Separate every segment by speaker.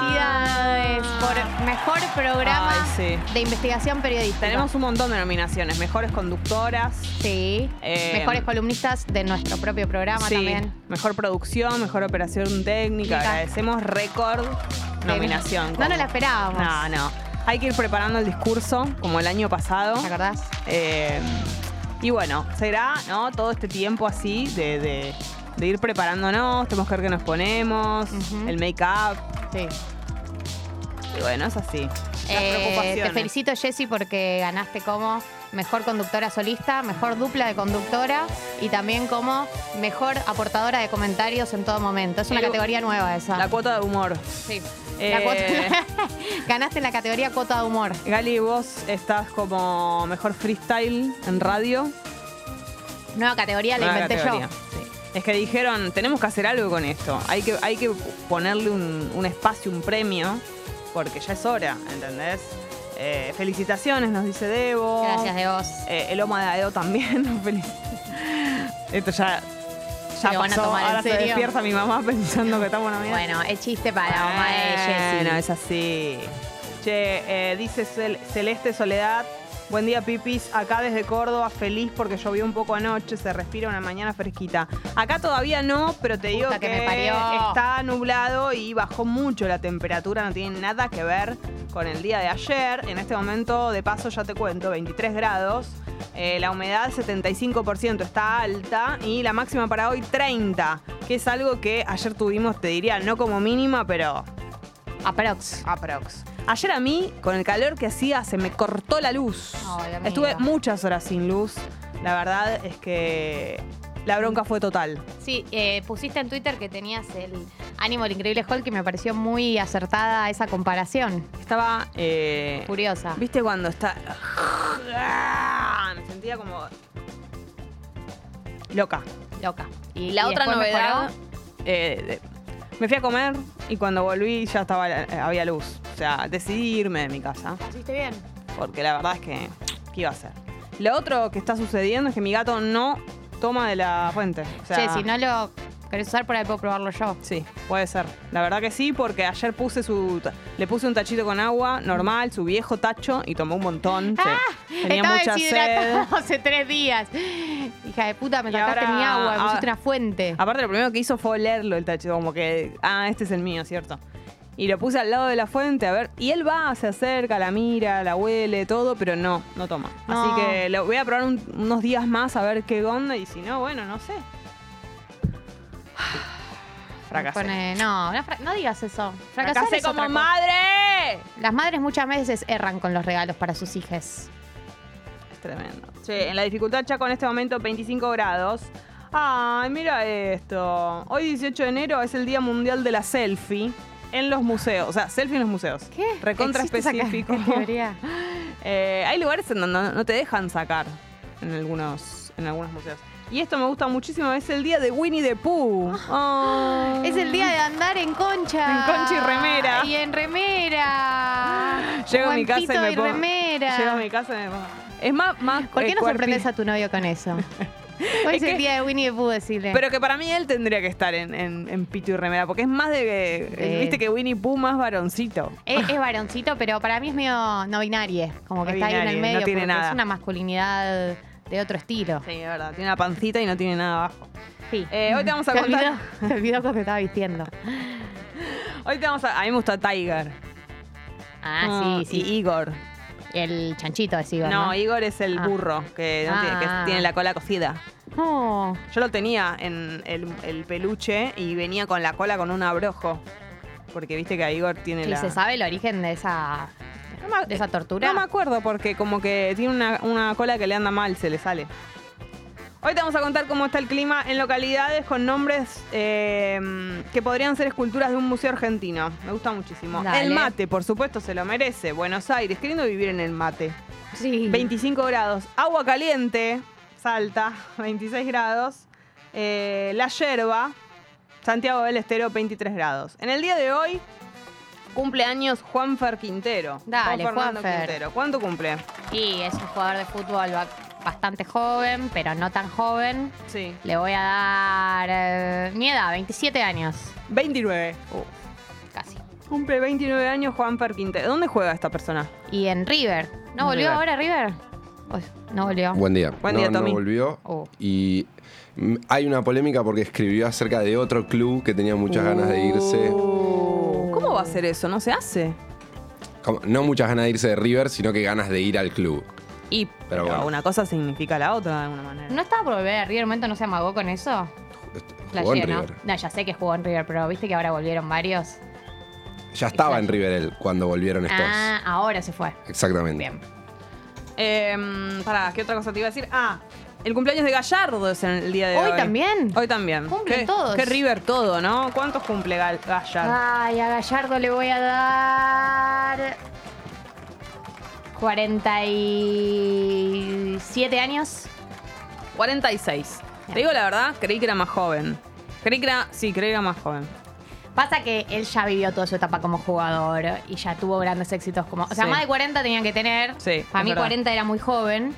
Speaker 1: Felicidades por mejor programa
Speaker 2: Ay, sí.
Speaker 1: de investigación periodística.
Speaker 2: Tenemos un montón de nominaciones. Mejores conductoras.
Speaker 1: Sí.
Speaker 2: Eh,
Speaker 1: Mejores columnistas de nuestro propio programa
Speaker 2: sí,
Speaker 1: también.
Speaker 2: Mejor producción, mejor operación técnica.
Speaker 1: Mica.
Speaker 2: Agradecemos récord nominación.
Speaker 1: No nos la esperábamos.
Speaker 2: No, no. Hay que ir preparando el discurso, como el año pasado.
Speaker 1: ¿Te acordás?
Speaker 2: Eh, y bueno, será, ¿no? Todo este tiempo así de, de- de ir preparándonos, tenemos que ver qué nos ponemos,
Speaker 1: Ujú.
Speaker 2: el make-up.
Speaker 1: Sí.
Speaker 2: Y bueno, es así. Las
Speaker 1: Eh,
Speaker 2: preocupaciones.
Speaker 1: te felicito, Jessy, porque ganaste como mejor conductora solista, mejor dupla de conductora y también como mejor aportadora de comentarios en todo momento. Es una
Speaker 2: El-
Speaker 1: categoría nueva esa.
Speaker 2: La cuota de humor.
Speaker 1: Sí.
Speaker 2: Eh,
Speaker 1: La cuota- ganaste en la categoría cuota de humor.
Speaker 2: Gali, vos estás como mejor freestyle en radio.
Speaker 1: Nueva categoría, Ah, la
Speaker 2: Nueva
Speaker 1: inventé
Speaker 2: categoría.
Speaker 1: yo.
Speaker 2: Sí. Es que dijeron, tenemos que hacer algo con esto. Hay que, hay que ponerle un, un espacio, un premio, porque ya es hora, ¿entendés? Eh, felicitaciones, nos dice Debo.
Speaker 1: Gracias de vos.
Speaker 2: Eh, el Oma de Aedo también. nos felici- Esto ya, ya
Speaker 1: Lo van a
Speaker 2: pasó.
Speaker 1: tomar en
Speaker 2: Ahora se
Speaker 1: serio.
Speaker 2: despierta mi mamá pensando que estamos nominados.
Speaker 1: Bueno, es chiste para Oma de Jessy.
Speaker 2: Bueno, es así. Che, eh, dice Cel- Celeste Soledad. Buen día, Pipis. Acá desde Córdoba, feliz porque llovió un poco anoche, se respira una mañana fresquita. Acá todavía no, pero te digo
Speaker 1: Puta
Speaker 2: que,
Speaker 1: que me parió.
Speaker 2: está nublado y bajó mucho la temperatura, no tiene nada que ver con el día de ayer. En este momento, de paso, ya te cuento, 23 grados. Eh, la humedad 75% está alta y la máxima para hoy 30, que es algo que ayer tuvimos, te diría, no como mínima, pero
Speaker 1: Aprox.
Speaker 2: Aprox. Ayer a mí, con el calor que hacía, se me cortó la luz.
Speaker 1: Ay, amiga.
Speaker 2: Estuve muchas horas sin luz. La verdad es que la bronca fue total.
Speaker 1: Sí, eh, pusiste en Twitter que tenías el ánimo del increíble Hulk y me pareció muy acertada esa comparación.
Speaker 2: Estaba. eh,
Speaker 1: Curiosa.
Speaker 2: ¿Viste cuando está.? Me sentía como. Loca.
Speaker 1: Loca.
Speaker 3: Y la otra
Speaker 1: después
Speaker 3: novedad-
Speaker 1: mejoró.
Speaker 2: Eh, de- me fui a comer y cuando volví ya estaba eh, había luz. O sea, decidí irme de mi casa.
Speaker 1: ¿Hiciste bien?
Speaker 2: porque la verdad es que, ¿qué iba a hacer? Lo otro que está sucediendo es que mi gato no toma de la fuente. O sea,
Speaker 1: Che, si no lo querés usar, por ahí puedo probarlo yo.
Speaker 2: Sí, puede ser. La verdad que sí, porque ayer puse su, le puse un tachito con agua normal, su viejo tacho, y tomó un montón. sí. Tenía
Speaker 1: Ah, Estaba
Speaker 2: mucha sed.
Speaker 1: deshidratado hace tres días. Hija de puta, me
Speaker 2: Y
Speaker 1: sacaste
Speaker 2: ahora-
Speaker 1: mi agua, me
Speaker 2: ahora-
Speaker 1: pusiste una fuente.
Speaker 2: Aparte, lo primero que hizo fue olerlo el tachito, como que, ah, este es el mío, ¿cierto? Y lo puse al lado de la fuente, a ver, y él va, se acerca, la mira, la huele, todo, pero no, no toma.
Speaker 1: No.
Speaker 2: Así que lo voy a probar un- unos días más a ver qué onda, y si no, bueno, no sé.
Speaker 1: Me
Speaker 2: Fracasé.
Speaker 1: pone- no, no, fra- no digas eso. Fracasar
Speaker 2: Fracasé
Speaker 1: es otra
Speaker 2: como
Speaker 1: cosa.
Speaker 2: madre.
Speaker 1: Las madres muchas veces erran con los regalos para sus hijas.
Speaker 2: Es tremendo. Che, en la dificultad Chaco en este momento 25 grados. Ay, mira esto. Hoy 18 de enero es el Día Mundial de la Selfie en los museos. O sea, selfie en los museos.
Speaker 1: ¿Qué?
Speaker 2: Recontra
Speaker 1: ¿Existe esa
Speaker 2: específico.
Speaker 1: categoría?
Speaker 2: Eh, hay lugares en donde no te dejan sacar en algunos, en algunos museos. Y esto me gusta muchísimo, es el día de Winnie the Pooh. Ah.
Speaker 1: Es el día de andar en concha.
Speaker 2: En concha y remera.
Speaker 1: Y en remera.
Speaker 2: Llego a mi casa y
Speaker 1: Guantito
Speaker 2: me pongo-
Speaker 1: remera.
Speaker 2: Llego a mi casa y me pongo- Es más, más
Speaker 1: ¿Por
Speaker 2: eh,
Speaker 1: qué no
Speaker 2: cuerpi-
Speaker 1: sorprendes a tu novio con eso? Hoy
Speaker 2: Es
Speaker 1: es,
Speaker 2: que-
Speaker 1: el día de Winnie the Pooh, decirle.
Speaker 2: Pero que para mí él tendría que estar en, en- en pito y remera, porque es más de...
Speaker 1: De-
Speaker 2: Viste que Winnie Pooh más varoncito.
Speaker 1: Es, es varoncito, pero para mí es medio no binario. Como que
Speaker 2: No
Speaker 1: está ahí en
Speaker 2: binarie,
Speaker 1: el
Speaker 2: no
Speaker 1: medio.
Speaker 2: tiene
Speaker 1: porque
Speaker 2: nada.
Speaker 1: Es una masculinidad de otro estilo.
Speaker 2: Sí, es verdad. Tiene una pancita y no tiene nada abajo.
Speaker 1: Sí.
Speaker 2: Eh, hoy te vamos a
Speaker 1: Se
Speaker 2: contar-
Speaker 1: olvidó- se olvidó cómo se estaba vistiendo.
Speaker 2: Hoy te vamos a... A mí me gusta Tiger. Mm,
Speaker 1: Ah, sí,
Speaker 2: Y
Speaker 1: sí.
Speaker 2: Igor.
Speaker 1: el chanchito de Sigor,
Speaker 2: No,
Speaker 1: ¿no?
Speaker 2: Igor es el
Speaker 1: Ah.
Speaker 2: burro que, no tiene, que
Speaker 1: Ah.
Speaker 2: tiene la cola cocida.
Speaker 1: Oh,
Speaker 2: Yo lo tenía en el, el peluche y venía con la cola con un abrojo. Porque viste que a Igor tiene
Speaker 1: ¿Y
Speaker 2: la.
Speaker 1: se sabe el origen de esa,
Speaker 2: No me ac-
Speaker 1: de esa tortura?
Speaker 2: No me acuerdo porque como que tiene una, una cola que le anda mal, se le sale. Hoy te vamos a contar cómo está el clima en localidades con nombres eh, que podrían ser esculturas de un museo argentino. Me gusta muchísimo.
Speaker 1: Dale.
Speaker 2: El mate, por supuesto, se lo merece. Buenos Aires, queriendo vivir en el mate.
Speaker 1: sí.
Speaker 2: 25 grados. Agua caliente, Salta, 26 grados. Eh, la yerba, Santiago del Estero, 23 grados. En el día de hoy, cumpleaños Juanfer Quintero.
Speaker 1: Dale,
Speaker 2: Juan Fernando
Speaker 1: Juanfer.
Speaker 2: Quintero. ¿Cuánto cumple?
Speaker 1: Y es un jugador de fútbol ba- bastante joven, pero no tan joven.
Speaker 2: Sí.
Speaker 1: Le voy a dar eh, mi edad, 27 años,
Speaker 2: 29.
Speaker 1: casi.
Speaker 2: Cumple 29 años Juan Quintero. ¿Dónde juega esta persona?
Speaker 1: Y en River. ¿No volvió
Speaker 2: River.
Speaker 1: ahora River? Uy, no volvió.
Speaker 3: Buen día.
Speaker 2: Buen
Speaker 3: no,
Speaker 2: día,
Speaker 3: no
Speaker 2: Tommy.
Speaker 3: volvió.
Speaker 1: Oh.
Speaker 3: Y mm, hay una polémica porque escribió acerca de otro club que tenía muchas ganas de irse.
Speaker 2: Uh, ¿Cómo va a ser eso? ¿No se hace?
Speaker 3: Como- no muchas ganas de irse de River, sino que ganas de ir al club.
Speaker 2: Y pero
Speaker 3: bueno.
Speaker 2: una cosa significa la otra de alguna manera.
Speaker 1: ¿No estaba por volver a River? ¿En un momento no se amagó con eso?
Speaker 3: Jugó en
Speaker 1: Flashé, ¿no?
Speaker 3: River.
Speaker 1: No, ya sé que jugó en River, pero viste que ahora volvieron varios.
Speaker 3: Ya estaba en River él cuando volvieron estos.
Speaker 1: Ah, ahora se fue.
Speaker 3: Exactamente.
Speaker 1: Bien.
Speaker 2: Eh, pará, ¿qué otra cosa te iba a decir? Ah, el cumpleaños de Gallardo es el día de hoy.
Speaker 1: ¿Hoy también?
Speaker 2: Hoy también.
Speaker 1: Cumplen
Speaker 2: Qué-
Speaker 1: todos. Ah.
Speaker 2: Qué River todo, ¿no? ¿Cuántos cumple Gal- Gallardo?
Speaker 1: Ay, a Gallardo le voy a dar 47 años.
Speaker 2: 46. Te digo la verdad, creí que era más joven. Creí que era, sí, creí que era más joven.
Speaker 1: Pasa que él ya vivió toda su etapa como jugador y ya tuvo grandes éxitos como... O sea,
Speaker 2: Sí.
Speaker 1: más de 40 tenían que tener.
Speaker 2: Sí,
Speaker 1: Para
Speaker 2: es
Speaker 1: mí
Speaker 2: verdad.
Speaker 1: 40 era muy joven.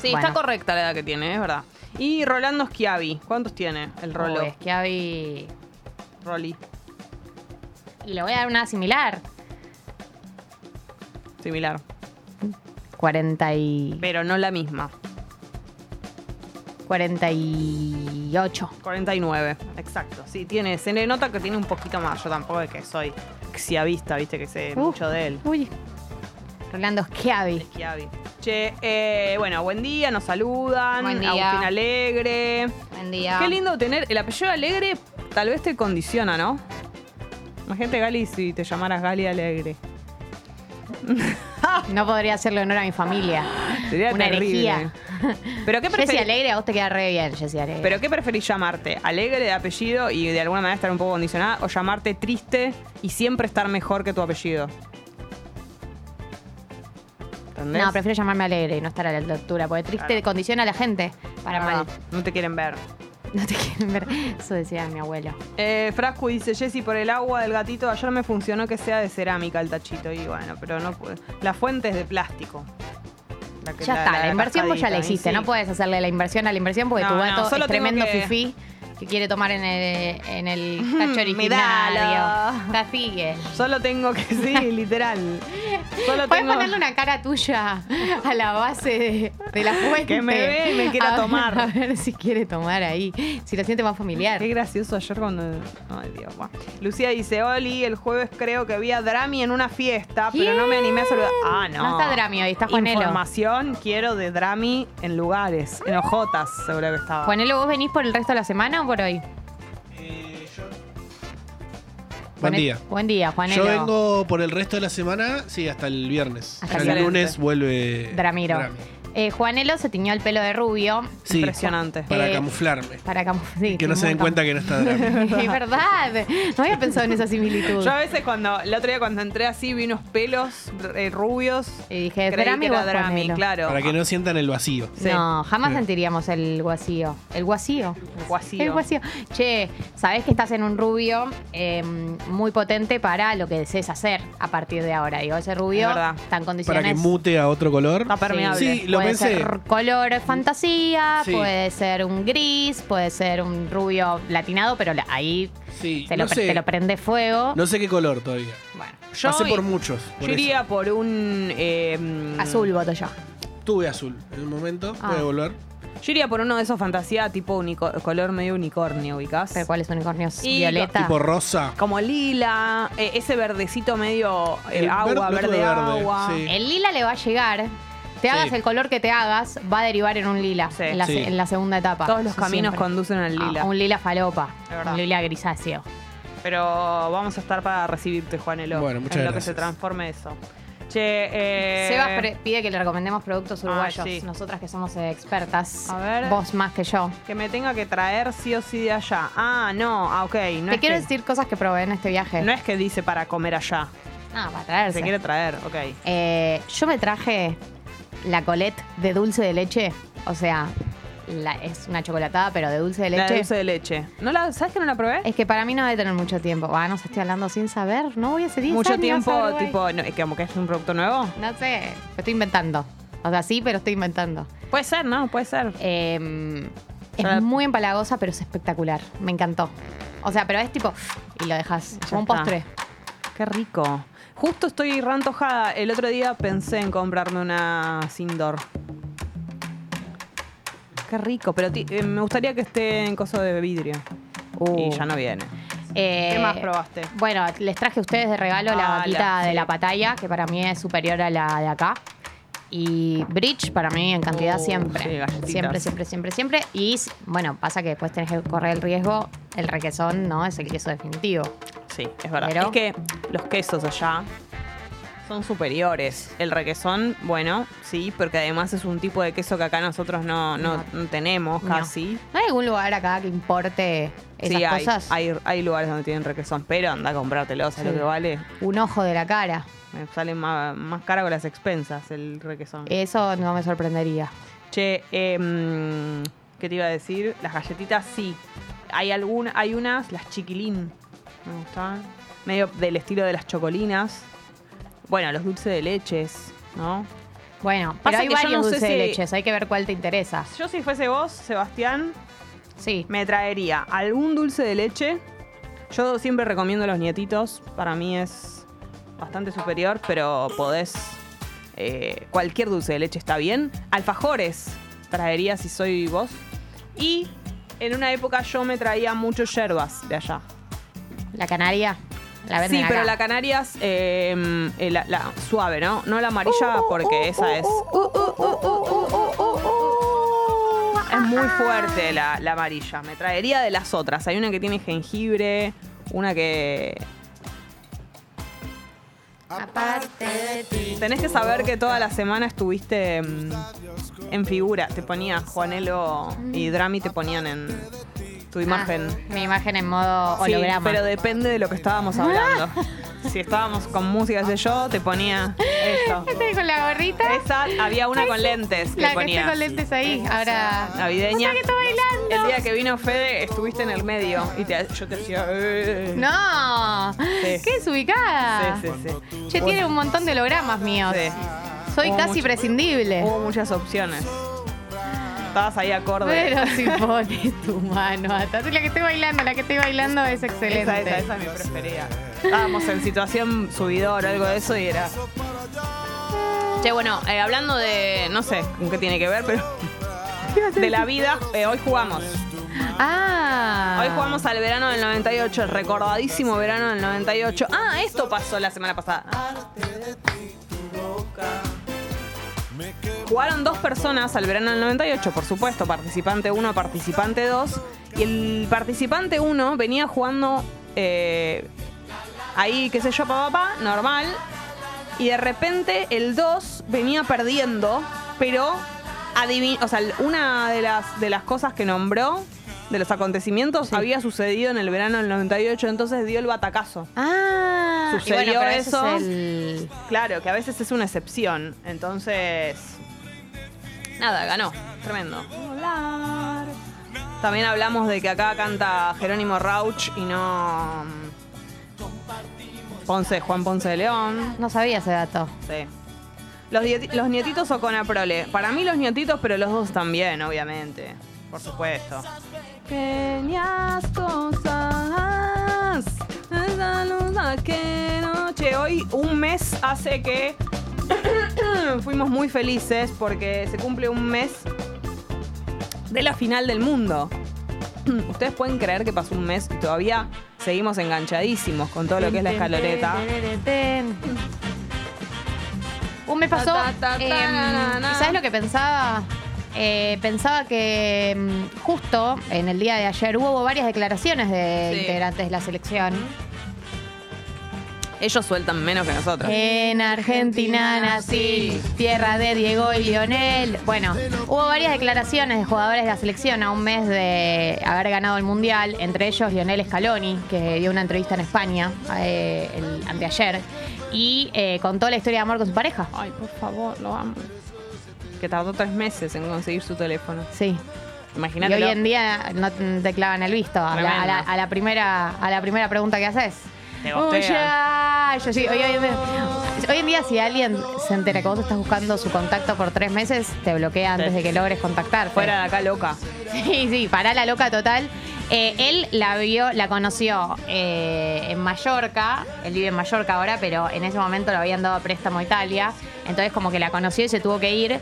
Speaker 2: Sí,
Speaker 1: Bueno.
Speaker 2: está correcta la edad que tiene, es verdad. Y Rolando Schiavi, ¿cuántos tiene el Rolo?
Speaker 1: Uy, es que Avi-
Speaker 2: Rolly.
Speaker 1: Y le voy a dar una similar.
Speaker 2: Similar.
Speaker 1: 40 y...
Speaker 2: Pero no la misma.
Speaker 1: 48.
Speaker 2: 49. Exacto. Sí, tiene. Se le nota que tiene un poquito más. Yo tampoco es que soy xiavista, viste, que sé
Speaker 1: Uh.
Speaker 2: mucho de él.
Speaker 1: Uy. Rolando Schiavi.
Speaker 2: Schiavi. Che, eh, bueno, buen día, nos saludan.
Speaker 1: Buen día.
Speaker 2: Agustín Alegre.
Speaker 1: Buen día.
Speaker 2: Qué lindo tener. El apellido Alegre tal vez te condiciona, ¿no? Imagínate, Gali, si te llamaras Gali Alegre.
Speaker 1: No podría hacerle honor a mi familia.
Speaker 2: Sería
Speaker 1: Una
Speaker 2: terrible.
Speaker 1: herejía.
Speaker 2: Pero qué
Speaker 1: Jessy
Speaker 2: preferís.
Speaker 1: Alegre, a vos te queda re bien, Jessy Alegre.
Speaker 2: ¿Pero qué preferís llamarte? ¿Alegre de apellido y de alguna manera estar un poco condicionada? ¿O llamarte triste y siempre estar mejor que tu apellido? ¿Entendés?
Speaker 1: no, prefiero llamarme Alegre y no estar a la altura, porque triste
Speaker 2: Claro.
Speaker 1: condiciona a la gente para
Speaker 2: Ah,
Speaker 1: mal.
Speaker 2: No te quieren ver.
Speaker 1: No te quieren ver. Eso decía mi abuelo.
Speaker 2: Eh, Frasco dice, Jessy, por el agua del gatito ayer me funcionó que sea de cerámica el tachito. Y bueno, pero no puede. La fuente es de plástico. La que-
Speaker 1: Ya está, la, inversión vos ya la
Speaker 2: cascadita, y
Speaker 1: hiciste,
Speaker 2: sí.
Speaker 1: no puedes hacerle la inversión a la inversión porque
Speaker 2: No,
Speaker 1: tu
Speaker 2: no,
Speaker 1: gato
Speaker 2: solo
Speaker 1: es
Speaker 2: tengo
Speaker 1: tremendo
Speaker 2: que-
Speaker 1: fifí que quiere tomar en el, en el cacho originario.
Speaker 2: Miralo.
Speaker 1: La sigue.
Speaker 2: Solo tengo que, sí, literal. Solo
Speaker 1: Puedes
Speaker 2: tengo...
Speaker 1: ponerle una cara tuya a la base de, de la fuente.
Speaker 2: Que me ve y me quiera
Speaker 1: A ver-
Speaker 2: tomar.
Speaker 1: A ver si quiere tomar ahí. Si lo siente más familiar.
Speaker 2: Qué gracioso ayer cuando. Ay, Dios, guau. Lucía dice: Oli, el jueves creo que vi a Drami en una fiesta, pero no me animé a saludar. Ah, no.
Speaker 1: No está Drami hoy, está Juanelo.
Speaker 2: Información quiero de Drami en lugares, en Ojotas, seguro que estaba.
Speaker 1: Ponelo, ¿vos venís por el resto de la semana o por hoy?
Speaker 4: Buen
Speaker 1: Juane-
Speaker 4: día.
Speaker 1: Buen día, Juanelo.
Speaker 4: Yo vengo por el resto de la semana, sí, hasta el viernes.
Speaker 1: Hasta
Speaker 4: Ya
Speaker 2: el
Speaker 4: el
Speaker 2: viernes.
Speaker 4: lunes vuelve.
Speaker 1: Dramiro.
Speaker 4: Drami.
Speaker 1: Eh, Juanelo se tiñó el pelo de rubio
Speaker 4: Sí,
Speaker 2: Impresionante.
Speaker 4: Para
Speaker 1: Eh,
Speaker 4: camuflarme.
Speaker 1: para cam- sí,
Speaker 4: Que no se den cuenta que no está Drami.
Speaker 1: Es verdad, no había pensado en esa similitud.
Speaker 2: Yo a veces cuando, el otro día cuando entré así, vi unos pelos eh, rubios.
Speaker 1: Y dije,
Speaker 2: Creí
Speaker 1: Drami
Speaker 2: que era
Speaker 1: vos
Speaker 2: Drami,
Speaker 1: ponelo.
Speaker 2: claro.
Speaker 4: Para que no sientan el vacío.
Speaker 2: Sí.
Speaker 1: No, jamás
Speaker 4: Sí.
Speaker 1: sentiríamos el guasío. El guasío.
Speaker 2: El guasío.
Speaker 1: El guasío. Che, sabés que estás en un rubio eh, muy potente para lo que desees hacer a partir de ahora. Digo, ese rubio
Speaker 2: Es verdad.
Speaker 1: está en condiciones.
Speaker 4: Para que mute a otro color.
Speaker 2: Está permeable.
Speaker 4: Sí, lo
Speaker 1: puede
Speaker 4: pensé.
Speaker 1: ser color fantasía,
Speaker 4: Sí.
Speaker 1: puede ser un gris, puede ser un rubio latinado, pero la- ahí
Speaker 4: Sí,
Speaker 1: se
Speaker 4: no
Speaker 1: lo, pre-
Speaker 4: sé.
Speaker 1: te lo prende fuego.
Speaker 4: No sé qué color todavía.
Speaker 1: Bueno,
Speaker 2: Yo
Speaker 4: Pasé por
Speaker 2: i-
Speaker 4: muchos.
Speaker 2: Yo
Speaker 4: Por
Speaker 2: iría por un. eh,
Speaker 1: azul voto yo.
Speaker 4: eso. Tuve azul en un momento.
Speaker 1: Ah.
Speaker 4: Puede volver.
Speaker 2: Yo iría por uno de esos fantasía tipo unico- color medio unicornio, ubicás.
Speaker 1: Pero ¿cuáles unicornios?
Speaker 2: Y-
Speaker 1: Violeta.
Speaker 4: Tipo rosa.
Speaker 2: como lila, eh, ese verdecito medio eh,
Speaker 4: El
Speaker 2: agua,
Speaker 4: verde-
Speaker 2: verde,
Speaker 4: el otro verde,
Speaker 2: agua.
Speaker 4: sí.
Speaker 1: El lila le va a llegar. Te hagas el color que te hagas, va a derivar en un lila
Speaker 2: Sí.
Speaker 1: en, la, se-
Speaker 4: Sí.
Speaker 1: en la segunda etapa.
Speaker 2: Todos los
Speaker 1: Eso
Speaker 2: caminos
Speaker 1: siempre.
Speaker 2: conducen al
Speaker 1: A-
Speaker 2: lila.
Speaker 1: a un lila falopa,
Speaker 2: Es verdad.
Speaker 1: un lila grisáceo.
Speaker 2: Pero vamos a estar para recibirte, Juanelo.
Speaker 4: Bueno, muchas
Speaker 2: en lo que
Speaker 4: gracias.
Speaker 2: se transforme eso. Che, eh,
Speaker 1: Sebas pre- pide que le recomendemos productos
Speaker 2: Ah,
Speaker 1: uruguayos,
Speaker 2: sí.
Speaker 1: nosotras que somos eh, expertas.
Speaker 2: A ver.
Speaker 1: Vos más que yo.
Speaker 2: que me tenga que traer sí o sí de allá. Ah, no, ah, ok. No
Speaker 1: Te
Speaker 2: es
Speaker 1: quiero
Speaker 2: que-
Speaker 1: decir cosas que probé en este viaje.
Speaker 2: No es que dice para comer allá.
Speaker 1: Ah, para
Speaker 2: Se
Speaker 1: traerse.
Speaker 2: quiere traer, ok.
Speaker 1: Eh, yo me traje la colette de dulce de leche. O sea, la- es una chocolatada, pero de dulce de
Speaker 2: La
Speaker 1: leche.
Speaker 2: de dulce de leche. ¿No la, ¿Sabes que no la probé?
Speaker 1: Es que para mí no debe tener mucho tiempo. Ah, no sé, estoy hablando sin saber. No voy a seguir.
Speaker 2: Mucho tiempo, tipo, no, es que como que es un producto nuevo.
Speaker 1: No sé, me estoy inventando. O sea, sí, pero estoy inventando.
Speaker 2: Puede ser, ¿no? Puede ser.
Speaker 1: Eh, es
Speaker 2: Ya-
Speaker 1: muy empalagosa, pero es espectacular. Me encantó. O sea, pero es tipo. Y lo dejas
Speaker 2: Ya
Speaker 1: como un
Speaker 2: está.
Speaker 1: postre.
Speaker 2: Qué rico. Justo estoy rantojada. El otro día pensé en comprarme una Sindor. Qué rico, pero ti- eh, me gustaría que esté en coso de vidrio.
Speaker 1: Uh.
Speaker 2: Y ya no viene.
Speaker 1: Eh,
Speaker 2: ¿Qué más probaste?
Speaker 1: Bueno, les traje a ustedes de regalo la
Speaker 2: Ah,
Speaker 1: vaquita
Speaker 2: la-
Speaker 1: de
Speaker 2: sí.
Speaker 1: la pataya, que para mí es superior a la de acá. Y bridge para mí en cantidad
Speaker 2: Oh,
Speaker 1: siempre.
Speaker 2: sí, galletitas.
Speaker 1: siempre, siempre, siempre, siempre. Y s- bueno, pasa que después tenés que correr el riesgo. El requesón no es el queso definitivo.
Speaker 2: Sí, es verdad.
Speaker 1: Pero-
Speaker 2: Es que los quesos allá son superiores. El requesón, bueno, sí, porque además es un tipo de queso que acá nosotros no, no-
Speaker 1: No.
Speaker 2: no tenemos
Speaker 1: No.
Speaker 2: casi.
Speaker 1: ¿No hay algún lugar acá que importe esas
Speaker 2: sí, hay,
Speaker 1: cosas?
Speaker 2: Hay, hay lugares donde tienen requesón, pero anda a comprártelo, ¿sabes
Speaker 1: Sí.
Speaker 2: lo que vale?
Speaker 1: Un ojo de la cara.
Speaker 2: Me sale más, más caro que las expensas el requesón.
Speaker 1: Eso no me sorprendería.
Speaker 2: Che, eh, mm, ¿qué te iba a decir? Las galletitas sí. Hay algunas, hay unas, las chiquilín. Me gustaban. Medio del estilo de las chocolinas. Bueno, los dulces de leches, ¿no?
Speaker 1: Bueno, pero
Speaker 2: Pasa
Speaker 1: hay
Speaker 2: que yo
Speaker 1: varios
Speaker 2: no sé
Speaker 1: dulces de
Speaker 2: si-
Speaker 1: leches, hay que ver cuál te interesa.
Speaker 2: Yo si fuese vos, Sebastián,
Speaker 1: Sí.
Speaker 2: me traería algún dulce de leche. Yo siempre recomiendo los nietitos. Para mí es bastante superior, pero podés. eh, cualquier dulce de leche está bien. Alfajores traería si soy vos. Y en una época yo me traía muchos yerbas de allá.
Speaker 1: La canaria. La venden
Speaker 2: sí, pero
Speaker 1: acá.
Speaker 2: la Canarias eh, eh, la, la suave, ¿no? No la amarilla porque esa es. Es muy fuerte la, la amarilla. Me traería de las otras. Hay una que tiene jengibre, una que. Tenés que saber que toda la semana estuviste mm, en figura. Te ponía Juanelo y
Speaker 1: Mm.
Speaker 2: Drami te ponían en tu imagen.
Speaker 1: Ah, mi imagen en modo
Speaker 2: Sí,
Speaker 1: Ah, holograma.
Speaker 2: pero depende de lo que estábamos hablando. Si estábamos con música, qué sé yo, te ponía esto.
Speaker 1: ¿Viste con la gorrita?
Speaker 2: Esa, había una con lentes que
Speaker 1: la que esté
Speaker 2: ponía.
Speaker 1: con lentes ahí. Ahora.
Speaker 2: Navideña.
Speaker 1: O sea que está bailando.
Speaker 2: El día que vino Fede estuviste en el medio y te- yo te hacía. "Eh".
Speaker 1: No.
Speaker 2: Sí.
Speaker 1: Qué desubicada.
Speaker 2: Sí, sí, sí.
Speaker 1: Che, tiene un montón de hologramas míos.
Speaker 2: Sí.
Speaker 1: Soy
Speaker 2: Hubo
Speaker 1: casi
Speaker 2: mucho- Oh,
Speaker 1: prescindible.
Speaker 2: Hubo muchas opciones. Estabas ahí acorde.
Speaker 1: Pero si pones tu mano atrás. La que estoy bailando, la que estoy bailando es excelente.
Speaker 2: esa, esa, esa es mi preferida. Estábamos en situación subidor, algo de eso, y era. Che, bueno, eh, hablando de. No sé con qué tiene que ver, pero. De la vida, eh, hoy jugamos.
Speaker 1: Ah.
Speaker 2: Hoy jugamos al verano del 98, el recordadísimo verano del 98. Ah, esto pasó la semana pasada. Jugaron dos personas al verano del 98, por supuesto, participante 1, participante 2. Y el participante 1 venía jugando eh, ahí, qué sé yo, papá, papá, normal. Y de repente el 2 venía perdiendo, pero adivi- o sea, una de las, de las cosas que nombró, de los acontecimientos, había sucedido en el verano del 98, entonces dio el batacazo.
Speaker 1: Ah. y
Speaker 2: Sucedió
Speaker 1: bueno, pero
Speaker 2: eso.
Speaker 1: es el-
Speaker 2: Claro, que a veces es una excepción, entonces... Nada, ganó. Tremendo. Volar. También hablamos de que acá canta Jerónimo Rauch y no... mm, Ponce, Juan Ponce de León.
Speaker 1: No sabía ese dato.
Speaker 2: Sí. Los, dieti- los nietitos o con prole. Para mí los nietitos, pero los dos también, obviamente. Por supuesto. Pequeñas cosas. Esa luz a que noche. Hoy un mes hace que fuimos muy felices porque se cumple un mes de la final del mundo. Ustedes pueden creer que pasó un mes y todavía seguimos enganchadísimos con todo lo que es la escaloreta.
Speaker 1: Uh, me pasó.
Speaker 2: Ta, ta, ta,
Speaker 1: eh,
Speaker 2: na, na, na.
Speaker 1: ¿y ¿Sabes lo que pensaba? Eh, pensaba que mm, justo en el día de ayer hubo varias declaraciones de
Speaker 2: Sí.
Speaker 1: integrantes de la selección.
Speaker 2: Ellos sueltan menos que nosotros.
Speaker 1: En Argentina nací, tierra de Diego y Lionel. Bueno, hubo varias declaraciones de jugadores de la selección a un mes de haber ganado el Mundial, entre ellos Lionel Scaloni, que dio una entrevista en España eh, el anteayer, y eh, contó la historia de amor con su pareja.
Speaker 2: Ay, por favor, lo amo. Que tardó tres meses en conseguir su teléfono.
Speaker 1: Sí. Y
Speaker 2: Imagínate.
Speaker 1: hoy en día no te clavan el visto a la, a la- a la primera, a la primera pregunta que haces.
Speaker 2: Te gostean.
Speaker 1: Uy, ya. Yo sí, hoy, hoy en día- hoy en día si alguien se entera que vos estás buscando su contacto por tres meses, te bloquea antes
Speaker 2: Sí.
Speaker 1: de que logres contactar. pues.
Speaker 2: Fuera de acá, loca.
Speaker 1: Sí, sí, pará la loca total. Eh, él la vio, la conoció eh, en Mallorca, él vive en Mallorca ahora, pero en ese momento lo habían dado a préstamo a Italia, entonces como que la conoció y se tuvo que ir.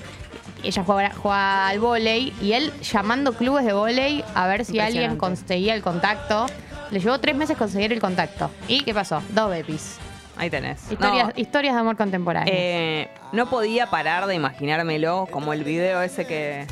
Speaker 1: Ella jugaba, jugaba al vóley y él llamando clubes de vóley a ver si alguien
Speaker 5: Impresionante.
Speaker 1: conseguía el contacto. Le llevó tres meses conseguir el contacto. ¿Y qué pasó? Dos bepis.
Speaker 2: Ahí tenés.
Speaker 1: Historias,
Speaker 2: No,
Speaker 1: historias de amor contemporáneo.
Speaker 2: eh, no podía parar de imaginármelo como el video ese que,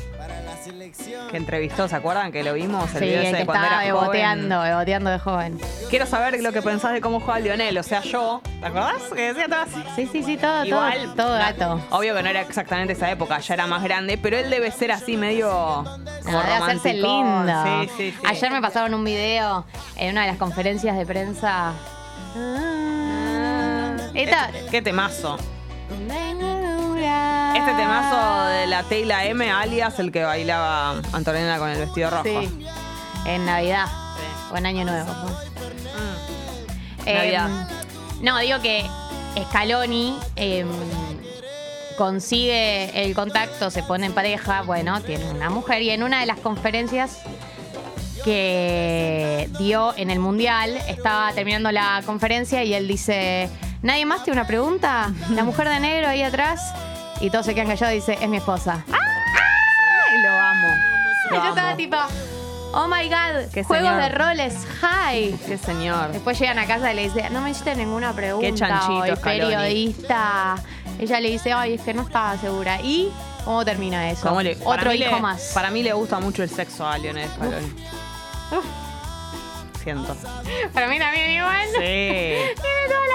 Speaker 2: que entrevistó, ¿se acuerdan que lo vimos? El
Speaker 1: sí,
Speaker 2: video ese
Speaker 1: el que
Speaker 2: de cuando
Speaker 1: estaba
Speaker 2: era joven.
Speaker 1: beboteando, beboteando de joven.
Speaker 2: Quiero saber lo que pensás de cómo juega Lionel, o sea, yo. ¿Te acordás? Que decía todo así.
Speaker 1: Sí, sí, sí, todo,
Speaker 2: Igual,
Speaker 1: todo, todo
Speaker 2: no,
Speaker 1: gato.
Speaker 2: Obvio que no era exactamente esa época, ya era más grande, pero él debe ser así medio. Como
Speaker 1: Ah, de hacerse
Speaker 2: romanticón.
Speaker 1: lindo.
Speaker 2: Sí, sí, sí.
Speaker 1: Ayer me pasaron un video en una de las conferencias de prensa.
Speaker 2: Ah.
Speaker 1: Esta.
Speaker 2: Qué temazo. Este temazo de la Tela M, alias el que bailaba Antonella con el vestido rojo.
Speaker 1: Sí. En Navidad. O en Año Nuevo. pues.
Speaker 2: Mm.
Speaker 1: Eh,
Speaker 2: Navidad.
Speaker 1: no, digo que Scaloni eh, consigue el contacto, se pone en pareja, bueno, tiene una mujer y en una de las conferencias que dio en el Mundial, estaba terminando la conferencia y él dice, ¿nadie más tiene una pregunta? La mujer de negro ahí atrás y todos se quedan callados y dice, es mi esposa.
Speaker 2: Ay, lo amo.
Speaker 1: Ah,
Speaker 2: Lo
Speaker 1: yo estaba
Speaker 2: amo.
Speaker 1: tipo, oh my god,
Speaker 2: Qué
Speaker 1: juegos
Speaker 2: señor.
Speaker 1: de roles, hi.
Speaker 2: Qué Este señor.
Speaker 1: Después llegan a casa y le dicen, no me hiciste ninguna pregunta.
Speaker 2: Qué chanchito,
Speaker 1: o el
Speaker 2: Scaloni.
Speaker 1: periodista. Ella le dice, ay, es que no estaba segura. ¿Y cómo termina eso?
Speaker 2: Cómo le- para
Speaker 1: Otro
Speaker 2: mí
Speaker 1: hijo
Speaker 2: le-
Speaker 1: más.
Speaker 2: Para mí le gusta mucho el sexo a Lionel Scaloni. Siento.
Speaker 1: Para mí también igual.
Speaker 2: Sí.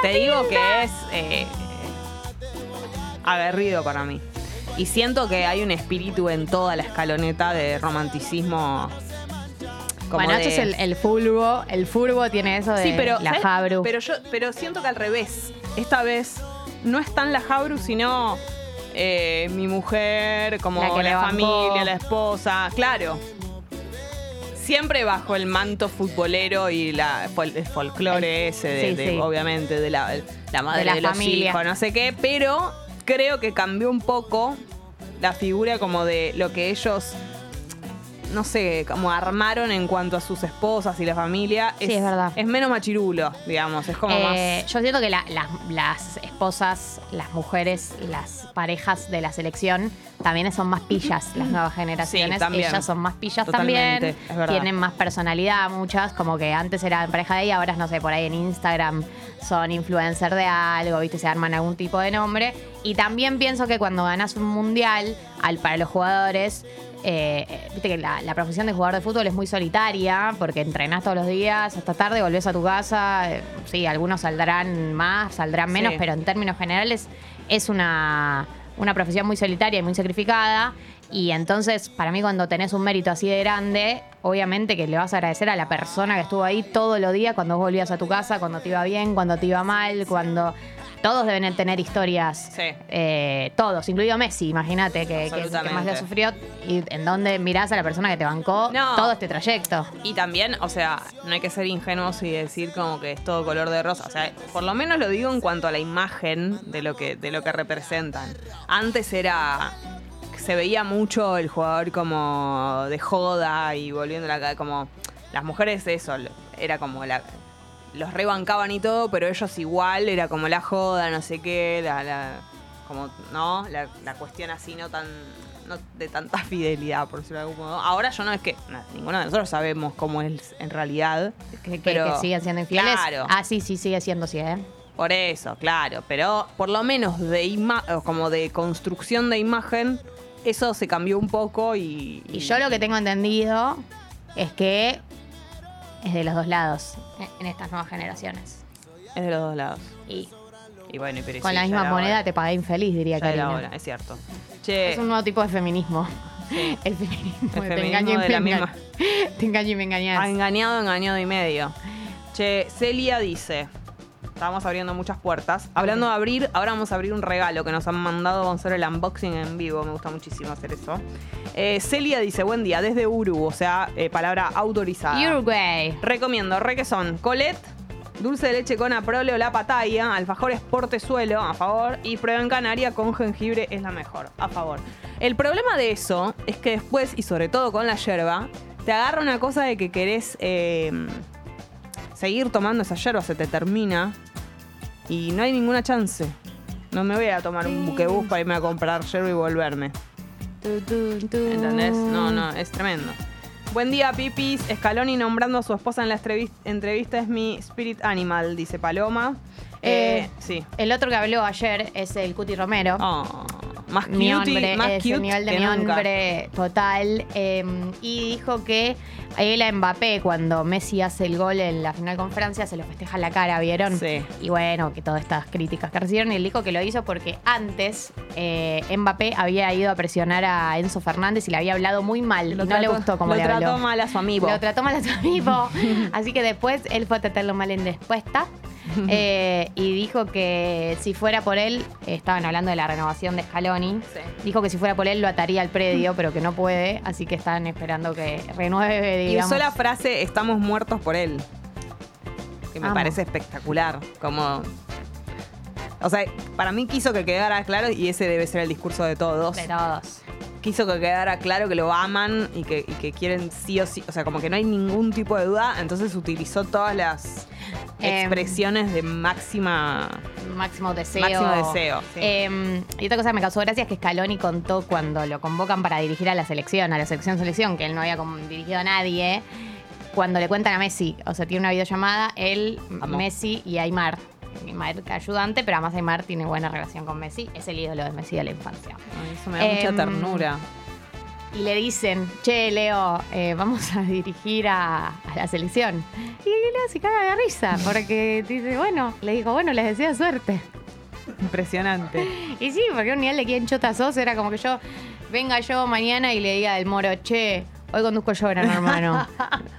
Speaker 2: Te digo que es eh, aguerrido para mí. Y siento que hay un espíritu en toda la escaloneta de romanticismo. Como
Speaker 1: bueno,
Speaker 2: de-
Speaker 1: esto es el, el furbo. El furbo tiene eso de
Speaker 2: Sí, pero,
Speaker 1: la
Speaker 2: ¿sabes?
Speaker 1: Jabru.
Speaker 2: Pero, yo, pero siento que al revés. Esta vez no es tan la Jabru, sino eh, mi mujer, como
Speaker 1: La
Speaker 2: la,
Speaker 1: que le bancó.
Speaker 2: familia, la esposa. Claro. Siempre bajo el manto futbolero y la, fol- el folclore ese, de,
Speaker 1: sí,
Speaker 2: de-
Speaker 1: sí.
Speaker 2: obviamente, de la, la madre
Speaker 1: De
Speaker 2: de,
Speaker 1: la
Speaker 2: los
Speaker 1: familia.
Speaker 2: hijos, no sé qué. Pero creo que cambió un poco la figura como de lo que ellos no sé, como armaron en cuanto a sus esposas y la familia.
Speaker 1: Sí, es verdad.
Speaker 2: Es menos machirulo, digamos. Es como
Speaker 1: Eh,
Speaker 2: más.
Speaker 1: Yo siento que la- las- las esposas, las mujeres, las parejas de la selección también son más pillas, las nuevas generaciones.
Speaker 2: también.
Speaker 1: Ellas son más pillas
Speaker 2: Totalmente,
Speaker 1: también.
Speaker 2: es verdad.
Speaker 1: Tienen más personalidad, muchas, como que antes eran pareja de ahí, ahora no sé, por ahí en Instagram son influencer de algo, viste, se arman algún tipo de nombre. Y también pienso que cuando ganas un mundial, al, para los jugadores, eh, eh, viste que la, la profesión de jugador de fútbol es muy solitaria, porque entrenás todos los días, hasta tarde volvés a tu casa. eh, sí, algunos saldrán más, saldrán menos,
Speaker 2: Sí.
Speaker 1: pero en términos generales es una, una profesión muy solitaria y muy sacrificada. Y entonces, para mí, cuando tenés un mérito así de grande, obviamente que le vas a agradecer a la persona que estuvo ahí todos los días, cuando vos volvías a tu casa, cuando te iba bien, cuando te iba mal, cuando. Todos deben tener historias.
Speaker 2: Sí.
Speaker 1: eh, todos, incluido Messi, imagínate, que, que es el que más le
Speaker 2: Absolutamente.
Speaker 1: sufrió. Y en donde mirás a la persona que te bancó
Speaker 2: No.
Speaker 1: todo este trayecto.
Speaker 2: Y también, o sea, no hay que ser ingenuos y decir como que es todo color de rosa. O sea, por lo menos lo digo en cuanto a la imagen de lo que, de lo que representan. Antes era. Se veía mucho el jugador como de joda y volviendo la como. Las mujeres, eso, lo- era como la. Los rebancaban y todo, pero ellos igual, era como la joda, no sé qué, la. la- como, ¿no? La, la cuestión así no tan. no de tanta fidelidad, por decirlo de algún modo. Ahora yo no es que. no, ninguno de nosotros sabemos cómo es en realidad.
Speaker 1: Que, que-
Speaker 2: pero-
Speaker 1: que siguen siendo infieles.
Speaker 2: Claro.
Speaker 1: Ah, sí, sí, sigue siendo, sí, ¿eh?
Speaker 2: Por eso, claro, pero por lo menos de ima- o como de construcción de imagen, eso se cambió un poco y,
Speaker 1: Y yo lo que tengo entendido es que es de los dos lados eh, en estas nuevas generaciones.
Speaker 2: es de los dos lados.
Speaker 1: Y
Speaker 2: Y bueno, pero
Speaker 1: con
Speaker 2: sí,
Speaker 1: la
Speaker 2: ya
Speaker 1: misma
Speaker 2: era
Speaker 1: moneda
Speaker 2: hora.
Speaker 1: te pagué infeliz, diría
Speaker 2: Ya era
Speaker 1: Karina.
Speaker 2: hora, Eh. es cierto. Che,
Speaker 1: Es un nuevo tipo de feminismo. El feminismo,
Speaker 2: El
Speaker 1: te
Speaker 2: feminismo
Speaker 1: engaño y
Speaker 2: de
Speaker 1: me
Speaker 2: la
Speaker 1: enga-
Speaker 2: misma.
Speaker 1: Te engaño y me engañas.
Speaker 2: ha engañado, engañado y medio. Che, Celia dice, estábamos abriendo muchas puertas. Hablando de abrir, ahora vamos a abrir un regalo que nos han mandado, vamos a hacer el unboxing en vivo, me gusta muchísimo hacer eso. Eh, Celia dice, buen día, desde Uru, o sea, eh, palabra autorizada.
Speaker 1: Uruguay.
Speaker 2: Recomiendo, re que son Colette, dulce de leche con aprole o la pataya, alfajores portezuelo, a favor, y prueba en canaria con jengibre es la mejor, a favor. El problema de eso es que después, y sobre todo con la yerba, te agarra una cosa de que querés eh, seguir tomando esa yerba, se te termina y no hay ninguna chance. No me voy a tomar un buquebús para irme a comprar yerba y volverme. ¿Entendés? No, no, es tremendo. Buen día, Pipis. Scaloni nombrando a su esposa en la entrevis- entrevista es mi spirit animal, dice Paloma. Eh,
Speaker 1: Eh,
Speaker 2: sí.
Speaker 1: El otro que habló ayer es el Cuti Romero.
Speaker 2: Oh, más
Speaker 1: mi
Speaker 2: cutie,
Speaker 1: hombre,
Speaker 2: más
Speaker 1: es
Speaker 2: cute
Speaker 1: el nivel de
Speaker 2: que
Speaker 1: mi
Speaker 2: nunca.
Speaker 1: hombre total. eh, y dijo que a él a Mbappé, cuando Messi hace el gol en la final con Francia, se lo festeja la cara, ¿vieron?
Speaker 2: Sí.
Speaker 1: Y bueno, que todas estas críticas que recibieron, y él dijo que lo hizo porque antes eh, Mbappé había ido a presionar a Enzo Fernández y le había hablado muy mal. y no le
Speaker 2: trató-
Speaker 1: gustó como
Speaker 2: lo
Speaker 1: le habló.
Speaker 2: trató mal a su amigo.
Speaker 1: Lo trató mal a su amigo. Así que después él fue a tratarlo mal en respuesta. eh, y dijo que si fuera por él, estaban hablando de la renovación de Scaloni.
Speaker 2: Sí.
Speaker 1: Dijo que si fuera por él lo ataría al predio, pero que no puede, así que están esperando que renueve,
Speaker 2: Y
Speaker 1: digamos.
Speaker 2: usó la frase estamos muertos por él. Que me
Speaker 1: Amo.
Speaker 2: parece espectacular. Como. O sea, para mí quiso que quedara claro, y ese debe ser el discurso de todos.
Speaker 1: de todos.
Speaker 2: Quiso que quedara claro que lo aman y que, y que quieren sí o sí. O sea, como que no hay ningún tipo de duda. Entonces utilizó todas las
Speaker 1: Em.
Speaker 2: expresiones de máxima.
Speaker 1: Máximo deseo.
Speaker 2: Máximo deseo, sí.
Speaker 1: Eh, y otra cosa que me causó gracia es que Scaloni contó cuando lo convocan para dirigir a la selección, a la selección selección, que él no había como dirigido a nadie. Cuando le cuentan a Messi, o sea, tiene una videollamada, él,
Speaker 2: Amo.
Speaker 1: Messi y Aymar. Aymar ayudante, pero además Aymar tiene buena relación con Messi, es el ídolo de Messi de la infancia.
Speaker 2: Ay, Eso me da
Speaker 1: Em.
Speaker 2: mucha ternura.
Speaker 1: Y le dicen, che, Leo, eh, vamos a dirigir a, a la selección. Y Leo se caga de risa, porque dice, bueno, le dijo, bueno, les deseo suerte.
Speaker 2: Impresionante.
Speaker 1: Y sí, porque un nivel de quién chota sos era como que yo venga yo mañana y le diga al moro, che, hoy conduzco yo, gran hermano.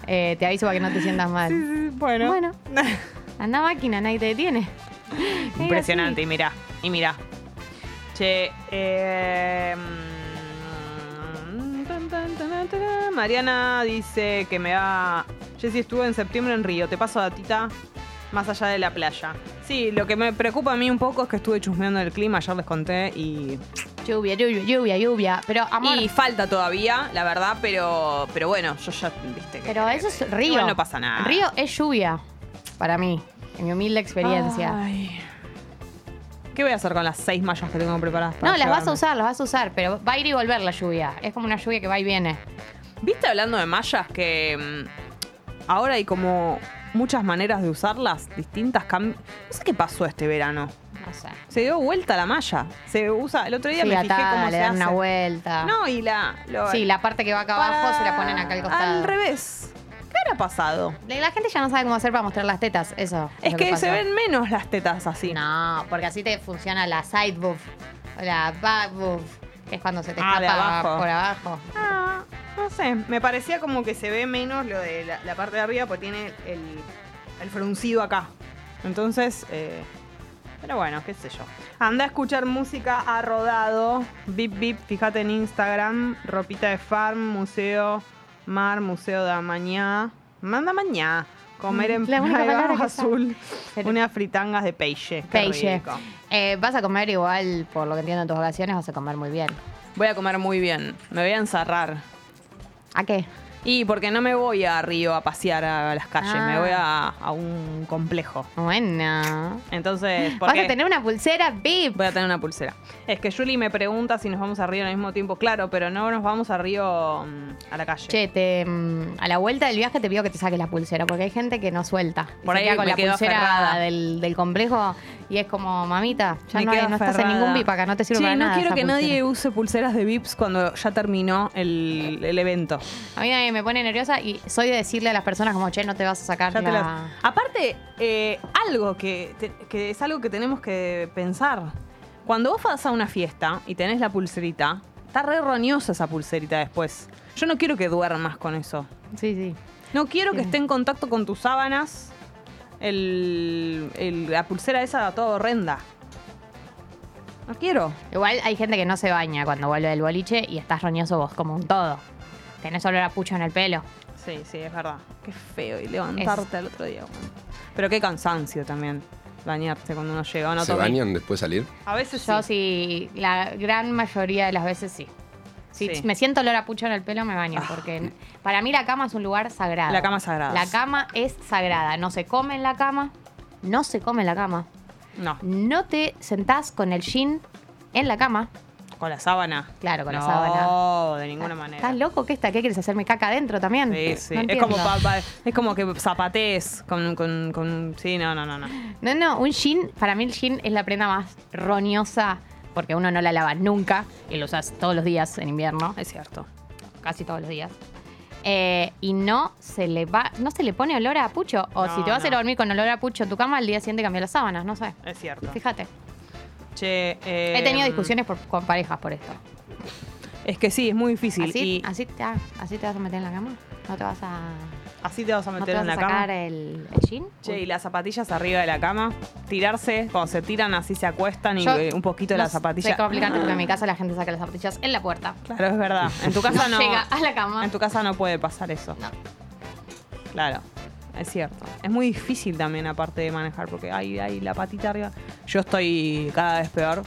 Speaker 1: Eh, te aviso para que no te sientas mal.
Speaker 2: Bueno.
Speaker 1: Bueno, anda máquina, nadie te detiene.
Speaker 2: Impresionante, y mirá, y mirá. Che, eh, mm, tan, tan, tan, tan, tan. Mariana dice que me va... Jessy estuve en septiembre en Río, te paso datita más allá de la playa. Sí, lo que me preocupa a mí un poco es que estuve chusmeando el clima, ayer les conté, y,
Speaker 1: Lluvia, lluvia, lluvia, lluvia. Pero amor,
Speaker 2: y falta todavía, la verdad, pero, pero bueno, yo ya, viste que...
Speaker 1: pero eso es río.
Speaker 2: Igual no pasa nada.
Speaker 1: Río es lluvia, para mí, en mi humilde experiencia.
Speaker 2: Ay. ¿Qué voy a hacer con las seis mallas que tengo preparadas? para
Speaker 1: No, las vas a
Speaker 2: llevarme?
Speaker 1: usar, las vas a usar, pero va a ir y volver la lluvia. Es como una lluvia que va y viene.
Speaker 2: ¿Viste hablando de mallas que mm, ahora hay como muchas maneras de usarlas, distintas cam- No sé qué pasó este verano.
Speaker 1: No sé.
Speaker 2: Se dio vuelta la malla. Se usa. El otro día
Speaker 1: Sí,
Speaker 2: me fijé
Speaker 1: atada,
Speaker 2: cómo
Speaker 1: le
Speaker 2: se
Speaker 1: dan
Speaker 2: hace.
Speaker 1: una vuelta.
Speaker 2: No, y la. lo-
Speaker 1: Sí, la parte que va acá
Speaker 2: para-
Speaker 1: abajo se la ponen acá al costado.
Speaker 2: Al revés. ¿Qué habrá pasado?
Speaker 1: La la gente ya no sabe cómo hacer para mostrar las tetas, eso.
Speaker 2: Es
Speaker 1: lo
Speaker 2: que,
Speaker 1: pasa.
Speaker 2: se ven menos las tetas así.
Speaker 1: No, porque así te funciona la side boob, o la back boob, que es cuando se te
Speaker 2: Ah, de
Speaker 1: escapa
Speaker 2: abajo.
Speaker 1: por abajo.
Speaker 2: Ah, no sé. Me parecía como que se ve menos lo de la, la parte de arriba porque tiene el, el fruncido acá. Entonces, eh, pero bueno, qué sé yo. Anda a escuchar música a rodado. Bip, bip, fíjate en Instagram. Ropita de Farm, Museo Mar, Museo de Amañá. Manda mañana. Comer en
Speaker 1: Mm, La única
Speaker 2: Playa
Speaker 1: palabra que sabe.
Speaker 2: azul.
Speaker 1: Pero-
Speaker 2: Unas fritangas de peixe. qué
Speaker 1: Peixe.
Speaker 2: rico.
Speaker 1: Eh, vas a comer igual, por lo que entiendo en tus vacaciones, vas a comer muy bien.
Speaker 2: Voy a comer muy bien. Me voy a encerrar.
Speaker 1: ¿A qué?
Speaker 2: Y porque no me voy a Río a pasear a las calles,
Speaker 1: Ah.
Speaker 2: me voy a, a un complejo.
Speaker 1: Bueno.
Speaker 2: Entonces, ¿por
Speaker 1: Vas
Speaker 2: qué?
Speaker 1: a tener una pulsera VIP.
Speaker 2: voy a tener una pulsera. Es que Julie me pregunta si nos vamos a Río al mismo tiempo. Claro, pero no nos vamos a Río mm, a la calle.
Speaker 1: Che, te, mm, a la vuelta del viaje te pido que te saques la pulsera, porque hay gente que no suelta. Y
Speaker 2: Por
Speaker 1: se
Speaker 2: ahí
Speaker 1: queda con
Speaker 2: me
Speaker 1: la
Speaker 2: quedo
Speaker 1: pulsera
Speaker 2: aferrada.
Speaker 1: del, del complejo y es como, mamita, ya
Speaker 2: Me
Speaker 1: no,
Speaker 2: quedo
Speaker 1: hay- no estás en
Speaker 2: aferrada.
Speaker 1: ningún VIP acá, no te sirve
Speaker 2: Che,
Speaker 1: para
Speaker 2: no
Speaker 1: nada.
Speaker 2: quiero
Speaker 1: esa
Speaker 2: que nadie
Speaker 1: pulsera.
Speaker 2: use pulseras de VIPs cuando ya terminó el, el evento.
Speaker 1: A mí nadie me pone nerviosa y soy de decirle a las personas como, che, no te vas a sacar
Speaker 2: Ya te
Speaker 1: la...
Speaker 2: las- Aparte, eh, algo que, te- que es algo que tenemos que pensar. Cuando vos vas a una fiesta y tenés la pulserita, está re roñosa esa pulserita después. Yo no quiero que duermas con eso.
Speaker 1: Sí, sí.
Speaker 2: No quiero que
Speaker 1: Sí.
Speaker 2: esté en contacto con tus sábanas el, el- la pulsera esa toda horrenda. No quiero.
Speaker 1: Igual hay gente que no se baña cuando vuelve del boliche y estás roñoso vos como un todo. Tenés olor a pucho en el pelo.
Speaker 2: Sí, sí, es verdad. Qué feo. Y levantarte al otro día. bueno. Pero qué cansancio también bañarse cuando uno llega. ¿o no,
Speaker 3: ¿Se
Speaker 2: Tommy?
Speaker 3: bañan después de salir?
Speaker 2: A veces
Speaker 1: Yo
Speaker 2: sí.
Speaker 1: sí, la gran mayoría de las veces sí. Si
Speaker 2: Sí. Ah.
Speaker 1: me siento olor a pucho en el pelo, me baño. Porque n- para mí la cama es un lugar sagrado.
Speaker 2: La cama es sagrada.
Speaker 1: La cama es sagrada. No se come en la cama. No se come en la cama.
Speaker 2: No,
Speaker 1: No te sentás con el jean en la cama.
Speaker 2: con la sábana.
Speaker 1: Claro, con la
Speaker 2: No,
Speaker 1: sábana.
Speaker 2: de ninguna manera.
Speaker 1: ¿Estás loco que está? ¿Qué quieres hacerme caca adentro también?
Speaker 2: Sí, sí.
Speaker 1: No
Speaker 2: es,
Speaker 1: entiendo.
Speaker 2: como pa- pa- es como que zapatees con, con, con- Sí, no, no, no. no.
Speaker 1: No, no, un jean, para mí el jean es la prenda más roñosa porque uno no la lava nunca y lo usas todos los días en invierno,
Speaker 2: Es cierto.
Speaker 1: casi todos los días. Eh, y no se le va, no se le pone olor a pucho. O
Speaker 2: No,
Speaker 1: si te vas a ir
Speaker 2: no.
Speaker 1: a dormir con olor a pucho en tu cama, al día siguiente cambiar las sábanas, no sé.
Speaker 2: Es cierto.
Speaker 1: Fíjate.
Speaker 2: Che, eh,
Speaker 1: He tenido discusiones por- con parejas por esto.
Speaker 2: Es que sí, es muy difícil.
Speaker 1: Así,
Speaker 2: y
Speaker 1: así, te, ah, así te vas a meter en la cama. No te vas a,
Speaker 2: así te vas a
Speaker 1: no te
Speaker 2: meter
Speaker 1: vas
Speaker 2: en
Speaker 1: a
Speaker 2: la
Speaker 1: sacar
Speaker 2: cama.
Speaker 1: el, el jean.
Speaker 2: Che,
Speaker 1: Uy.
Speaker 2: y las zapatillas arriba de la cama. Tirarse, cuando se tiran así se acuestan y
Speaker 1: Yo
Speaker 2: eh, un poquito de
Speaker 1: no
Speaker 2: la zapatilla.
Speaker 1: Sé cómo explicarte porque en mi casa la gente saca las zapatillas en la puerta.
Speaker 2: Claro, es verdad. En tu casa no.
Speaker 1: Llega a la cama.
Speaker 2: En tu casa Ah. no puede pasar eso.
Speaker 1: No.
Speaker 2: Claro, es cierto. Es muy difícil también, aparte de manejar, porque hay, hay la patita arriba. Yo estoy cada vez peor.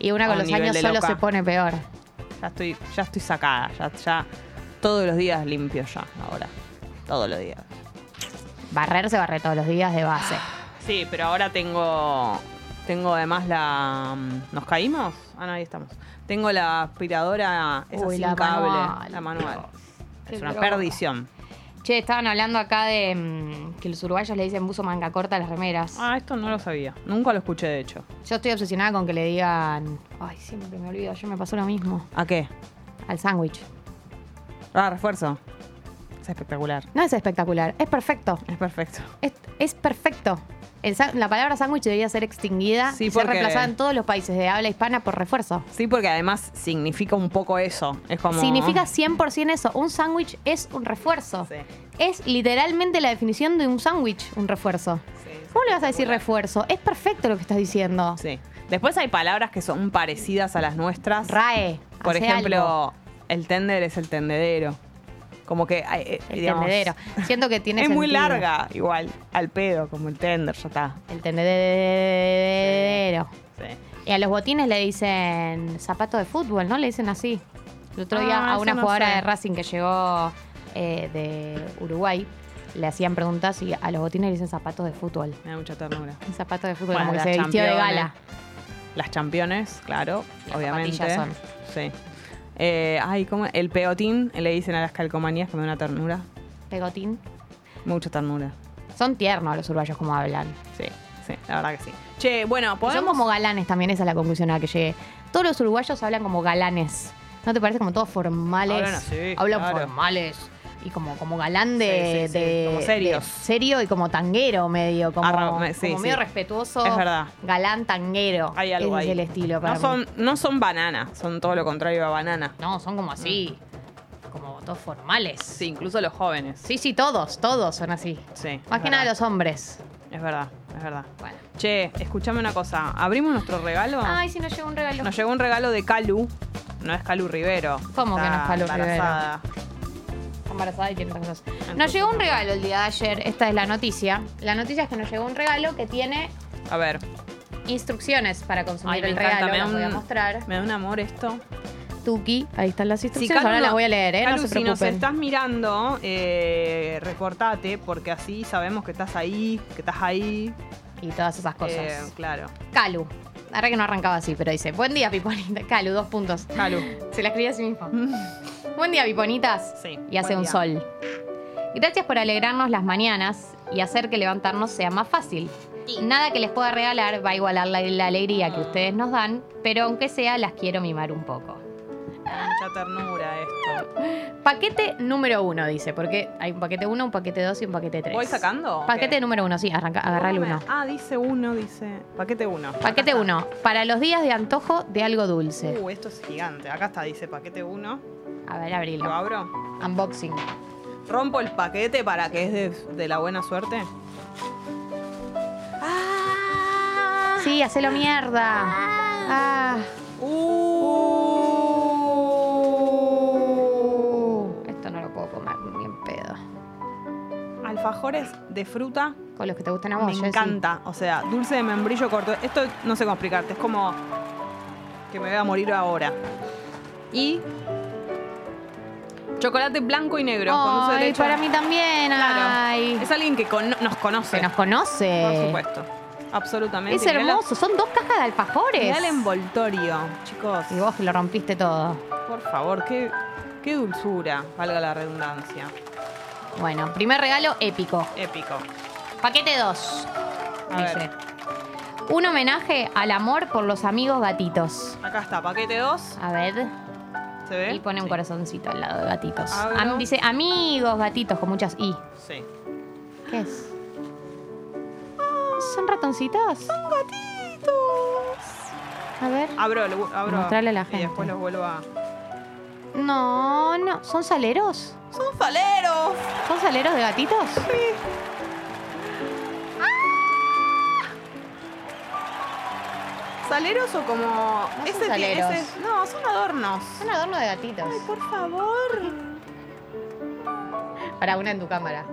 Speaker 1: Y una
Speaker 2: a
Speaker 1: con
Speaker 2: un
Speaker 1: los
Speaker 2: nivel
Speaker 1: años
Speaker 2: de
Speaker 1: solo
Speaker 2: loca.
Speaker 1: se pone peor.
Speaker 2: Ya estoy, ya estoy sacada. Ya, ya todos los días limpio ya, ahora. Todos los días.
Speaker 1: Barrer se barre todos los días de base.
Speaker 2: Sí, pero ahora tengo. Tengo además la. mm, ¿Nos caímos? Ah, no, ahí estamos. Tengo la aspiradora esa
Speaker 1: Uy,
Speaker 2: sin
Speaker 1: la
Speaker 2: cable,
Speaker 1: manual.
Speaker 2: la manual.
Speaker 1: Qué
Speaker 2: Es una
Speaker 1: bronca.
Speaker 2: perdición.
Speaker 1: Che, estaban hablando acá de mm, que los uruguayos le dicen buzo manga corta a las remeras.
Speaker 2: Ah, esto no lo sabía. Nunca lo escuché, de hecho.
Speaker 1: Yo estoy obsesionada con que le digan. Ay, siempre me olvido, yo me pasó lo mismo.
Speaker 2: ¿A qué?
Speaker 1: Al sándwich.
Speaker 2: Ah, refuerzo. Es espectacular.
Speaker 1: No es espectacular, es perfecto.
Speaker 2: Es perfecto.
Speaker 1: Es, es perfecto. El sa- la palabra sándwich debería ser extinguida
Speaker 2: Sí,
Speaker 1: y ser
Speaker 2: porque-
Speaker 1: reemplazada en todos los países de habla hispana por refuerzo.
Speaker 2: Sí, porque además significa un poco eso. Es como.
Speaker 1: Significa 100% eso. Un sándwich es un refuerzo.
Speaker 2: Sí,
Speaker 1: Es literalmente la definición de un sándwich, un refuerzo.
Speaker 2: sí, sí.
Speaker 1: ¿Cómo le vas a decir refuerzo? Es perfecto lo que estás diciendo.
Speaker 2: Sí. Después hay palabras que son parecidas a las nuestras.
Speaker 1: RAE.
Speaker 2: Por
Speaker 1: hace
Speaker 2: ejemplo,
Speaker 1: algo.
Speaker 2: el tender es el tendedero. Como que. ay, eh,
Speaker 1: el
Speaker 2: digamos,
Speaker 1: tendedero. Siento que tiene
Speaker 2: Es muy
Speaker 1: sentido.
Speaker 2: larga, igual. Al pedo, como el tender, ya está.
Speaker 1: El tendedero.
Speaker 2: Sí.
Speaker 1: Y a los botines le dicen zapato de fútbol, ¿no? Le dicen así. El otro
Speaker 2: Ah,
Speaker 1: día a
Speaker 2: eso
Speaker 1: una
Speaker 2: no
Speaker 1: jugadora
Speaker 2: sé.
Speaker 1: de Racing que llegó eh, de Uruguay le hacían preguntas y a los botines le dicen zapatos de fútbol.
Speaker 2: Me da mucha ternura.
Speaker 1: Un zapato de fútbol,
Speaker 2: Bueno,
Speaker 1: como
Speaker 2: las
Speaker 1: que se vistió de
Speaker 2: championes.
Speaker 1: gala.
Speaker 2: Las championes, claro,
Speaker 1: Las
Speaker 2: obviamente.
Speaker 1: zapatillas son.
Speaker 2: Sí. Eh, ay, ¿cómo? El peotín, le dicen a las calcomanías que me da una ternura.
Speaker 1: Pegotín.
Speaker 2: Mucha ternura.
Speaker 1: Son tiernos los uruguayos como hablan.
Speaker 2: Sí, sí, la verdad que sí. Che, bueno,
Speaker 1: Y Son
Speaker 2: podemos.
Speaker 1: como galanes también, esa es la conclusión a la que llegué. Todos los uruguayos hablan como galanes. ¿No te parece como todos formales?
Speaker 2: Hablan así,
Speaker 1: Hablan
Speaker 2: claro.
Speaker 1: formales. Y como, como galán de,
Speaker 2: Sí, sí, sí,
Speaker 1: de-
Speaker 2: como serios.
Speaker 1: de serio y como tanguero medio, como,
Speaker 2: Arra- me- sí,
Speaker 1: como medio
Speaker 2: sí.
Speaker 1: respetuoso.
Speaker 2: Es verdad.
Speaker 1: Galán tanguero.
Speaker 2: Hay algo
Speaker 1: Ese
Speaker 2: ahí.
Speaker 1: es el estilo para
Speaker 2: no
Speaker 1: mí.
Speaker 2: son, no son banana, son todo lo contrario a banana.
Speaker 1: No, son como así. Como todos formales.
Speaker 2: Mm. Sí, incluso los jóvenes.
Speaker 1: sí, sí, todos, todos son así.
Speaker 2: Sí.
Speaker 1: Más
Speaker 2: es
Speaker 1: que nada
Speaker 2: verdad.
Speaker 1: los hombres.
Speaker 2: Es verdad, es verdad.
Speaker 1: Bueno.
Speaker 2: Che, escúchame una cosa. ¿Abrimos nuestro regalo?
Speaker 1: Ay, si nos llegó un regalo.
Speaker 2: Nos llegó un regalo de Calu. No es Calu Rivero.
Speaker 1: ¿Cómo que no es Calu
Speaker 2: embarazada.
Speaker 1: embarazada y tiene otras cosas. Nos
Speaker 2: Entonces,
Speaker 1: llegó un
Speaker 2: no.
Speaker 1: regalo el día de ayer. Esta es la noticia. La noticia es que nos llegó un regalo que tiene
Speaker 2: A ver.
Speaker 1: instrucciones para consumir
Speaker 2: me
Speaker 1: el
Speaker 2: encanta,
Speaker 1: regalo.
Speaker 2: me da
Speaker 1: Las voy a
Speaker 2: un-
Speaker 1: mostrar.
Speaker 2: Me da un amor esto.
Speaker 1: Tuki, ahí están las
Speaker 2: Si
Speaker 1: instrucciones. Ahora
Speaker 2: Calu
Speaker 1: las
Speaker 2: no-
Speaker 1: voy a leer, ¿eh?
Speaker 2: Calu,
Speaker 1: no
Speaker 2: si
Speaker 1: se
Speaker 2: nos
Speaker 1: preocupen.
Speaker 2: estás mirando, eh, reportate, porque así sabemos que estás ahí, que estás ahí.
Speaker 1: Y todas esas cosas.
Speaker 2: Eh, claro.
Speaker 1: Calu. Ahora que no arrancaba así, pero dice, buen día, Piponita. Calu, dos puntos.
Speaker 2: Calu.
Speaker 1: Se la escribí a sí mismo. buen día, Piponitas.
Speaker 2: Sí,
Speaker 1: Y hace
Speaker 2: buen
Speaker 1: un
Speaker 2: día.
Speaker 1: sol. Gracias por alegrarnos las mañanas y hacer que levantarnos sea más fácil. Nada que les pueda regalar va a igualar la, la alegría que ustedes nos dan, pero aunque sea, las quiero mimar un poco.
Speaker 2: Mucha ternura esto.
Speaker 1: Paquete número uno, dice, porque hay un paquete uno, un paquete dos y un paquete tres.
Speaker 2: ¿Voy sacando? o
Speaker 1: Paquete
Speaker 2: qué?
Speaker 1: número uno, sí, arranca, agarra el uno.
Speaker 2: Ah, dice uno, dice. Paquete uno.
Speaker 1: Paquete
Speaker 2: Acá
Speaker 1: uno, para los días de antojo de algo
Speaker 2: está.
Speaker 1: dulce.
Speaker 2: Uh, esto es gigante. Acá está, dice paquete uno.
Speaker 1: A ver,
Speaker 2: Lo
Speaker 1: abrilo.
Speaker 2: abro.
Speaker 1: Unboxing.
Speaker 2: Rompo el paquete para que es de, de la buena suerte. ¡Ah!
Speaker 1: Sí, hacelo mierda. Ah,
Speaker 2: ¡Uh!
Speaker 1: esto no lo puedo comer, ni en pedo.
Speaker 2: Alfajores de fruta.
Speaker 1: Con los que te gustan a vos,
Speaker 2: me
Speaker 1: Jessy.
Speaker 2: encanta. O sea, dulce de membrillo corto. Esto no sé cómo explicarte. Es como que me voy a morir ahora. Y chocolate blanco y negro. con dulce de
Speaker 1: Ay,
Speaker 2: leche.
Speaker 1: para mí también.
Speaker 2: Claro.
Speaker 1: Ay,
Speaker 2: Es alguien que cono- nos conoce.
Speaker 1: que nos conoce.
Speaker 2: Por supuesto. Absolutamente.
Speaker 1: Es
Speaker 2: Y mirá la-
Speaker 1: hermoso. Son dos cajas de alfajores.
Speaker 2: mirá el envoltorio, chicos.
Speaker 1: Y vos que lo rompiste todo.
Speaker 2: Por favor, qué, qué dulzura, valga la redundancia.
Speaker 1: Bueno, primer regalo épico.
Speaker 2: Épico.
Speaker 1: Paquete 2.
Speaker 2: A ver.
Speaker 1: Un homenaje al amor por los amigos gatitos.
Speaker 2: Acá está, paquete 2.
Speaker 1: A ver.
Speaker 2: ¿Se ve?
Speaker 1: Y pone un
Speaker 2: ¿Eh? Sí.
Speaker 1: corazoncito al lado de gatitos.
Speaker 2: Abro.
Speaker 1: Am- dice amigos gatitos con muchas i.
Speaker 2: Sí.
Speaker 1: ¿Qué es? Son ratoncitos. Son gatitos. A ver.
Speaker 2: Abro, lo- abro.
Speaker 1: Mostrale a la gente.
Speaker 2: Y después los vuelvo a.
Speaker 1: No, no. ¿Son saleros?
Speaker 2: ¡Son faleros!
Speaker 1: ¿Son saleros de gatitos?
Speaker 2: ¿Saleros o como.?
Speaker 1: No son saleros.
Speaker 2: ese- No, son adornos.
Speaker 1: Son adornos de gatitos.
Speaker 2: Ay, por favor.
Speaker 1: Para una en tu cámara.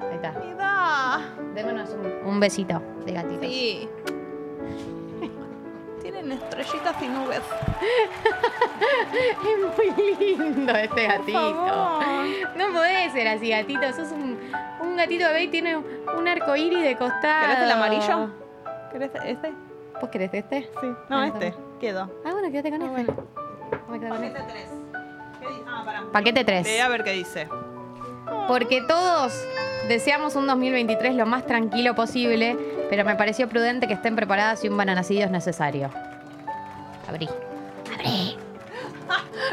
Speaker 1: Ahí está.
Speaker 2: Mi da.
Speaker 1: Démonos un, un besito de gatitos.
Speaker 2: Sí. Tienen estrellitas y nubes.
Speaker 1: Es muy lindo este gatito.
Speaker 2: favor.
Speaker 1: No podés ser así, gatito. Sos un, un gatito bebé y tiene un arco iris de costado.
Speaker 2: ¿Querés el amarillo? ¿Querés este?
Speaker 1: ¿Vos querés este?
Speaker 2: Sí. No,
Speaker 1: Ah,
Speaker 2: este.
Speaker 1: está
Speaker 2: Quedo.
Speaker 1: Ah, bueno, quédate con
Speaker 2: Ah,
Speaker 1: este.
Speaker 2: bueno.
Speaker 1: Vamos a quedar con este.
Speaker 2: tres. ¿Qué dice? Ah, pará.
Speaker 1: Paquete
Speaker 2: Leí
Speaker 1: 3.
Speaker 2: a ver qué dice.
Speaker 1: Porque todos deseamos un 2023 lo más tranquilo posible, pero me pareció prudente que estén preparadas y un bananacidio es necesario. Abrí.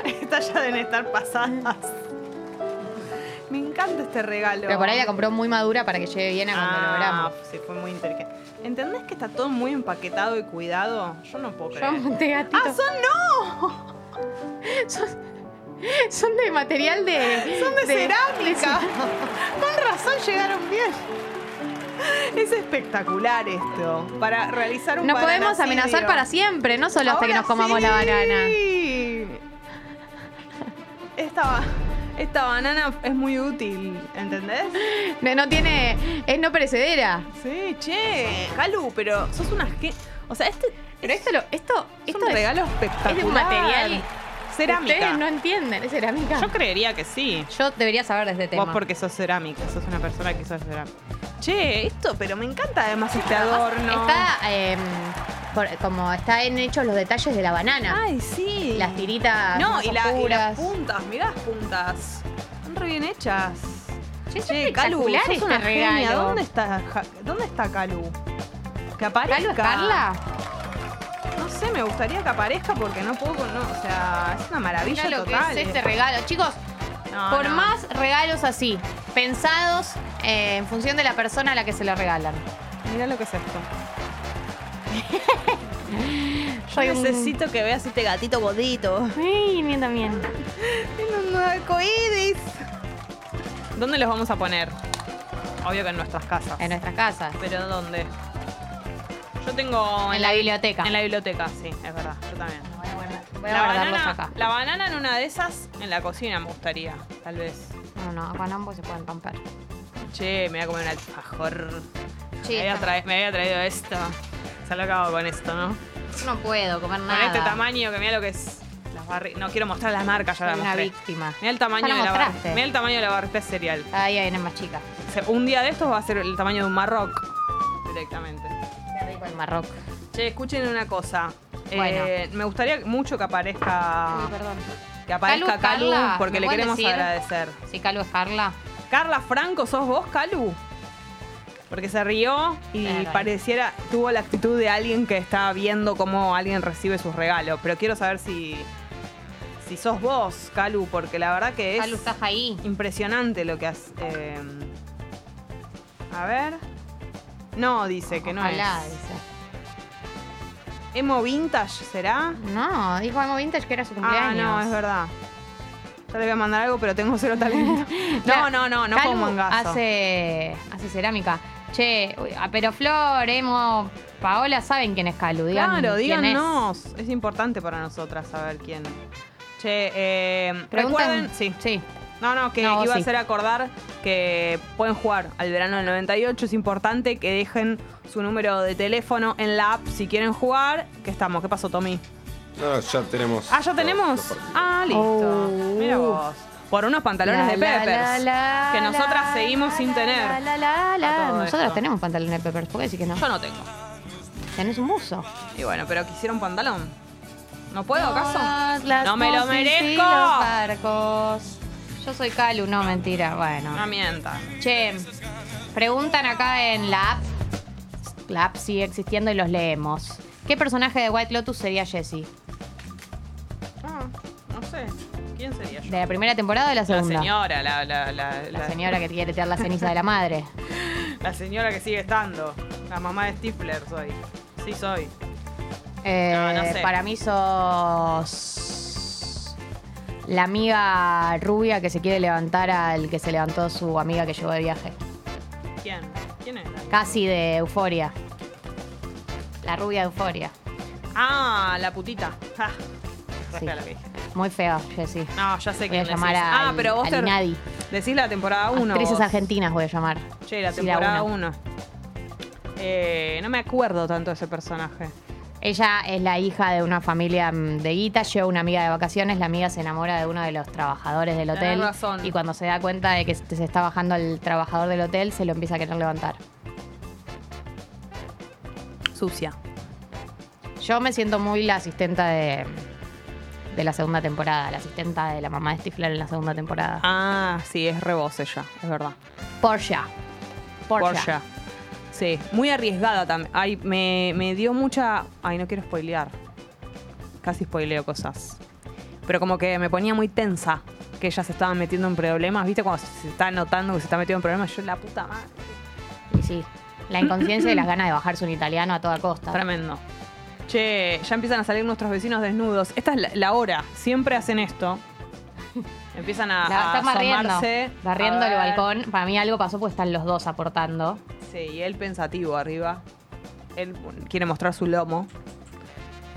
Speaker 2: Estas ya deben estar pasadas. Me encanta este regalo.
Speaker 1: Pero por ahí la compró muy madura para que llegue bien a cuando lo
Speaker 2: Ah,
Speaker 1: abramos.
Speaker 2: sí, fue muy inteligente. ¿Entendés que está todo muy empaquetado y cuidado? Yo no puedo
Speaker 1: Yo
Speaker 2: creer.
Speaker 1: monté gatito.
Speaker 2: ¡Ah, son no!
Speaker 1: Son de material de.
Speaker 2: ¡Son de, cerámica! Con razón llegaron bien. Es espectacular esto. Para realizar un
Speaker 1: No podemos amenazar para siempre, no solo hasta que nos comamos la banana.
Speaker 2: Esta, ba- esta banana es muy útil, ¿entendés?
Speaker 1: No, no tiene. Es no perecedera.
Speaker 2: Sí, che. Calu, pero sos una... ge- O sea, este
Speaker 1: Pero esto, lo, esto,
Speaker 2: es
Speaker 1: esto
Speaker 2: un regalo espectacular.
Speaker 1: es de un material.
Speaker 2: Cerámica.
Speaker 1: Ustedes no entienden, es cerámica.
Speaker 2: Yo creería que sí.
Speaker 1: Yo debería saber de este tema.
Speaker 2: Vos porque sos cerámica, sos una persona que sos cerámica. Che, esto, pero me encanta además este adorno.
Speaker 1: Está em, por- como está en hechos los detalles de la banana.
Speaker 2: Ay, sí.
Speaker 1: Las tiritas.
Speaker 2: No,
Speaker 1: más
Speaker 2: y, la- y las
Speaker 1: oscuras.
Speaker 2: puntas, mirá las puntas. Están re bien hechas.
Speaker 1: Che, es
Speaker 2: Calu,
Speaker 1: espectacular
Speaker 2: sos
Speaker 1: este
Speaker 2: una genia.
Speaker 1: regalo.
Speaker 2: ¿Dónde está, Ja- ¿Dónde está Calu? Que aparezca.
Speaker 1: ¿Calo es Carla?
Speaker 2: No sé, me gustaría que aparezca porque no puedo, con- no, o sea, es una maravilla
Speaker 1: Mirá lo que
Speaker 2: total.
Speaker 1: es este regalo. Chicos,
Speaker 2: No,
Speaker 1: Por
Speaker 2: no.
Speaker 1: más regalos así, pensados eh, en función de la persona a la que se lo regalan.
Speaker 2: Mirá lo que es esto.
Speaker 1: Soy un-
Speaker 2: que veas este gatito godito.
Speaker 1: Ay, mío también.
Speaker 2: un arcoíris. ¿Dónde los vamos a poner? Obvio que en nuestras casas.
Speaker 1: En nuestras casas.
Speaker 2: ¿Pero dónde? Yo tengo...
Speaker 1: En la biblioteca.
Speaker 2: En la biblioteca, sí, es verdad. Yo también.
Speaker 1: Voy a guardar- voy a
Speaker 2: La
Speaker 1: guardarlos
Speaker 2: banana,
Speaker 1: acá.
Speaker 2: la banana en una de esas, en la cocina me gustaría, tal vez.
Speaker 1: No, no, con ambos se pueden romper.
Speaker 2: Che, me voy a comer un alfajor.
Speaker 1: Sí,
Speaker 2: me, había
Speaker 1: está-
Speaker 2: trae- me había traído esto. Se lo acabo con esto, ¿no?
Speaker 1: Yo no puedo comer nada.
Speaker 2: Con este tamaño que mira lo que es. Las barri- no quiero mostrar las marcas, ya
Speaker 1: Soy
Speaker 2: las
Speaker 1: una
Speaker 2: mostré.
Speaker 1: víctima.
Speaker 2: Mira el tamaño
Speaker 1: Ya la
Speaker 2: de la barra.
Speaker 1: mostraste.
Speaker 2: Mira el tamaño de la barrita cereal.
Speaker 1: Ahí hay una más chica.
Speaker 2: Se- Un día de estos va a ser el tamaño de un marroc directamente.
Speaker 1: Qué rico el marroco.
Speaker 2: Che, escuchen una cosa. Eh,
Speaker 1: Bueno.
Speaker 2: me gustaría mucho que aparezca
Speaker 1: perdón.
Speaker 2: que aparezca
Speaker 1: Calu,
Speaker 2: Calu,
Speaker 1: Carla,
Speaker 2: porque
Speaker 1: ¿me
Speaker 2: le
Speaker 1: pueden
Speaker 2: queremos
Speaker 1: decir?
Speaker 2: agradecer.
Speaker 1: Si Calvo es Carla.
Speaker 2: Carla Franco, ¿sos vos, Calu? Porque se rió y
Speaker 1: Claro. eh.
Speaker 2: pareciera, tuvo la actitud de alguien que está viendo cómo alguien recibe sus regalos. Pero quiero saber si, si sos vos, Calu, porque la verdad que es
Speaker 1: Calvo, estás ahí.
Speaker 2: impresionante lo que has. eh, a ver. No, dice que no
Speaker 1: Ojalá,
Speaker 2: es.
Speaker 1: dice.
Speaker 2: ¿Emo Vintage será?
Speaker 1: No, dijo Emo Vintage que era su
Speaker 2: Ah,
Speaker 1: cumpleaños.
Speaker 2: no, es verdad. Yo le voy a mandar algo, pero tengo cero talento. No, no, no, no
Speaker 1: Calu
Speaker 2: como mangazo.
Speaker 1: Hace, hace cerámica. Che, uy, ah, pero Flor, Emo, Paola saben quién es Calu. Digan
Speaker 2: Claro,
Speaker 1: quién es.
Speaker 2: díganos. Es. importante para nosotras saber quién. Che, eh, recuerden.
Speaker 1: Preguntan-
Speaker 2: Sí.
Speaker 1: sí.
Speaker 2: No, no, que
Speaker 1: No, vos
Speaker 2: iba
Speaker 1: sí.
Speaker 2: a ser acordar que pueden jugar al verano del 98. Es importante que dejen su número de teléfono en la app si quieren jugar. ¿Qué estamos? ¿Qué pasó, Tommy?
Speaker 3: No, ya tenemos.
Speaker 2: Ah, ¿ya tenemos? Ah, listo.
Speaker 1: Oh.
Speaker 2: Mira vos. Por unos pantalones de
Speaker 1: La, la,
Speaker 2: Peppers.
Speaker 1: la, la,
Speaker 2: que
Speaker 1: la,
Speaker 2: nosotras seguimos
Speaker 1: la,
Speaker 2: sin
Speaker 1: la,
Speaker 2: tener.
Speaker 1: la, la, la, la.
Speaker 2: a todo
Speaker 1: Nosotras
Speaker 2: esto.
Speaker 1: tenemos pantalones de Peppers. ¿Por qué decir que no?
Speaker 2: Yo no tengo.
Speaker 1: Tenés un buzo.
Speaker 2: Y bueno, pero quisiera un pantalón. ¿No puedo, acaso?
Speaker 1: Todas las
Speaker 2: ¡No me lo
Speaker 1: cosas y
Speaker 2: merezco!
Speaker 1: los barcos. Yo soy Calu, no, mentira. Bueno.
Speaker 2: No mientas.
Speaker 1: Che, preguntan acá en la app. La app sigue existiendo y los leemos. ¿Qué personaje de White Lotus sería Jessie?
Speaker 2: Ah, no sé. ¿Quién sería yo?
Speaker 1: ¿De la primera temporada o de la
Speaker 2: La
Speaker 1: segunda?
Speaker 2: señora, la, la, la,
Speaker 1: La señora que quiere tirar la ceniza de la madre.
Speaker 2: la señora que sigue estando. La mamá de Stifler soy. Sí soy.
Speaker 1: Eh,
Speaker 2: No, no sé.
Speaker 1: Para mí sos la amiga rubia que se quiere levantar al que se levantó su amiga que llegó de viaje.
Speaker 2: ¿Quién? ¿Quién es?
Speaker 1: Casi de euforia. La rubia de euforia.
Speaker 2: Ah, la putita. Ja. Re
Speaker 1: Sí.
Speaker 2: fea lo que dije.
Speaker 1: Muy fea, Jessie.
Speaker 2: No, ya sé
Speaker 1: Voy
Speaker 2: quién
Speaker 1: a
Speaker 2: es.
Speaker 1: llamar
Speaker 2: ese.
Speaker 1: a
Speaker 2: ah, pero vos te-
Speaker 1: Nadie.
Speaker 2: decís la temporada 1.
Speaker 1: Actrices argentinas voy a llamar.
Speaker 2: Che, la
Speaker 1: Sí,
Speaker 2: temporada
Speaker 1: uno.
Speaker 2: 1. no me acuerdo tanto de ese personaje.
Speaker 1: Ella es la hija de una familia mm, de guita, lleva una amiga de vacaciones, la amiga se enamora de uno de los trabajadores del
Speaker 2: Tenés
Speaker 1: hotel
Speaker 2: razón.
Speaker 1: y cuando se da cuenta de que se se está bajando el trabajador del hotel, se lo empieza a querer levantar.
Speaker 2: Sucia.
Speaker 1: Yo me siento muy la asistenta de, de la segunda temporada, la asistenta de la mamá de Stifler en la segunda temporada.
Speaker 2: Ah, sí, es rebose ya, es verdad.
Speaker 1: Porsche. Porsche.
Speaker 2: Porsche. Sí, muy arriesgada también. Ay, me, me dio mucha. Ay, no quiero spoilear. Casi spoileo cosas. Pero como que me ponía muy tensa que ella se estaba metiendo en problemas. ¿Viste? Cuando se se está notando que se está metiendo en problemas, yo la puta madre.
Speaker 1: Y sí, la inconsciencia y las ganas de bajarse un italiano a toda costa.
Speaker 2: Tremendo. Che, ya empiezan a salir nuestros vecinos desnudos. Esta es la, la hora. Siempre hacen esto. Empiezan a,
Speaker 1: La-
Speaker 2: a
Speaker 1: están barriendo,
Speaker 2: asomarse.
Speaker 1: barriendo
Speaker 2: A
Speaker 1: el
Speaker 2: ver.
Speaker 1: balcón. Para mí algo pasó porque están los dos aportando.
Speaker 2: Sí, y él pensativo arriba. Él quiere mostrar su lomo.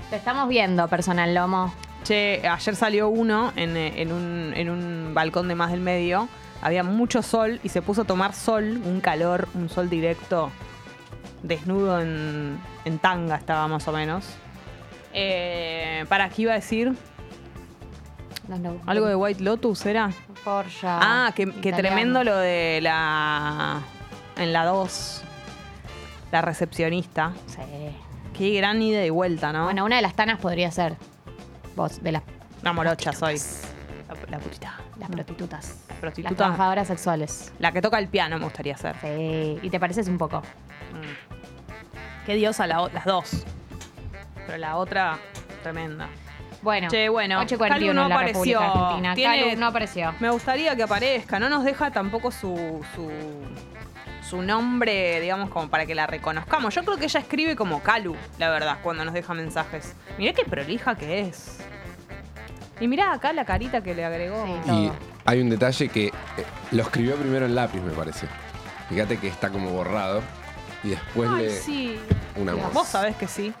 Speaker 1: Te estamos viendo, personal lomo.
Speaker 2: Che, ayer salió uno en, eh, en un, en un balcón de más del medio. Había mucho sol y se puso a tomar sol, un calor, un sol directo, desnudo en, en tanga estaba más o menos. Eh, ¿Para qué iba a decir?
Speaker 1: No, no.
Speaker 2: ¿Algo de White Lotus era?
Speaker 1: Porsche.
Speaker 2: Ah, que, que
Speaker 1: italiano.
Speaker 2: tremendo lo de la... En la 2, la recepcionista.
Speaker 1: Sí.
Speaker 2: Qué gran ida y vuelta, ¿no?
Speaker 1: Bueno, una de las tanas podría ser vos, de las,
Speaker 2: una morocha soy. La, la putita.
Speaker 1: las prostitutas.
Speaker 2: prostituta.
Speaker 1: Las trabajadoras sexuales.
Speaker 2: La que toca el piano me gustaría ser.
Speaker 1: Sí. Y te pareces un poco.
Speaker 2: Qué diosa la o- las dos. Pero la otra, tremenda.
Speaker 1: Bueno,
Speaker 2: Che, bueno,
Speaker 1: 8.41
Speaker 2: Calu no
Speaker 1: en la
Speaker 2: apareció.
Speaker 1: República Argentina.
Speaker 2: Tiene-
Speaker 1: Calu no apareció.
Speaker 2: Me gustaría que aparezca. No nos deja tampoco su, su, su nombre, digamos, como para que la reconozcamos. Yo creo que ella escribe como Calu, la verdad, cuando nos deja mensajes. Mirá qué prolija que es. Y mirá acá la carita que le agregó.
Speaker 1: Sí.
Speaker 3: Y
Speaker 1: Todo.
Speaker 3: hay un detalle que eh, lo escribió primero en lápiz, me parece. Fíjate que está como borrado. Y después
Speaker 2: Ay,
Speaker 3: le.
Speaker 2: sí.
Speaker 3: Un amor.
Speaker 2: Vos sabés que sí.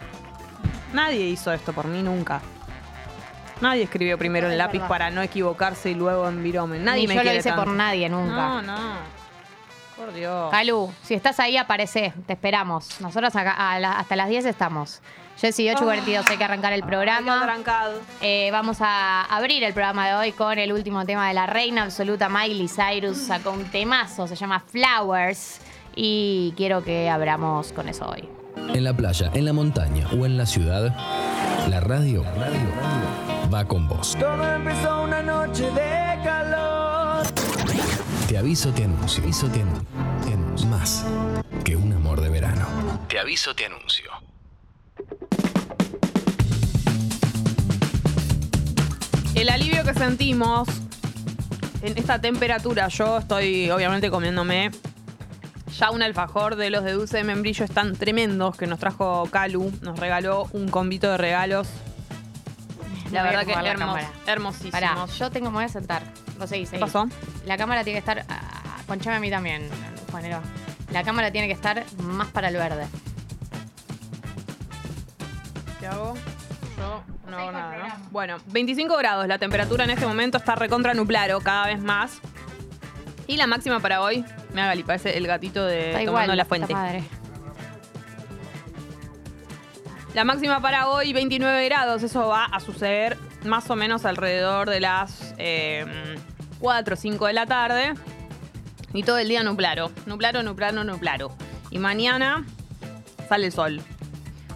Speaker 2: Nadie hizo esto por mí nunca. Nadie escribió primero en
Speaker 1: Es
Speaker 2: lápiz
Speaker 1: verdad.
Speaker 2: para no equivocarse y luego en virome. Nadie
Speaker 1: Ni
Speaker 2: me
Speaker 1: yo lo
Speaker 2: quiere
Speaker 1: hice
Speaker 2: tanto.
Speaker 1: por nadie nunca.
Speaker 2: No, no. Por Dios.
Speaker 1: Calu, si estás ahí, aparece. Te esperamos. Nosotros acá, a la- hasta las 10 estamos. Jessy 842, hay que arrancar el
Speaker 2: Ay, qué
Speaker 1: programa.
Speaker 2: trancado.
Speaker 1: Eh, vamos a abrir el programa de hoy con el último tema de la reina absoluta. Miley Cyrus sacó un temazo, se llama Flowers. Y quiero que abramos con eso hoy.
Speaker 5: En la playa, en la montaña o en la ciudad, la radio, va con vos.
Speaker 6: Todo empezó una noche de calor.
Speaker 5: Te aviso, te anuncio. Aviso, te anun- te anuncio. Más que un amor de verano. Te aviso, te anuncio.
Speaker 2: El alivio que sentimos en esta temperatura, yo estoy obviamente comiéndome ya un alfajor de los de dulce de membrillo están tremendos que nos trajo Calu, nos regaló un convito de regalos. La
Speaker 1: Voy a
Speaker 2: verdad que
Speaker 1: acomodar la
Speaker 2: hermos,
Speaker 1: cámara.
Speaker 2: hermosísimos.
Speaker 1: Pará, yo tengo, me voy a sentar. No seguí,
Speaker 2: ¿Qué
Speaker 1: seguí.
Speaker 2: pasó?
Speaker 1: La cámara tiene que estar. ah, ponchame a mí también, Juanero. La cámara tiene que estar más para el verde.
Speaker 2: ¿Qué hago? Yo no hago nada, ¿no? Bueno, 25 grados la temperatura en este momento está recontra nublado cada vez más. Y la máxima para hoy, me haga parece el gatito de
Speaker 1: Está
Speaker 2: tomando
Speaker 1: igual.
Speaker 2: la fuente.
Speaker 1: puta madre.
Speaker 2: La máxima para hoy 29 grados, eso va a suceder más o menos alrededor de las eh, 4 o 5 de la tarde. Y todo el día nublaro, nublaro, nublaro, nublaro. Y mañana sale el sol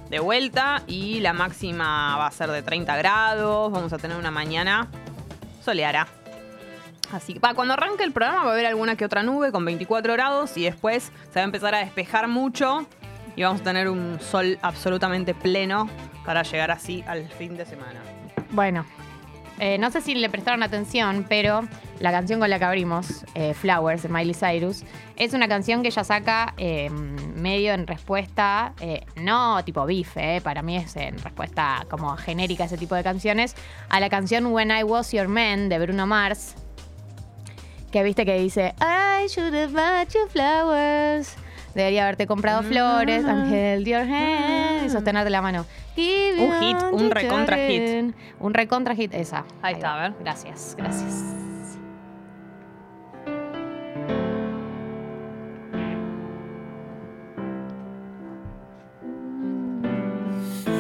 Speaker 2: de vuelta y la máxima va a ser de 30 grados, vamos a tener una mañana soleada. Así que pa, cuando arranque el programa va a haber alguna que otra nube con 24 grados y después se va a empezar a despejar mucho y vamos a tener un sol absolutamente pleno para llegar así al fin de semana.
Speaker 1: Bueno, eh, no sé si le prestaron atención, pero la canción con la que abrimos, eh, Flowers, de Miley Cyrus, es una canción que ella saca eh, medio en respuesta, eh, no tipo bife, eh, para mí es en respuesta como genérica a ese tipo de canciones, a la canción When I Was Your Man de Bruno Mars, que viste que dice I should have bought you flowers. Debería haberte
Speaker 2: Mm.
Speaker 1: comprado flores and held your hand y sostenerte la mano. Give
Speaker 2: Un
Speaker 1: you
Speaker 2: hit,
Speaker 1: all
Speaker 2: un
Speaker 1: the
Speaker 2: recontra hit.
Speaker 1: children. Un recontra hit, esa.
Speaker 2: Ahí está,
Speaker 1: va.
Speaker 2: a ver.
Speaker 1: Gracias, gracias.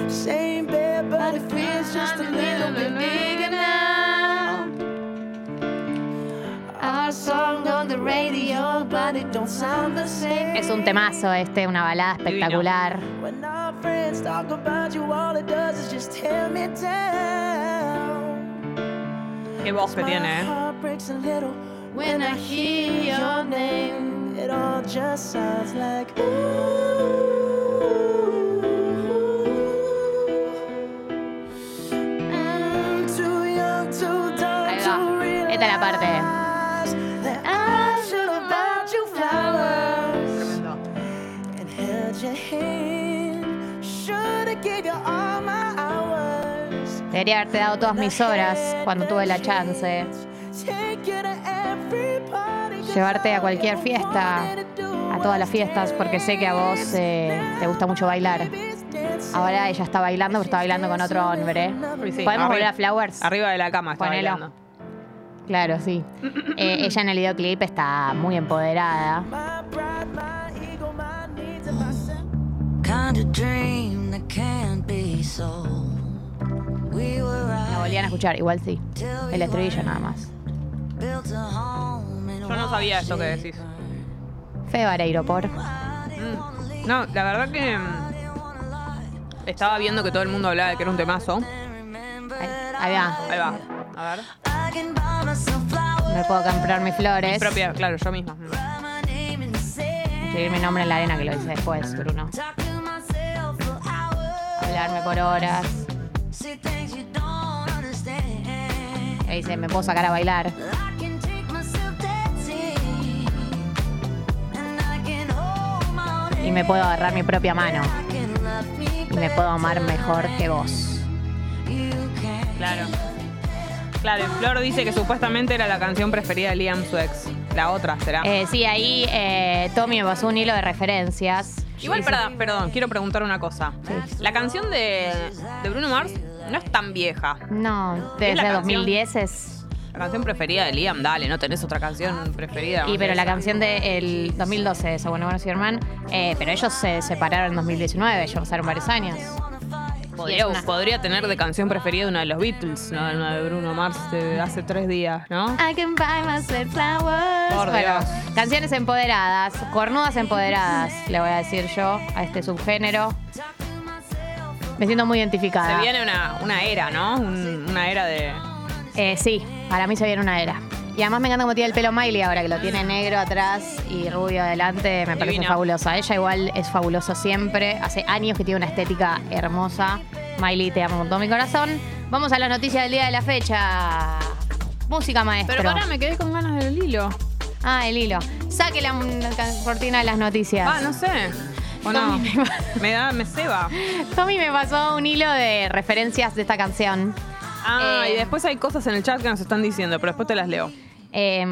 Speaker 6: Same bed, but it feels just a little bit bigger now. Our song on the radio, but it don't sound the same.
Speaker 1: Es un temazo este, una balada espectacular.
Speaker 6: When our friends talk about you, all it does is just tear me down.
Speaker 2: Qué voz que
Speaker 6: My
Speaker 2: tiene, ¿eh?
Speaker 6: heart breaks a little when I hear your name. It all just sounds like ooh. I'm too young, too dumb
Speaker 1: Ahí
Speaker 6: to
Speaker 1: va. Esta es la parte.
Speaker 6: realize that I should have bought you flowers and held your hand. Should've given you all my hours.
Speaker 1: Debería haberte dado todas mis horas cuando tuve la chance.
Speaker 6: Llevarte a cualquier fiesta,
Speaker 1: A todas las fiestas, porque sé que a vos eh, te gusta mucho bailar. Ahora ella está bailando, pero está bailando con otro hombre.
Speaker 2: Uy, sí,
Speaker 1: ¿Podemos
Speaker 2: arriba-
Speaker 1: volver a Flowers?
Speaker 2: Arriba de la cama está
Speaker 1: Ponelo.
Speaker 2: bailando.
Speaker 1: Claro, sí. Eh, ella en el videoclip está muy empoderada.
Speaker 7: Kind of dream that can't be sold. We were
Speaker 1: La volvían a
Speaker 7: right
Speaker 1: escuchar, igual sí.
Speaker 7: till we
Speaker 1: El estribillo
Speaker 7: weren't.
Speaker 1: nada más.
Speaker 7: Built a home and
Speaker 2: Yo no sabía esto que
Speaker 7: watched
Speaker 2: decís.
Speaker 7: it
Speaker 1: Fede Vareiro, por.
Speaker 2: No, la verdad que mm, estaba viendo que todo el mundo hablaba de que era un temazo.
Speaker 1: Ahí, ahí va.
Speaker 2: Ahí va. A ver.
Speaker 7: I can buy myself flowers.
Speaker 1: Me puedo comprar mis flores.
Speaker 2: Propia, claro, yo misma.
Speaker 7: write my name in the sand.
Speaker 1: Escribir mi nombre en la arena, que lo hice después, Bruno.
Speaker 7: Talk to myself for hours.
Speaker 1: Hablarme por horas.
Speaker 7: See things you don't understand.
Speaker 1: Le dice, me puedo sacar a bailar.
Speaker 7: I can take myself dancing. And I can hold my own
Speaker 1: Y me puedo agarrar mi propia mano.
Speaker 7: I can love me
Speaker 1: Y me puedo amar mejor que vos.
Speaker 7: You can.
Speaker 2: Claro. Claro, Flor dice que supuestamente era la canción preferida de Liam su ex. La otra será.
Speaker 1: Eh, sí, ahí eh, Tommy me pasó un hilo de referencias.
Speaker 2: Igual, perdón, perdón, quiero preguntar una cosa. La canción de, de Bruno Mars no es tan vieja.
Speaker 1: No,
Speaker 2: ¿Es la
Speaker 1: desde
Speaker 2: canción?
Speaker 1: 2010 es.
Speaker 2: La canción preferida de Liam, dale, no tenés otra canción preferida.
Speaker 1: Y pero la canción del 2012 de Bueno Bueno Superman, eh, pero ellos se separaron en 2019, ellos pasaron varios años.
Speaker 2: podría,
Speaker 1: es una-
Speaker 2: podría tener de canción preferida una de los Beatles, no una de Bruno Mars de hace tres días, ¿no?
Speaker 1: I can buy myself flowers.
Speaker 2: Por
Speaker 1: bueno,
Speaker 2: Dios.
Speaker 1: canciones empoderadas, cornudas empoderadas, le voy a decir yo a este subgénero. Me siento muy identificada.
Speaker 2: Se viene una, una era, ¿no? Un- una era de.
Speaker 1: Eh, sí, para mí se viene una era. Y además me encanta cómo tiene el pelo Miley ahora, que lo tiene negro atrás y rubio adelante. Me parece
Speaker 2: Divina.
Speaker 1: fabulosa. Ella igual es fabulosa siempre. Hace años que tiene una estética hermosa. Miley, te amo con todo mi corazón. Vamos a las noticias del día de la fecha. Música, maestro.
Speaker 2: Pero pará, me quedé con ganas del hilo.
Speaker 1: Ah, el hilo. Saque la mm, can- cortina de las noticias.
Speaker 2: Ah, no sé. ¿O no? Me da, me ceba.
Speaker 1: Tommy me pasó un hilo de referencias de esta canción.
Speaker 2: Ah,
Speaker 1: Eh.
Speaker 2: y después hay cosas en el chat que nos están diciendo, pero después te las leo.
Speaker 1: Em,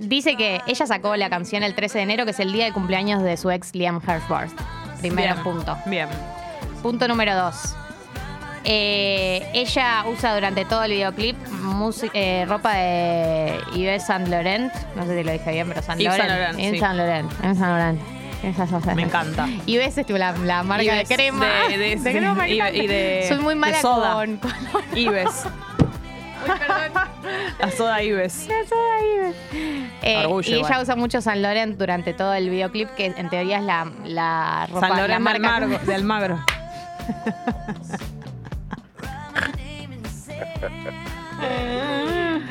Speaker 1: Dice que ella sacó la canción el 13 de enero, que es el día de cumpleaños de su ex Liam Hemsworth. Primero
Speaker 2: Bien,
Speaker 1: punto.
Speaker 2: Bien.
Speaker 1: Punto número dos. Eh, ella usa durante todo el videoclip musi- eh, ropa de Yves Saint Laurent. No sé si lo dije bien, pero Saint
Speaker 2: Yves
Speaker 1: Laurent.
Speaker 2: Saint Laurent,
Speaker 1: Yves
Speaker 2: sí.
Speaker 1: Saint Laurent. Yves Saint Laurent. Esas cosas.
Speaker 2: Me encanta.
Speaker 1: Y ves este, la, la marca
Speaker 2: Y
Speaker 1: de
Speaker 2: ves
Speaker 1: crema.
Speaker 2: de- de-
Speaker 1: crema
Speaker 2: y-
Speaker 1: marcante.
Speaker 2: y de-
Speaker 1: Soy muy
Speaker 2: de
Speaker 1: mala
Speaker 2: soda.
Speaker 1: con. con-
Speaker 2: Ives.
Speaker 1: Uy, perdón.
Speaker 2: La soda Ives.
Speaker 1: La soda Ives. Eh,
Speaker 2: Orgullo
Speaker 1: y
Speaker 2: igual.
Speaker 1: ella usa mucho San Laurent durante todo el videoclip, que en teoría es la, la ropa
Speaker 2: San
Speaker 1: la
Speaker 2: Lorenzo
Speaker 1: marca.
Speaker 2: Almagro- de Almagro.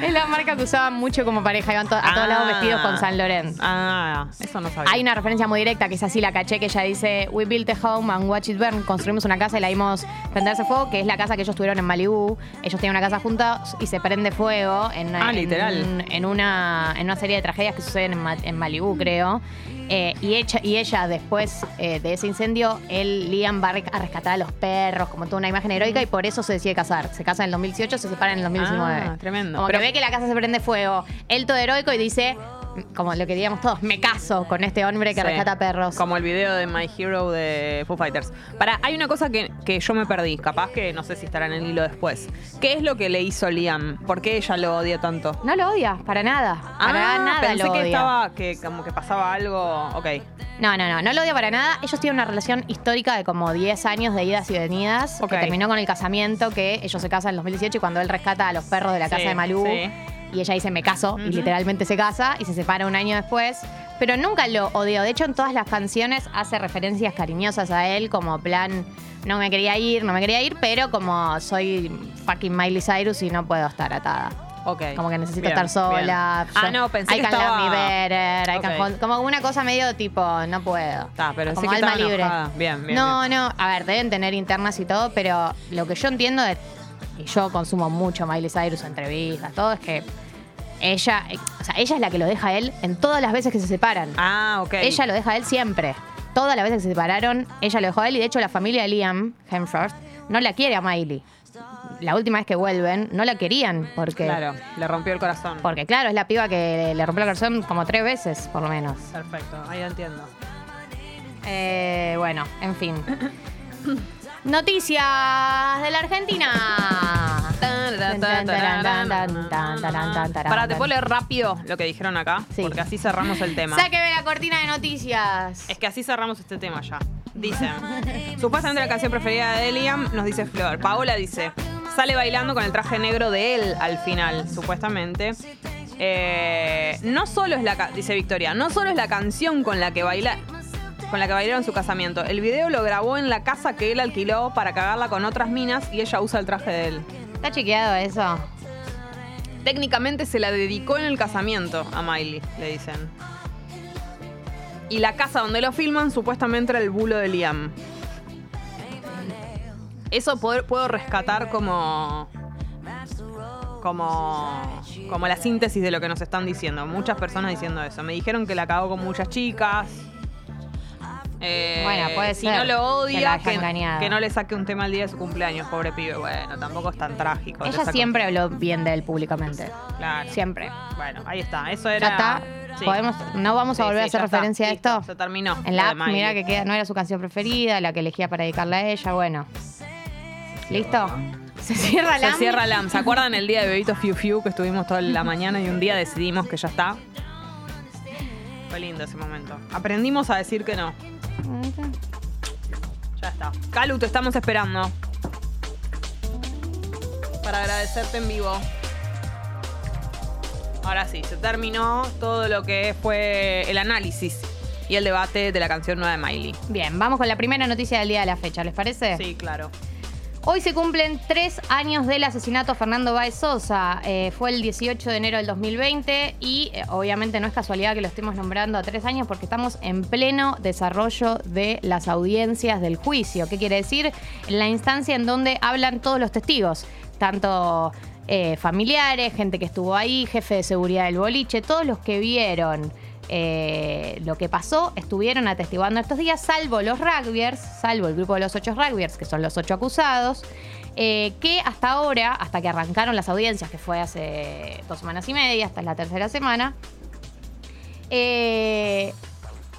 Speaker 1: Es la marca que usaban mucho como pareja, iban to- a todos
Speaker 2: Ah.
Speaker 1: lados vestidos con San Laurent.
Speaker 2: Ah, eso no sabía.
Speaker 1: Hay una referencia muy directa que es así, la caché, que ella dice, we built a home and watch it burn, construimos una casa y la vimos prenderse fuego, que es la casa que ellos tuvieron en Malibú, ellos tenían una casa juntos y se prende fuego en,
Speaker 2: Ah,
Speaker 1: en-
Speaker 2: literal.
Speaker 1: en una, en una serie de tragedias que suceden en, Ma- en Malibú, creo. Eh, y, hecha- y ella, después eh, de ese incendio, él, Liam va a rec- a rescatar a los perros, como toda una imagen heroica, y por eso se decide casar. Se casa en el 2018, se separa en el 2019.
Speaker 2: Ah, tremendo.
Speaker 1: Como que
Speaker 2: Pero-
Speaker 1: ve que la casa se prende fuego. Él todo heroico y dice, como lo que digamos todos, me caso con este hombre que
Speaker 2: Sí.
Speaker 1: rescata perros.
Speaker 2: Como el video de My Hero de Foo Fighters. Para, hay una cosa que, que yo me perdí, capaz que no sé si estará en el hilo después. ¿Qué es lo que le hizo Liam? ¿Por qué ella lo odia tanto?
Speaker 1: No lo odia, para nada. Para
Speaker 2: Ah,
Speaker 1: nada
Speaker 2: pensé
Speaker 1: lo
Speaker 2: que
Speaker 1: odia.
Speaker 2: estaba, que como que pasaba algo. Ok.
Speaker 1: No, no, no, no lo odia para nada. Ellos tienen una relación histórica de como 10 años de idas y venidas,
Speaker 2: Ok.
Speaker 1: que terminó con el casamiento, que ellos se casan en 2018 y cuando él rescata a los perros de la
Speaker 2: Sí,
Speaker 1: casa de Malú.
Speaker 2: sí.
Speaker 1: Y ella dice, me caso, y literalmente se casa y se separa un año después. Pero nunca lo odió. De hecho, en todas las canciones hace referencias cariñosas a él, como plan, no me quería ir, no me quería ir, pero como soy fucking Miley Cyrus y no puedo estar atada.
Speaker 2: Ok.
Speaker 1: Como que necesito
Speaker 2: Bien,
Speaker 1: estar sola.
Speaker 2: bien.
Speaker 1: yo-
Speaker 2: Ah, no, pensé
Speaker 1: I
Speaker 2: que
Speaker 1: can
Speaker 2: estaba.
Speaker 1: love me better, I can
Speaker 2: Ok.
Speaker 1: hold- Como una cosa medio tipo, no puedo.
Speaker 2: Está, pero sí
Speaker 1: como
Speaker 2: que
Speaker 1: alma
Speaker 2: estaba
Speaker 1: libre.
Speaker 2: enojada. Bien, bien,
Speaker 1: No, no. A ver, deben tener internas y todo, pero lo que yo entiendo es. Y yo consumo mucho Miley Cyrus, entrevistas, todo, es que ella. O sea, ella es la que lo deja a él en todas las veces que se separan.
Speaker 2: Ah, ok.
Speaker 1: Ella lo deja a él siempre. Todas las veces que se separaron, ella lo dejó a él. Y de hecho, la familia de Liam Hemsworth no la quiere a Miley. La última vez que vuelven, no la querían porque.
Speaker 2: Claro, le rompió el corazón.
Speaker 1: Porque claro, es la piba que le rompió el corazón como tres veces, por lo menos.
Speaker 2: Perfecto, ahí lo entiendo.
Speaker 1: Eh, bueno, en fin. Noticias de la Argentina.
Speaker 2: Para, te puedo leer rápido lo que dijeron acá,
Speaker 1: Sí.
Speaker 2: porque así cerramos el tema.
Speaker 1: Sáqueme la cortina de noticias.
Speaker 2: Es que así cerramos este tema ya. Dicen. Supuestamente la canción preferida de Liam nos dice Flor. Paola dice. Sale bailando con el traje negro de él al final, supuestamente. Eh, no solo es la ca- dice Victoria, no solo es la canción con la que baila con la que bailaron su casamiento. El video lo grabó en la casa que él alquiló para cagarla con otras minas y ella usa el traje de él.
Speaker 1: ¿Está chequeado eso?
Speaker 2: Técnicamente se la dedicó en el casamiento a Miley, le dicen. Y la casa donde lo filman supuestamente era el bulo de Liam. Eso puedo, puedo rescatar como. Como, como la síntesis de lo que nos están diciendo. Muchas personas diciendo eso. Me dijeron que la cagó con muchas chicas. Eh,
Speaker 1: Bueno, puede
Speaker 2: si
Speaker 1: ser
Speaker 2: no lo
Speaker 1: que la
Speaker 2: odia,
Speaker 1: haya
Speaker 2: que,
Speaker 1: engañado.
Speaker 2: que no le saque un tema el día de su cumpleaños, pobre pibe. Bueno, tampoco es tan trágico. Le
Speaker 1: Ella
Speaker 2: saca-
Speaker 1: siempre habló bien de él públicamente.
Speaker 2: Claro.
Speaker 1: Siempre.
Speaker 2: Bueno, ahí está. Eso
Speaker 1: Ya
Speaker 2: era.
Speaker 1: está.
Speaker 2: sí.
Speaker 1: Podemos, no vamos
Speaker 2: Sí,
Speaker 1: a volver
Speaker 2: sí,
Speaker 1: a hacer
Speaker 2: ya está.
Speaker 1: referencia a
Speaker 2: Listo,
Speaker 1: esto.
Speaker 2: Se terminó.
Speaker 1: En la
Speaker 2: Lo
Speaker 1: app,
Speaker 2: de Miley.
Speaker 1: mira que queda, no era su canción preferida, la que elegía para dedicarla a ella, bueno. ¿Listo? Se cierra la
Speaker 2: Se cierra LAM. ¿Se acuerdan el día de Bebito Fiu Fiu que estuvimos toda la mañana y un día decidimos que ya está? Fue lindo ese momento. Aprendimos a decir que no. Ya está. Calu, te estamos esperando. Para agradecerte en vivo. Ahora sí, se terminó todo lo que fue el análisis y el debate de la canción nueva de Miley.
Speaker 1: Bien, vamos con la primera noticia del día de la fecha, ¿les parece?
Speaker 2: Sí, claro.
Speaker 1: Hoy se cumplen tres años del asesinato a Fernando Baez Sosa. Eh, fue el 18 de enero del 2020 y eh, obviamente no es casualidad que lo estemos nombrando a tres años porque estamos en pleno desarrollo de las audiencias del juicio. ¿Qué quiere decir? La instancia en donde hablan todos los testigos, tanto eh, familiares, gente que estuvo ahí, jefe de seguridad del boliche, todos los que vieron. eh, lo que pasó, estuvieron atestiguando estos días, salvo los rugbyers, salvo el grupo de los ocho rugbyers, que son los ocho acusados, eh, que hasta ahora, hasta que arrancaron las audiencias, que fue hace dos semanas y media, hasta la tercera semana, eh,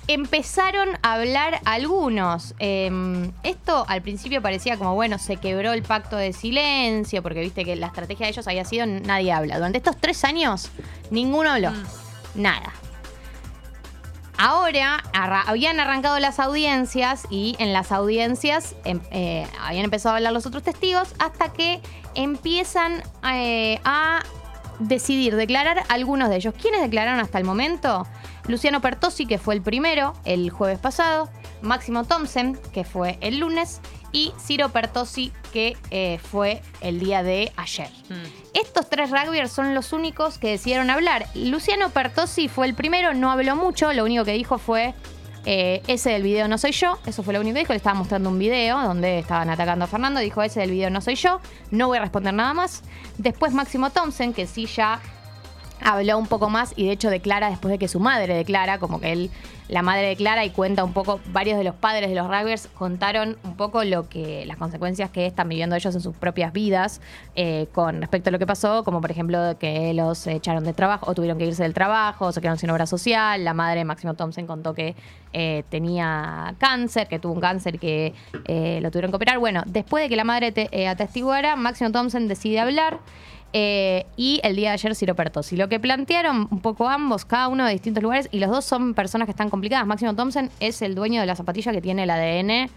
Speaker 1: empezaron a hablar algunos. Eh, esto al principio parecía como, bueno, se quebró el pacto de silencio, porque viste que la estrategia de ellos había sido nadie habla. Durante estos tres años, ninguno habló. Nada. Ahora arra- habían arrancado las audiencias y en las audiencias em- eh, habían empezado a hablar los otros testigos hasta que empiezan eh, a decidir declarar algunos de ellos. ¿Quiénes declararon hasta el momento? Luciano Pertosi, que fue el primero el jueves pasado, Máximo Thompson, que fue el lunes, y Ciro Pertosi, que eh, fue el día de ayer. Estos tres rugbyers son los únicos que decidieron hablar. Luciano Pertosi fue el primero, no habló mucho, lo único que dijo fue eh, ese del video no soy yo, eso fue lo único que dijo, le estaba mostrando un video donde estaban atacando a Fernando, dijo ese del video no soy yo, no voy a responder nada más. Después Máximo Thompson, que sí ya habló un poco más y de hecho declara después de que su madre declara, como que él, la madre declara y cuenta un poco, varios de los padres de los rugbyers contaron un poco lo que, las consecuencias que están viviendo ellos en sus propias vidas eh, con respecto a lo que pasó, como por ejemplo que los echaron del trabajo o tuvieron que irse del trabajo, o se quedaron sin obra social, la madre de Máximo Thompson contó que eh, tenía cáncer, que tuvo un cáncer que eh, lo tuvieron que operar. Bueno, después de que la madre te- eh, atestiguara, Máximo Thompson decide hablar. Eh, y el día de ayer Ciro Pertosi. Lo que plantearon un poco ambos, cada uno de distintos lugares, y los dos son personas que están complicadas. Máximo Thompson es el dueño de la zapatilla que tiene el ADN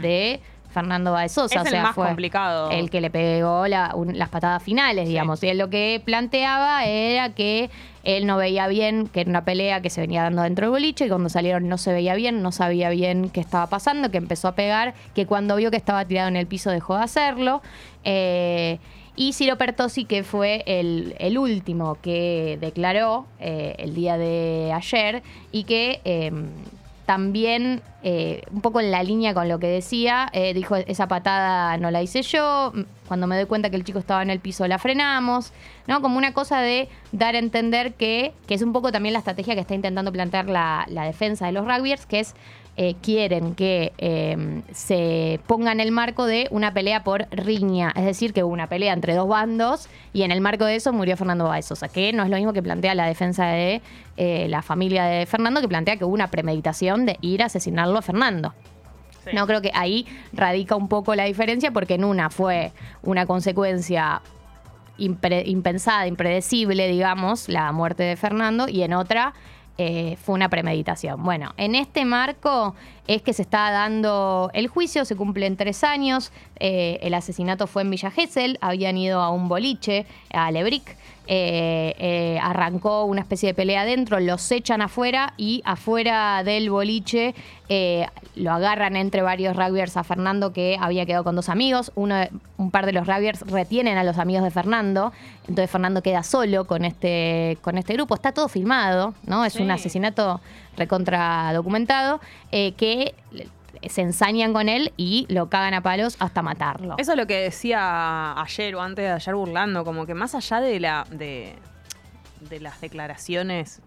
Speaker 1: de Fernando Baez Sosa.
Speaker 2: Mm. Es el
Speaker 1: o sea,
Speaker 2: más
Speaker 1: fue
Speaker 2: complicado.
Speaker 1: El que le pegó la- un- las patadas finales, digamos. Y él lo que planteaba era que él no veía bien, que era una pelea que se venía dando dentro del boliche, y cuando salieron no se veía bien, no sabía bien qué estaba pasando, que empezó a pegar, que cuando vio que estaba tirado en el piso dejó de hacerlo. Eh, y Ciro Pertosi, que fue el, el último que declaró eh, el día de ayer y que eh, también, eh, un poco en la línea con lo que decía, eh, dijo, esa patada no la hice yo, cuando me doy cuenta que el chico estaba en el piso la frenamos, ¿no? Como una cosa de dar a entender que, que es un poco también la estrategia que está intentando plantear la, la defensa de los rugbyers, que es eh, quieren que eh, se ponga en el marco de una pelea por riña, es decir, que hubo una pelea entre dos bandos y en el marco de eso murió Fernando Baez Sosa, que no es lo mismo que plantea la defensa de eh, la familia de Fernando, que plantea que hubo una premeditación de ir a asesinarlo a Fernando. No creo que ahí radica un poco la diferencia porque en una fue una consecuencia impre- impensada, impredecible, digamos, la muerte de Fernando, y en otra eh, fue una premeditación. Bueno, en este marco es que se está dando el juicio, se cumplen tres años, eh, el asesinato fue en Villa Gesell, habían ido a un boliche, a Lebric, eh, eh, arrancó una especie de pelea adentro, los echan afuera y afuera del boliche eh, lo agarran entre varios rugbyers a Fernando que había quedado con dos amigos. Uno, de- un par de los rugbyers retienen a los amigos de Fernando. Entonces Fernando queda solo con este, con este grupo. Está todo filmado, ¿no? Es un asesinato recontra documentado eh, que le- se ensañan con él y lo cagan a palos hasta matarlo.
Speaker 2: Eso es lo que decía ayer o antes de ayer burlando, como que más allá de la de, de las declaraciones,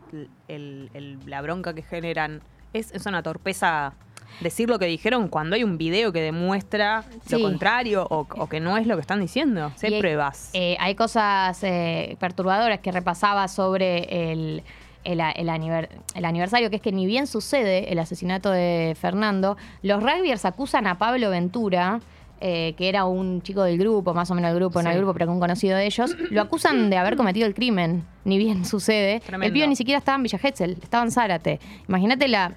Speaker 2: el- el- la bronca que generan, es, es una torpeza decir lo que dijeron cuando hay un video que demuestra
Speaker 1: Sí.
Speaker 2: lo contrario o, o que no es lo que están diciendo. Si
Speaker 1: Y
Speaker 2: hay
Speaker 1: hay-
Speaker 2: pruebas.
Speaker 1: eh, hay cosas eh, perturbadoras que repasaba sobre el, el a- el aniver- el aniversario, que es que ni bien sucede el asesinato de Fernando, los rugbyers acusan a Pablo Ventura. eh, que era un chico del grupo, más o menos del grupo, no del grupo, pero que un conocido de ellos, lo acusan de haber cometido el crimen. Ni bien sucede. El
Speaker 2: Tremendo.
Speaker 1: pibe ni siquiera estaba en Villa Hetzel, estaba en Zárate. Imagínate la,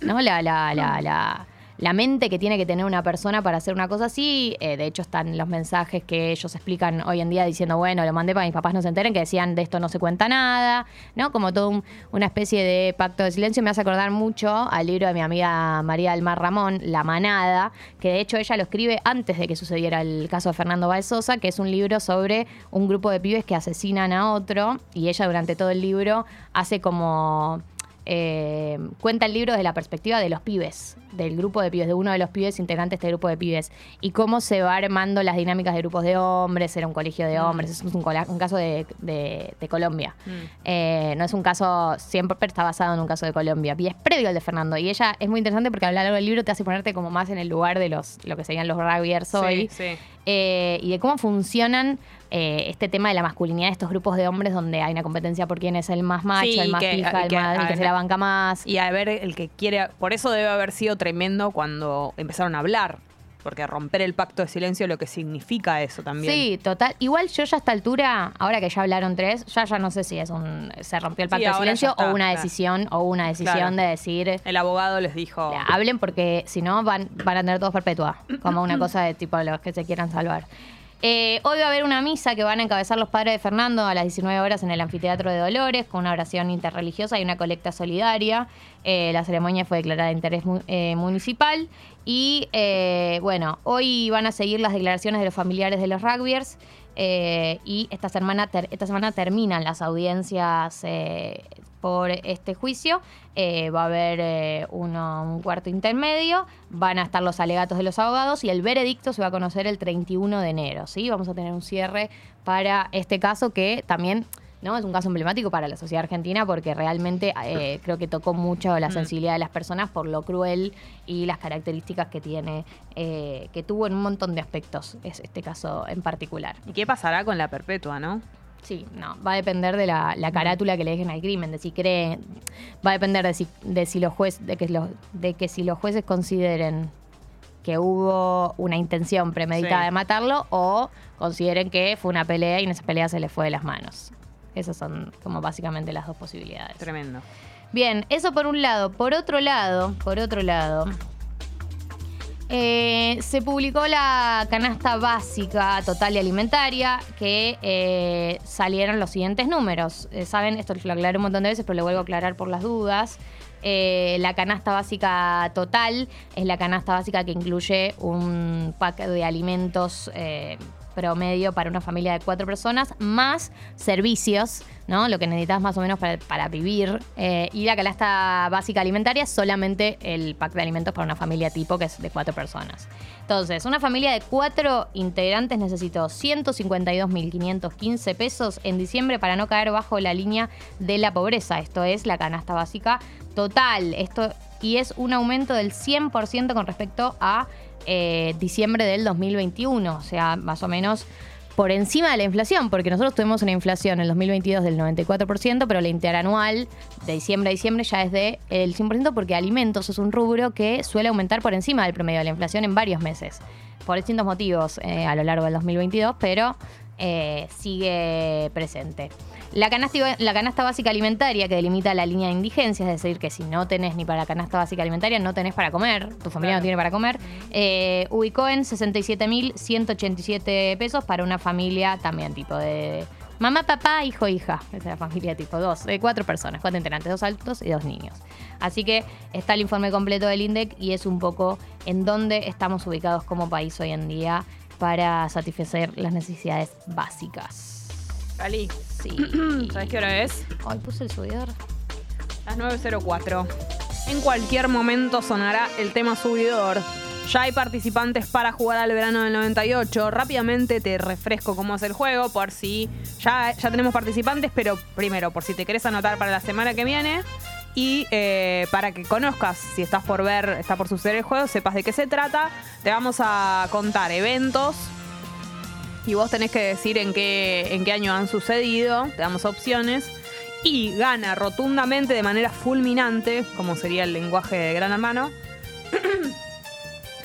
Speaker 1: ¿no? la, la, la, la, la mente que tiene que tener una persona para hacer una cosa así. Eh, de hecho, están los mensajes que ellos explican hoy en día diciendo, bueno, lo mandé para que mis papás no se enteren, que decían, de esto no se cuenta nada, ¿no? Como todo un- una especie de pacto de silencio. Me hace acordar mucho al libro de mi amiga María del Mar Ramón, La Manada, que de hecho ella lo escribe antes de que sucediera el caso de Fernando Baez Sosa, que es un libro sobre un grupo de pibes que asesinan a otro y ella durante todo el libro hace como eh, cuenta el libro desde la perspectiva de los pibes, del grupo de pibes, de uno de los pibes integrantes de este grupo de pibes, y cómo se va armando las dinámicas de grupos de hombres, era un colegio de hombres, es un, cola- un caso de, de- de Colombia. Eh, no es un caso, siempre está basado en un caso de Colombia, y es previo al de Fernando, y ella es muy interesante porque a lo largo del libro te hace ponerte como más en el lugar de los, lo que serían los rugbyers
Speaker 2: Sí,
Speaker 1: hoy,
Speaker 2: sí.
Speaker 1: eh, y de cómo funcionan eh, este tema de la masculinidad de estos grupos de hombres donde hay una competencia por quién es el más macho,
Speaker 2: Sí,
Speaker 1: el más
Speaker 2: que-
Speaker 1: pija, el,
Speaker 2: que-
Speaker 1: más, el que se la banca más.
Speaker 2: Y a ver, el que quiere. Por eso debe haber sido tremendo cuando empezaron a hablar. Porque romper el pacto de silencio lo que significa eso también.
Speaker 1: Sí, total. Igual yo ya a esta altura, ahora que ya hablaron tres, ya ya no sé si es un se rompió el pacto de
Speaker 2: ahora ya
Speaker 1: silencio
Speaker 2: está,
Speaker 1: o una
Speaker 2: claro.
Speaker 1: decisión o una decisión
Speaker 2: Claro.
Speaker 1: de decir
Speaker 2: El abogado les dijo.
Speaker 1: "Mira, hablen porque si no van, van a tener todos perpetua, como una cosa de tipo los que se quieran salvar. Eh, hoy va a haber una misa que van a encabezar los padres de Fernando a las 19 horas en el Anfiteatro de Dolores con una oración interreligiosa y una colecta solidaria. Eh, la ceremonia fue declarada de interés mu- eh, municipal. Y eh, bueno, hoy van a seguir las declaraciones de los familiares de los rugbyers. eh, y esta semana, ter- esta semana terminan las audiencias eh, por este juicio. Eh, va a haber eh, uno- un cuarto intermedio, van a estar los alegatos de los abogados y el veredicto se va a conocer el 31 de enero. ¿sí? Vamos a tener un cierre para este caso que también ¿no? es un caso emblemático para la sociedad argentina porque realmente eh, creo que tocó mucho la sensibilidad de las personas por lo cruel y las características que tiene, eh, que tuvo en un montón de aspectos es este caso en particular.
Speaker 2: ¿Y qué pasará con la perpetua, no?
Speaker 1: Sí, no, va a depender de la, la carátula que le dejen al crimen, de si creen, va a depender de si, de si los jueces, de que los, de que si los jueces consideren que hubo una intención premeditada
Speaker 2: Sí.
Speaker 1: de matarlo o consideren que fue una pelea y en esa pelea se le fue de las manos. Esas son como básicamente las dos posibilidades.
Speaker 2: Tremendo.
Speaker 1: Bien, eso por un lado. Por otro lado, por otro lado, eh, se publicó la canasta básica total y alimentaria que eh, salieron los siguientes números. Eh, Saben, esto lo aclaré un montón de veces, pero lo vuelvo a aclarar por las dudas. Eh, la canasta básica total es la canasta básica que incluye un pack de alimentos eh, promedio para una familia de cuatro personas, más servicios, ¿no? Lo que necesitas más o menos para, para vivir. Eh, y la canasta básica alimentaria es solamente el pack de alimentos para una familia tipo, que es de cuatro personas. Entonces, una familia de cuatro integrantes necesitó 152.515 pesos en diciembre para no caer bajo la línea de la pobreza. Esto es la canasta básica total. Esto, y es un aumento del 100% con respecto a eh, diciembre del 2021. O sea, más o menos por encima de la inflación, porque nosotros tuvimos una inflación en el 2022 del 94%, pero la interanual de diciembre a diciembre ya es del el 100%, porque alimentos es un rubro que suele aumentar por encima del promedio de la inflación en varios meses, por distintos motivos eh, a lo largo del 2022, pero eh, sigue presente. La canasta, iba- la canasta básica alimentaria que delimita la línea de indigencia, es decir, que si no tenés ni para la canasta básica alimentaria, no tenés para comer, tu familia no tiene para comer, eh, ubicó en 67.187 pesos para una familia también tipo de mamá, papá, hijo, hija. Esa es la familia tipo dos, de cuatro personas, cuatro integrantes, dos adultos y dos niños. Así que está el informe completo del INDEC y es un poco en dónde estamos ubicados como país hoy en día para satisfacer las necesidades básicas.
Speaker 2: Cali,
Speaker 1: Sí.
Speaker 2: ¿sabes qué hora es?
Speaker 1: Hoy puse el subidor.
Speaker 2: Las 9.04. En cualquier momento sonará el tema subidor. Ya hay participantes para jugar al verano del 98. Rápidamente te refresco cómo es el juego, por si ya, ya tenemos participantes, pero primero, por si te querés anotar para la semana que viene. Y eh, para que conozcas, si estás por ver, está por suceder el juego, sepas de qué se trata, te vamos a contar eventos, y vos tenés que decir en qué, en qué año han sucedido, te damos opciones, y gana rotundamente de manera fulminante, como sería el lenguaje de Gran Hermano,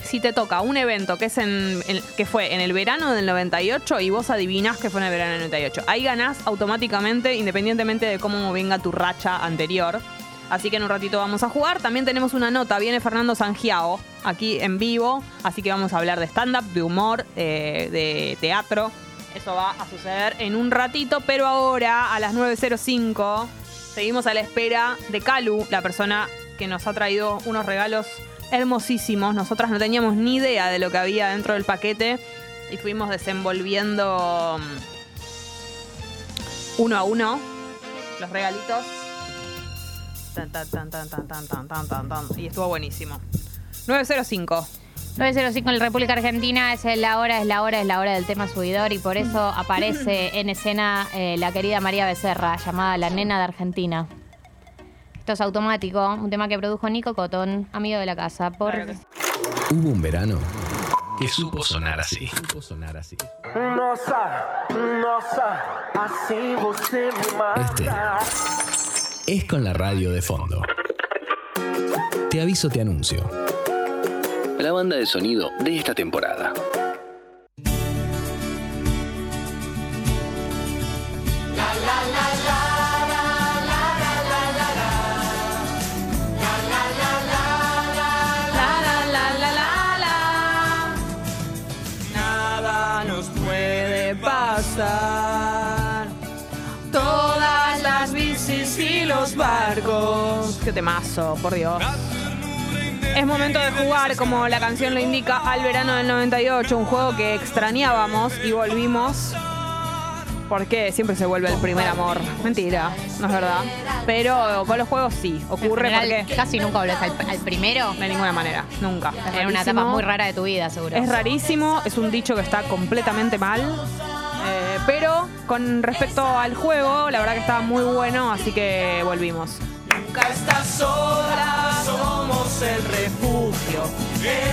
Speaker 2: si te toca un evento que, es en, en- que fue en el verano del 98 y vos adivinás que fue en el verano del 98. Ahí ganás automáticamente, independientemente de cómo venga tu racha anterior. Así que en un ratito vamos a jugar. También tenemos una nota. Viene Fernando Sangiao aquí en vivo. Así que vamos a hablar de stand-up, de humor, eh, de teatro. Eso va a suceder en un ratito. Pero ahora, a las 9.05, seguimos a la espera de Calu, la persona que nos ha traído unos regalos hermosísimos. Nosotras no teníamos ni idea de lo que había dentro del paquete y fuimos desenvolviendo mm, uno a uno los regalitos. Tan, tan, tan, tan, tan, tan, tan, tan, tan, tan. Y estuvo buenísimo. 905.
Speaker 1: 905 en la República Argentina es la hora, es la hora, es la hora del tema subidor y por eso aparece en escena eh, la querida María Becerra, llamada la nena de Argentina. Esto es automático, un tema que produjo Nico Cotón, amigo de la casa, por
Speaker 2: Claro que sí.
Speaker 5: Hubo un verano que supo sonar así. Supo sonar así.
Speaker 8: Nossa, nossa, assim você me
Speaker 5: Este es con la radio de fondo. Te aviso, te anuncio. La banda de sonido de esta temporada.
Speaker 2: Nada nos puede pasar. Todas las bicis y los barcos. Qué temazo, por Dios. Es momento de jugar, como la canción lo indica, al verano del 98, un juego que extrañábamos y volvimos. Porque siempre se vuelve el primer amor. Mentira, no es verdad. Pero con los juegos sí,
Speaker 9: En
Speaker 2: ocurre
Speaker 9: general,
Speaker 2: porque
Speaker 9: Casi nunca volvés al, al primero.
Speaker 2: de ninguna manera, nunca.
Speaker 9: Era una etapa
Speaker 2: Rarísimo.
Speaker 9: muy rara de tu vida, seguro.
Speaker 2: Es rarísimo, es un dicho que está completamente mal. eh, pero con respecto al juego, la verdad que estaba muy bueno, así que volvimos. Nunca estás sola, somos el refugio.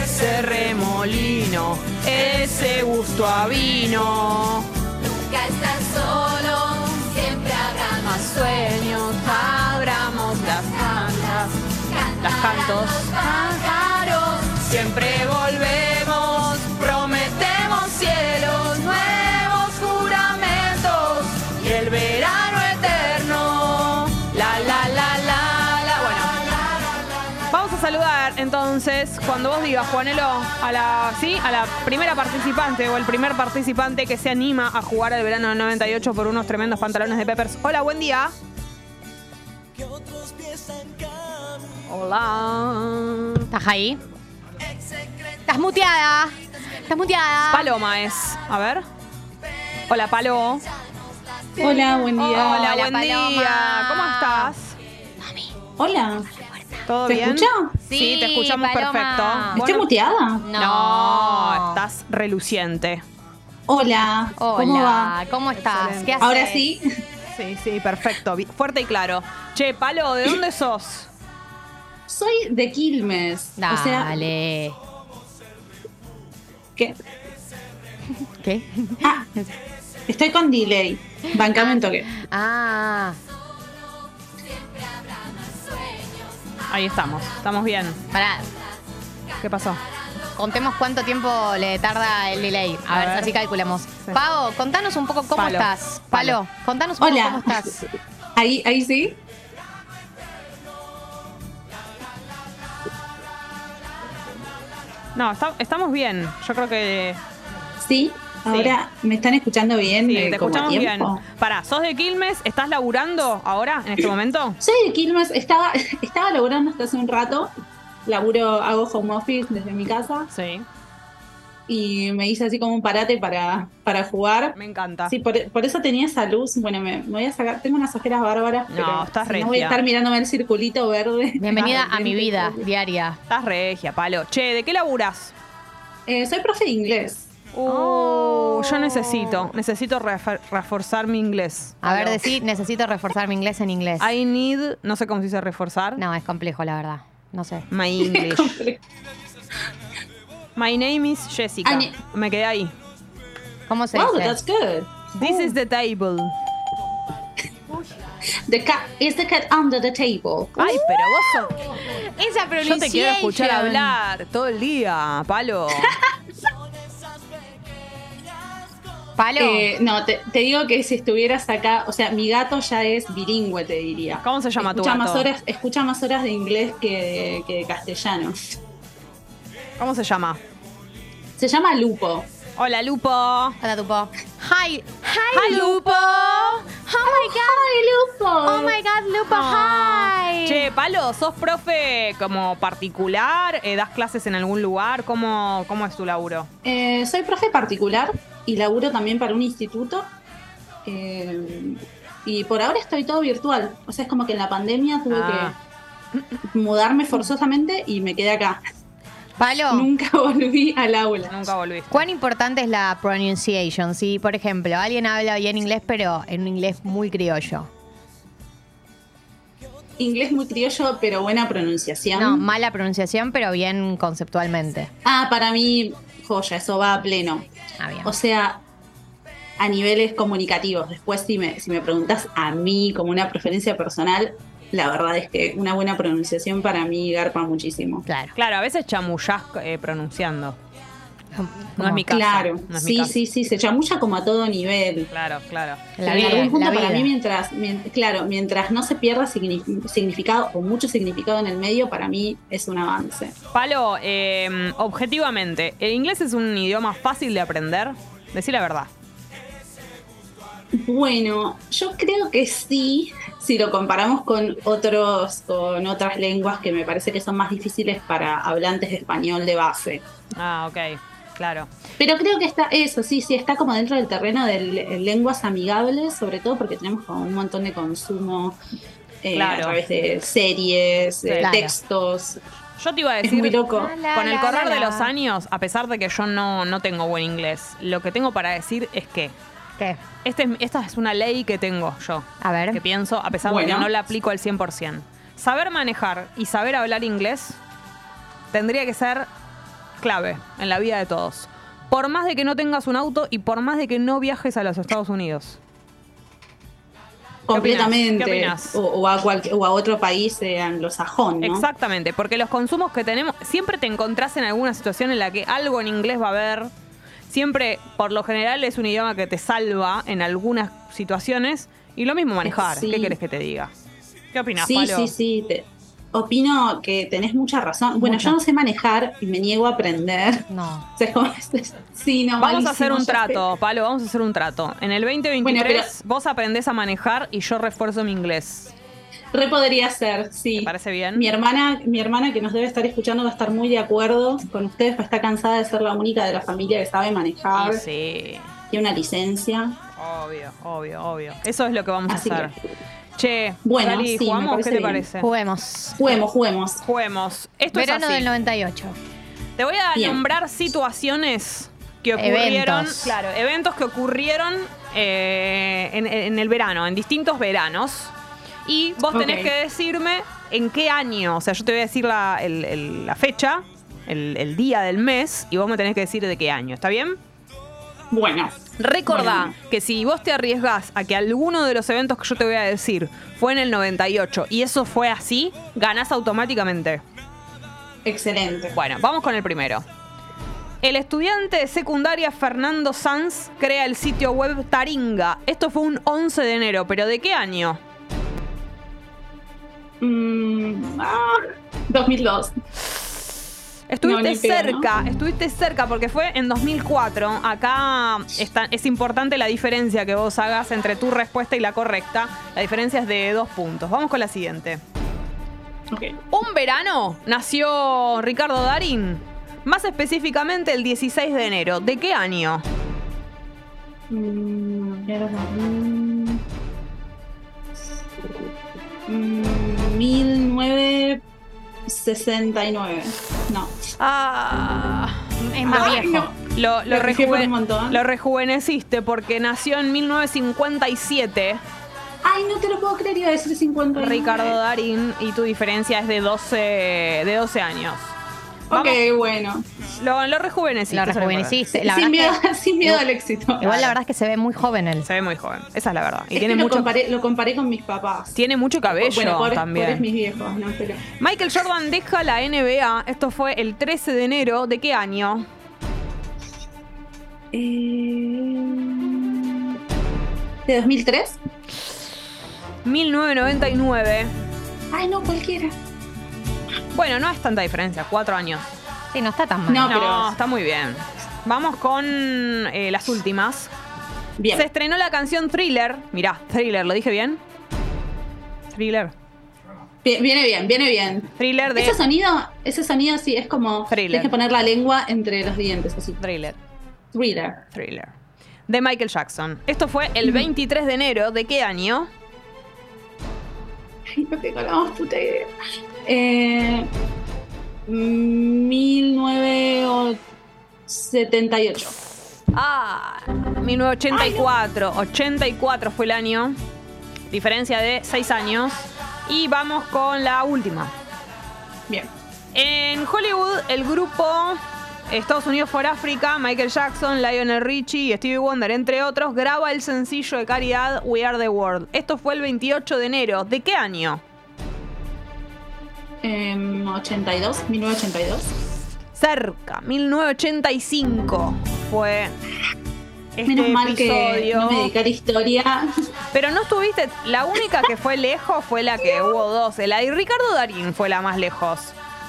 Speaker 2: Ese remolino, ese gusto a vino.
Speaker 7: Nunca estás solo, siempre habrá
Speaker 2: Más sueños, abramos las cantas, las cantos.
Speaker 7: pájaros.
Speaker 2: Siempre volvemos, prometemos cielos nuevos, juramentos y el verano eterno. La la la la la. Bueno, vamos a saludar entonces cuando vos digas Juanelo a la sí a la primera participante o el primer participante que se anima a jugar al verano del 98 por unos tremendos pantalones de Peppers. Hola, buen día. Hola.
Speaker 9: ¿Estás ahí? ¡Estás muteada! ¡Estás muteada!
Speaker 2: Paloma es. A ver. Hola, Palo.
Speaker 10: Hola, buen día.
Speaker 2: Hola,
Speaker 9: Hola,
Speaker 2: buen
Speaker 9: Paloma.
Speaker 2: día. ¿Cómo estás?
Speaker 10: Hola.
Speaker 2: ¿Todo
Speaker 10: ¿Se
Speaker 2: bien?
Speaker 10: escucha?
Speaker 2: Sí,
Speaker 9: Sí,
Speaker 2: te escuchamos
Speaker 9: Paloma.
Speaker 2: perfecto.
Speaker 10: ¿Estoy
Speaker 2: Vos no-
Speaker 10: muteada?
Speaker 9: No.
Speaker 2: No, estás reluciente.
Speaker 10: Hola.
Speaker 9: Hola,
Speaker 10: ¿Cómo va?
Speaker 9: ¿cómo estás?
Speaker 2: Excelente.
Speaker 9: ¿Qué haces?
Speaker 10: Ahora sí.
Speaker 2: Sí, sí, perfecto. Bi- Fuerte y claro. Che, Palo, ¿de dónde sos?
Speaker 10: Soy de Quilmes. O sea,
Speaker 9: Dale.
Speaker 10: que
Speaker 1: ¿Qué?
Speaker 10: ah, estoy con delay. Bancame un toque.
Speaker 1: Ah,
Speaker 2: Ahí estamos. Estamos bien.
Speaker 9: Pará,
Speaker 2: ¿Qué pasó?
Speaker 9: contemos cuánto tiempo le tarda el delay. A,
Speaker 2: A
Speaker 9: ver,
Speaker 2: ver.
Speaker 9: así calculamos. Pavo, contanos un poco cómo
Speaker 2: Palo.
Speaker 9: estás. Palo,
Speaker 2: Palo.
Speaker 9: contanos un poco
Speaker 10: Hola.
Speaker 9: cómo estás.
Speaker 10: Ahí, ahí sí.
Speaker 2: No, está- estamos bien. Yo creo que.
Speaker 10: Sí. Ahora me están escuchando bien.
Speaker 2: Sí,
Speaker 10: eh,
Speaker 2: te
Speaker 10: como a
Speaker 2: escuchamos bien.
Speaker 10: tiempo?
Speaker 2: Pará, ¿sos de Quilmes? ¿Estás laburando ahora, en este momento?
Speaker 10: Soy de Quilmes. Estaba, estaba laburando hasta hace un rato. Laburo, hago home office desde mi casa
Speaker 2: Sí.
Speaker 10: y me hice así como un parate para, para jugar.
Speaker 2: Me encanta.
Speaker 10: Sí, por, por eso tenía esa luz. Bueno, me, me voy a sacar. Tengo unas ojeras bárbaras.
Speaker 2: No,
Speaker 10: pero
Speaker 2: estás
Speaker 10: si
Speaker 2: regia.
Speaker 10: No voy a estar mirándome el circulito verde.
Speaker 9: Bienvenida
Speaker 10: Ah,
Speaker 9: a mi vida diaria.
Speaker 2: Estás regia, Palo. Che, ¿de qué laburás?
Speaker 10: Eh, soy profe de inglés.
Speaker 2: Uh, yo necesito, necesito refor- reforzar mi inglés.
Speaker 9: Oh. A ver, decí, necesito reforzar mi inglés en inglés.
Speaker 2: I need, no sé cómo se dice reforzar.
Speaker 9: No, es complejo, la verdad. No sé.
Speaker 2: My English. My name is Jessica.
Speaker 10: Ani-
Speaker 2: Me quedé ahí.
Speaker 9: ¿Cómo se
Speaker 10: Wow,
Speaker 9: dice?
Speaker 10: that's good.
Speaker 2: This
Speaker 9: Uh.
Speaker 2: is the table.
Speaker 10: The cat is the cat under the table.
Speaker 2: Ay, pero vos sos-
Speaker 9: Esa
Speaker 2: Yo te quiero escuchar
Speaker 9: pronunciation.
Speaker 2: hablar todo el día, Palo.
Speaker 9: Palo.
Speaker 10: Eh, no, te, te digo que si estuvieras acá, o sea, mi gato ya es bilingüe, te diría.
Speaker 2: ¿Cómo se llama tu
Speaker 10: escucha
Speaker 2: gato?
Speaker 10: Más horas, escucha más horas de inglés que, que de castellano.
Speaker 2: ¿Cómo se llama?
Speaker 10: Se llama Lupo.
Speaker 2: Hola, Lupo.
Speaker 9: Hola, Tupo. Hi.
Speaker 2: Hi, Lupo.
Speaker 9: Oh my god.
Speaker 10: Lupo!
Speaker 9: Oh Ah. my god, Lupo. Hi.
Speaker 2: Che, Palo, ¿sos profe como particular? Eh, ¿Das clases en algún lugar? ¿Cómo, cómo es tu laburo?
Speaker 10: Eh, soy profe particular y laburo también para un instituto. Eh, y por ahora estoy todo virtual. O sea, es como que en la pandemia tuve
Speaker 2: Ah.
Speaker 10: que mudarme forzosamente y me quedé acá.
Speaker 9: Palo.
Speaker 10: Nunca volví al aula.
Speaker 2: Nunca volviste.
Speaker 9: ¿Cuán importante es la pronunciation? Si, por ejemplo, alguien habla bien inglés, pero en un inglés muy criollo.
Speaker 10: Inglés muy criollo, pero buena pronunciación.
Speaker 9: No, mala pronunciación, pero bien conceptualmente.
Speaker 10: ah, para mí, joya, eso va a pleno.
Speaker 9: Ah, bien.
Speaker 10: O sea, a niveles comunicativos. Después, si me, si me preguntas a mí como una preferencia personal, la verdad es que una buena pronunciación para mí garpa muchísimo.
Speaker 9: Claro.
Speaker 2: Claro, a veces chamullás eh, pronunciando. No es mi caso.
Speaker 10: Claro,
Speaker 2: no es mi
Speaker 10: sí,
Speaker 2: caso.
Speaker 10: sí, sí, se chamulla como a todo nivel.
Speaker 2: Claro, claro.
Speaker 10: La
Speaker 9: vida,
Speaker 10: algún punto
Speaker 9: la
Speaker 10: para
Speaker 9: vida.
Speaker 10: mí, mientras, mien- claro, mientras no se pierda signi- significado o mucho significado en el medio, para mí es un avance.
Speaker 2: Palo, eh, objetivamente, ¿el inglés es un idioma fácil de aprender? Decí la verdad.
Speaker 10: Bueno, yo creo que sí, si lo comparamos con otros, con otras lenguas que me parece que son más difíciles para hablantes de español de base.
Speaker 2: Ah, ok, claro.
Speaker 10: Pero creo que está eso, sí, sí, está como dentro del terreno de le- eh, lenguas amigables, sobre todo porque tenemos como un montón de consumo eh,
Speaker 2: Claro.
Speaker 10: a través de series, de
Speaker 9: Claro.
Speaker 10: textos.
Speaker 2: Yo te iba a
Speaker 10: Es
Speaker 2: decir,
Speaker 10: muy loco.
Speaker 2: con el correr de
Speaker 9: la.
Speaker 2: los años, a pesar de que yo no, no tengo buen inglés, lo que tengo para decir es que
Speaker 9: ¿Qué?
Speaker 2: este es- esta es una ley que tengo yo,
Speaker 9: A ver.
Speaker 2: que pienso, a pesar de que
Speaker 10: Bueno.
Speaker 2: no la aplico al 100%. Saber manejar y saber hablar inglés tendría que ser clave en la vida de todos. Por más de que no tengas un auto y por más de que no viajes a los Estados Unidos.
Speaker 10: Completamente.
Speaker 2: ¿Qué opinás?
Speaker 10: O, o a cualque- o a otro país eh, anglosajón, ¿no?
Speaker 2: Exactamente, porque los consumos que tenemos, siempre te encontrás en alguna situación en la que algo en inglés va a haber. Siempre, por lo general, es un idioma que te salva en algunas situaciones. Y lo mismo manejar.
Speaker 10: Sí.
Speaker 2: ¿Qué querés que te diga? ¿Qué opinas,
Speaker 10: Sí,
Speaker 2: Palo?
Speaker 10: sí, sí. te- opino que tenés mucha razón. Bueno, yo no sé manejar y me niego a aprender.
Speaker 9: No.
Speaker 10: O sea, como es- sí, no,
Speaker 2: Vamos
Speaker 10: malísimo,
Speaker 2: a hacer un
Speaker 10: ya sé.
Speaker 2: trato, Palo, vamos a hacer un trato. En el 2023
Speaker 10: Bueno,
Speaker 2: vos aprendés a manejar y yo refuerzo mi inglés.
Speaker 10: Re podría ser, sí.
Speaker 2: ¿Te parece bien?
Speaker 10: Mi hermana, mi hermana que nos debe estar escuchando va a estar muy de acuerdo con ustedes, pues está cansada de ser la única de la familia que sabe manejar,
Speaker 2: Y sí,
Speaker 10: tiene una licencia.
Speaker 2: obvio, obvio, obvio. Eso es lo que vamos
Speaker 10: Así
Speaker 2: a hacer. Che,
Speaker 10: Bueno,
Speaker 2: Dalí,
Speaker 10: sí, me
Speaker 2: ¿jugamos? ¿Qué
Speaker 10: parece
Speaker 2: te
Speaker 10: bien.
Speaker 2: parece?
Speaker 1: Juguemos.
Speaker 10: Juguemos, juguemos.
Speaker 2: Juguemos. Esto
Speaker 9: Verano
Speaker 2: es así.
Speaker 9: del 98.
Speaker 2: Te voy a
Speaker 10: Bien.
Speaker 2: nombrar situaciones que ocurrieron.
Speaker 1: Eventos.
Speaker 2: Claro, eventos que ocurrieron eh, en, en el verano, en distintos veranos. Y vos tenés
Speaker 10: Ok.
Speaker 2: que decirme en qué año. O sea, yo te voy a decir la, el- el- la fecha, el, el día del mes, y vos me tenés que decir de qué año. ¿Está bien?
Speaker 10: Bueno,
Speaker 2: Recordá
Speaker 10: Bueno.
Speaker 2: que si vos te arriesgás a que alguno de los eventos que yo te voy a decir fue en el 98 y eso fue así, ganás automáticamente.
Speaker 10: excelente.
Speaker 2: Bueno, vamos con el primero. El estudiante de secundaria Fernando Sanz crea el sitio web Taringa. Esto fue un 11 de enero, pero ¿de qué año?
Speaker 10: Mm, ah, 2002.
Speaker 2: Estuviste
Speaker 10: No, ni pedo,
Speaker 2: cerca, estuviste cerca porque fue en 2004. Acá está- es importante la diferencia que vos hagas entre tu respuesta y la correcta. La diferencia es de dos puntos. Vamos con la siguiente.
Speaker 10: Ok.
Speaker 2: Un verano nació Ricardo Darín. Más específicamente el 16 de enero. ¿De qué año?
Speaker 10: Mm, ya lo mm, mm, 1969. No.
Speaker 2: Ah.
Speaker 1: Es más
Speaker 10: Ay,
Speaker 1: viejo.
Speaker 10: no.
Speaker 2: Lo, lo
Speaker 10: Lo fijé por
Speaker 2: rejuve-
Speaker 10: un montón.
Speaker 2: lo rejuveneciste porque nació en 1957
Speaker 10: Ay, no te lo puedo creer, iba a decir 50.
Speaker 2: Ricardo Darín y tu diferencia es de 12, de 12 años.
Speaker 10: Ok,
Speaker 2: Vamos,
Speaker 10: bueno.
Speaker 2: lo, lo rejuveneciste.
Speaker 1: Lo
Speaker 2: eso es
Speaker 1: rejuveneciste. La
Speaker 10: Sin
Speaker 1: verdad
Speaker 10: miedo,
Speaker 1: es
Speaker 10: sin miedo al éxito.
Speaker 1: que- igual la verdad es que se ve muy joven él.
Speaker 2: importante. Se ve muy joven, esa es la verdad. Y
Speaker 10: Es
Speaker 2: tiene
Speaker 10: que lo,
Speaker 2: mucho,
Speaker 10: comparé, lo comparé con mis papás.
Speaker 2: tiene mucho cabello
Speaker 10: bueno, pobres,
Speaker 2: también.
Speaker 10: pobres mis viejos, ¿no? Pero
Speaker 2: Michael Jordan deja la NBA. Esto fue el 13 de enero. ¿De qué año?
Speaker 10: Eh, ¿De 2003?
Speaker 2: 1999.
Speaker 10: Ay, no, cualquiera.
Speaker 2: Bueno, no es tanta diferencia, cuatro años.
Speaker 9: Sí, no está tan mal.
Speaker 10: No.
Speaker 2: No,
Speaker 10: pero-
Speaker 2: está muy bien. Vamos con eh, las últimas.
Speaker 10: Bien.
Speaker 2: Se estrenó la canción Thriller. Mirá, Thriller, ¿lo dije bien? Thriller.
Speaker 10: Bien, Viene bien, viene bien.
Speaker 2: Thriller de...
Speaker 10: Ese sonido, ese sonido sí es como
Speaker 2: Thriller.
Speaker 10: tienes que poner la lengua entre los dientes, así.
Speaker 2: Thriller.
Speaker 10: Thriller.
Speaker 2: Thriller. De Michael Jackson. Esto fue el 23 de enero. ¿De qué año?
Speaker 10: Ay, no tengo la más puta idea. Eh, 1978.
Speaker 2: Ah, 1984. 84 fue el año. Diferencia de seis años. Y vamos con la última.
Speaker 10: Bien.
Speaker 2: En Hollywood, el grupo Estados Unidos for Africa, Michael Jackson, Lionel Richie y Stevie Wonder, entre otros, graba el sencillo de caridad We Are the World. Esto fue el 28 de enero. ¿De qué año?
Speaker 10: em, 82, 1982.
Speaker 2: Cerca, 1985 fue este
Speaker 10: Menos mal que
Speaker 2: episodio.
Speaker 10: no me dediqué a la historia.
Speaker 2: Pero no estuviste, la única que fue lejos fue la que hubo dos. La de Ricardo Darín fue la más lejos.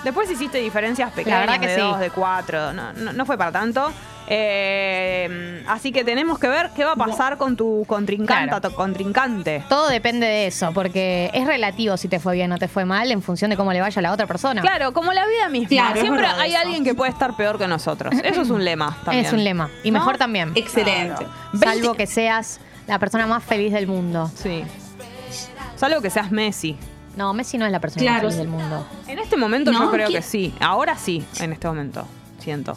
Speaker 2: Después hiciste diferencias pequeñas
Speaker 11: verdad que
Speaker 2: de
Speaker 11: sí.
Speaker 2: dos, de cuatro. No, no- no fue para tanto. Eh, así que tenemos que ver qué va a pasar con tu contrincante.
Speaker 11: Claro.
Speaker 2: tu contrincante.
Speaker 1: Todo depende de eso, porque es relativo si te fue bien o te fue mal en función de cómo le vaya a la otra persona.
Speaker 2: Claro, como la vida misma.
Speaker 10: Claro, es
Speaker 2: Siempre
Speaker 10: verdad
Speaker 2: hay
Speaker 10: eso.
Speaker 2: alguien que puede estar peor que nosotros. Eso es un lema también.
Speaker 1: es un lema. Y
Speaker 2: ¿No?
Speaker 1: mejor también.
Speaker 10: Excelente.
Speaker 1: Salvo que seas la persona más feliz del mundo.
Speaker 2: Sí. Salvo que seas Messi.
Speaker 1: No, Messi no es la persona más
Speaker 10: Claro.
Speaker 1: feliz del mundo.
Speaker 2: En este momento
Speaker 10: No,
Speaker 2: yo creo
Speaker 10: ¿quién?
Speaker 2: que sí. Ahora sí, en este momento. Siento.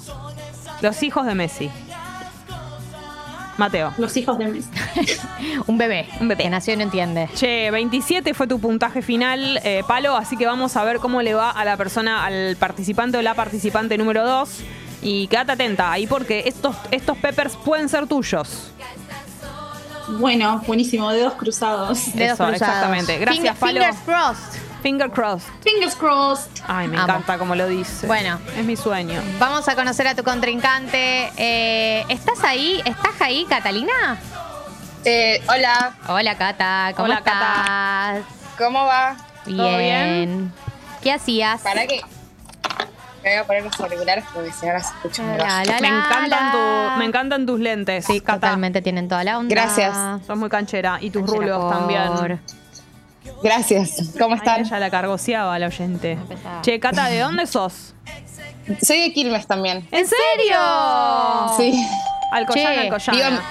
Speaker 2: Los hijos de Messi. Mateo.
Speaker 10: Los hijos de Messi.
Speaker 1: Un bebé.
Speaker 2: Un bebé.
Speaker 1: Que nació y no entiende.
Speaker 2: Che, 27 fue tu puntaje final, eh, Palo, así que vamos a ver cómo le va a la persona, al participante o la participante número 2. Y quédate atenta ahí porque estos, estos peppers pueden ser tuyos.
Speaker 10: Bueno, buenísimo, dedos cruzados.
Speaker 1: Dedos
Speaker 2: Eso,
Speaker 1: cruzados.
Speaker 2: exactamente. Gracias,
Speaker 1: Finger-
Speaker 2: Palo.
Speaker 1: Fingers crossed.
Speaker 2: Finger crossed.
Speaker 10: Fingers crossed.
Speaker 2: Ay, me
Speaker 1: Amo.
Speaker 2: encanta como lo dice.
Speaker 1: Bueno.
Speaker 2: Es mi sueño.
Speaker 1: Vamos a conocer a tu contrincante. Eh, ¿Estás ahí? ¿Estás ahí, Catalina?
Speaker 6: Eh, hola,
Speaker 1: Hola, Cata. ¿Cómo
Speaker 2: Hola,
Speaker 1: estás?
Speaker 2: Cata.
Speaker 6: ¿cómo va?
Speaker 2: ¿Todo bien?
Speaker 1: ¿Qué hacías?
Speaker 6: ¿Para qué? Me voy a poner los auriculares porque si ahora se escucha muy
Speaker 1: La,
Speaker 6: bajo.
Speaker 1: la,
Speaker 2: Me
Speaker 1: la,
Speaker 2: encantan,
Speaker 1: la.
Speaker 2: tu- me encantan tus lentes.
Speaker 1: Sí,
Speaker 2: Cata.
Speaker 1: totalmente tienen toda la onda.
Speaker 6: Gracias.
Speaker 2: Sos muy canchera. Y tus
Speaker 1: Canchera
Speaker 2: rulos
Speaker 1: por-
Speaker 2: también.
Speaker 6: Gracias, ¿cómo
Speaker 2: Ay,
Speaker 6: están?
Speaker 2: ella la cargoseaba la oyente.
Speaker 1: Empezaba.
Speaker 2: Che, Cata, ¿de dónde sos?
Speaker 6: Soy de Quilmes también.
Speaker 2: ¿En serio?
Speaker 6: Sí,
Speaker 2: Alcoyana,
Speaker 1: Che,
Speaker 6: vivo en,
Speaker 2: Alcoyana.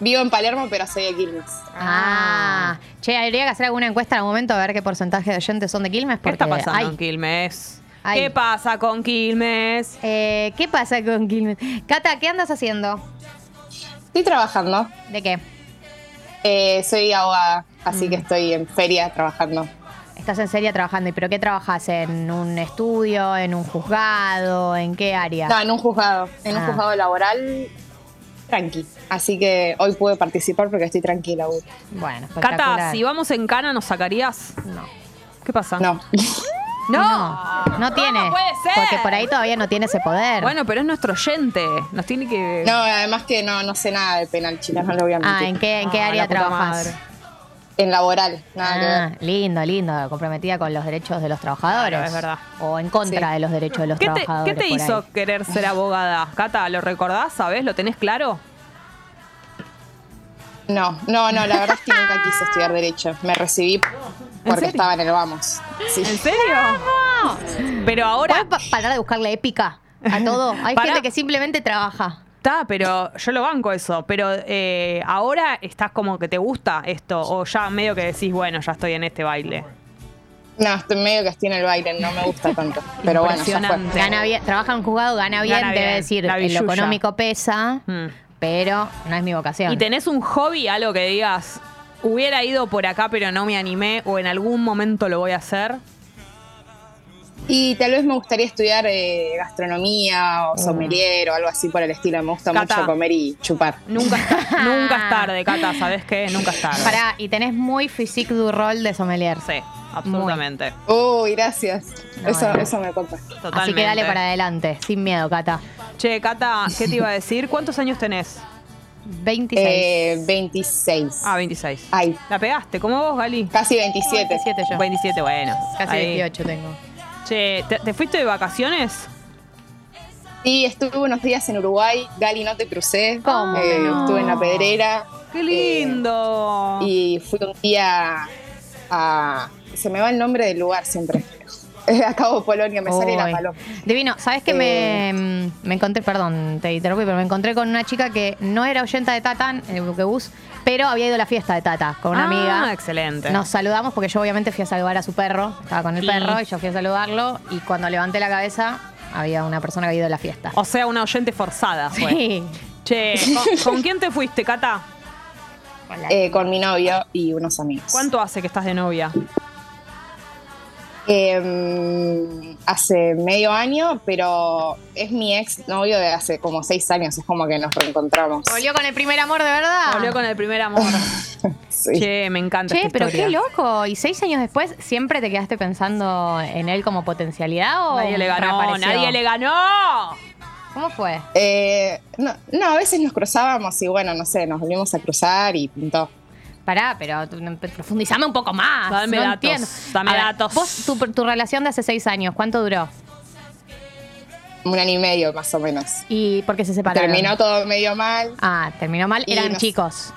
Speaker 6: vivo en Palermo, pero soy de Quilmes.
Speaker 1: Ah. Che, habría que hacer alguna encuesta en algún momento a ver qué porcentaje de oyentes son de Quilmes.
Speaker 2: ¿Qué
Speaker 1: Porque,
Speaker 2: está pasando
Speaker 1: ay,
Speaker 2: con Quilmes?
Speaker 1: Ay.
Speaker 2: ¿Qué pasa con Quilmes?
Speaker 1: eh, ¿Qué pasa con Quilmes? Cata, ¿qué andas haciendo?
Speaker 6: Estoy trabajando,
Speaker 1: ¿De qué?
Speaker 6: eh, soy abogada, así
Speaker 1: Mm.
Speaker 6: que estoy en feria trabajando.
Speaker 1: Estás en serie trabajando, ¿y pero qué trabajas? ¿En un estudio? ¿En un juzgado? ¿En qué área?
Speaker 6: No, en un juzgado, en
Speaker 1: Ah.
Speaker 6: un juzgado laboral tranqui. Así que hoy pude participar porque estoy tranquila. Uri.
Speaker 1: Bueno, espectacular.
Speaker 2: Cata, si vamos en cana, ¿nos sacarías?
Speaker 1: No.
Speaker 2: ¿Qué
Speaker 1: Ah.
Speaker 2: pasa?
Speaker 6: No,
Speaker 1: No, no, tiene.
Speaker 2: ¿Cómo puede ser?
Speaker 1: Porque por ahí todavía no tiene ese poder.
Speaker 2: Bueno, pero es nuestro oyente. Nos tiene que.
Speaker 6: no, además que no, no sé nada de penal, chicas, no lo voy a
Speaker 1: ah,
Speaker 6: mentir.
Speaker 1: ¿en qué, en qué
Speaker 2: Ah, la
Speaker 1: área
Speaker 2: puta
Speaker 1: trabajas?
Speaker 2: madre.
Speaker 6: En laboral, nada que ver.
Speaker 1: Ah, lindo, lindo, comprometida con los derechos de los trabajadores.
Speaker 2: Claro, es verdad.
Speaker 1: O en contra
Speaker 6: Sí.
Speaker 1: de los derechos de los
Speaker 2: ¿Qué te,
Speaker 1: trabajadores.
Speaker 2: qué te
Speaker 1: por ahí.
Speaker 2: hizo querer ser abogada? Cata, ¿lo recordás? ¿Sabés? ¿Lo tenés claro?
Speaker 6: No, no, no, la verdad es que nunca quise estudiar Derecho. Me recibí porque
Speaker 2: serio?
Speaker 6: estaba en el Vamos. Sí.
Speaker 2: ¿En serio? Pero ahora.
Speaker 1: ¿Puedes pa- parar de buscarle épica a todo? Hay
Speaker 2: Pará.
Speaker 1: gente que simplemente trabaja.
Speaker 2: Está, pero yo lo banco eso. Pero eh, ahora estás como que te gusta esto. O ya medio que decís, bueno, ya estoy en este baile.
Speaker 6: No, estoy medio que estoy en el baile, no me gusta tanto. Pero bueno, ya
Speaker 2: Impresionante.
Speaker 6: fue.
Speaker 1: Gana bien, trabaja en un juzgado, gana bien,
Speaker 2: Gana
Speaker 1: debe
Speaker 2: bien,
Speaker 1: decir,
Speaker 2: la
Speaker 1: en lo
Speaker 2: billulla.
Speaker 1: económico pesa,
Speaker 2: Mm.
Speaker 1: pero no es mi vocación.
Speaker 2: ¿Y tenés un hobby, algo que digas, hubiera ido por acá pero no me animé o en algún momento lo voy a hacer?
Speaker 6: Y tal vez me gustaría estudiar eh, gastronomía o sommelier o algo así por el estilo. Me gusta
Speaker 2: Cata.
Speaker 6: mucho comer y chupar.
Speaker 2: Nunca, nunca es tarde, Cata, ¿sabes qué? Nunca es tarde.
Speaker 1: Pará, y tenés muy physique du rol de sommelier.
Speaker 2: Sí, absolutamente.
Speaker 6: Uy, gracias.
Speaker 1: No,
Speaker 6: eso,
Speaker 1: no.
Speaker 6: eso me copa.
Speaker 2: Totalmente.
Speaker 1: Así que dale para adelante, sin miedo, Cata.
Speaker 2: Che, Cata, ¿qué te iba a decir? ¿Cuántos años tenés?
Speaker 1: 26.
Speaker 6: Eh, 26.
Speaker 2: Ah, 26.
Speaker 6: Ay,
Speaker 2: La pegaste, como vos, Gali.
Speaker 6: casi 27.
Speaker 1: 27 yo.
Speaker 2: 27, bueno.
Speaker 1: Casi
Speaker 2: ahí.
Speaker 1: 28 tengo.
Speaker 2: Che, ¿te, te fuiste de vacaciones?
Speaker 6: Sí, estuve unos días en Uruguay. Gali, no te crucé. Eh,
Speaker 1: ¿Cómo que no?
Speaker 6: Estuve en La Pedrera.
Speaker 2: ¡Qué
Speaker 6: Eh,
Speaker 2: lindo!
Speaker 6: y fui un día a... Se me va el nombre del lugar siempre. Eh, A Cabo Polonia, me sale la
Speaker 1: Uy.
Speaker 6: paloma.
Speaker 1: Divino, ¿sabes que
Speaker 6: Eh.
Speaker 1: me, mm, me encontré, perdón, te interrumpí, pero me encontré con una chica que no era oyenta de Tata en el buquebús, pero había ido a la fiesta de Tata con una
Speaker 2: Ah,
Speaker 1: amiga.
Speaker 2: excelente.
Speaker 1: Nos saludamos porque yo obviamente fui a saludar a su perro, estaba con el
Speaker 2: Y-
Speaker 1: perro y yo fui a saludarlo y cuando levanté la cabeza había una persona que había ido a la fiesta.
Speaker 2: O sea, una oyente forzada fue.
Speaker 1: Sí.
Speaker 2: Che, ¿con, con quién te fuiste, Cata?
Speaker 6: Eh, con mi novio y unos amigos.
Speaker 2: ¿Cuánto hace que estás de novia?
Speaker 10: Em,
Speaker 6: Eh, hace medio año, pero es mi ex novio de hace como seis años. Es como que nos reencontramos.
Speaker 1: Volvió con el primer amor de verdad.
Speaker 2: Volvió con el primer amor. Che, me encanta.
Speaker 1: Ah. Che,
Speaker 2: esta
Speaker 1: pero
Speaker 2: historia.
Speaker 1: qué loco. ¿Y seis años después siempre te quedaste pensando en él como potencialidad o
Speaker 2: Nadie le ganó,
Speaker 1: reapareció?
Speaker 2: nadie le ganó.
Speaker 1: ¿Cómo fue?
Speaker 10: Eh, no, no, a veces nos cruzábamos y bueno, no sé, nos volvimos a cruzar y pintó.
Speaker 1: Pará, pero tú- profundizame un poco más.
Speaker 2: Dame
Speaker 1: no
Speaker 2: datos,
Speaker 1: entiendo.
Speaker 2: dame
Speaker 1: A ver,
Speaker 2: datos.
Speaker 1: vos, tu, tu relación de hace seis años, ¿cuánto duró?
Speaker 10: Un año y medio más o menos.
Speaker 1: ¿Y por qué se separaron?
Speaker 10: Terminó todo medio mal.
Speaker 1: Ah, terminó mal.
Speaker 10: Y
Speaker 1: Eran
Speaker 10: nos-
Speaker 1: chicos.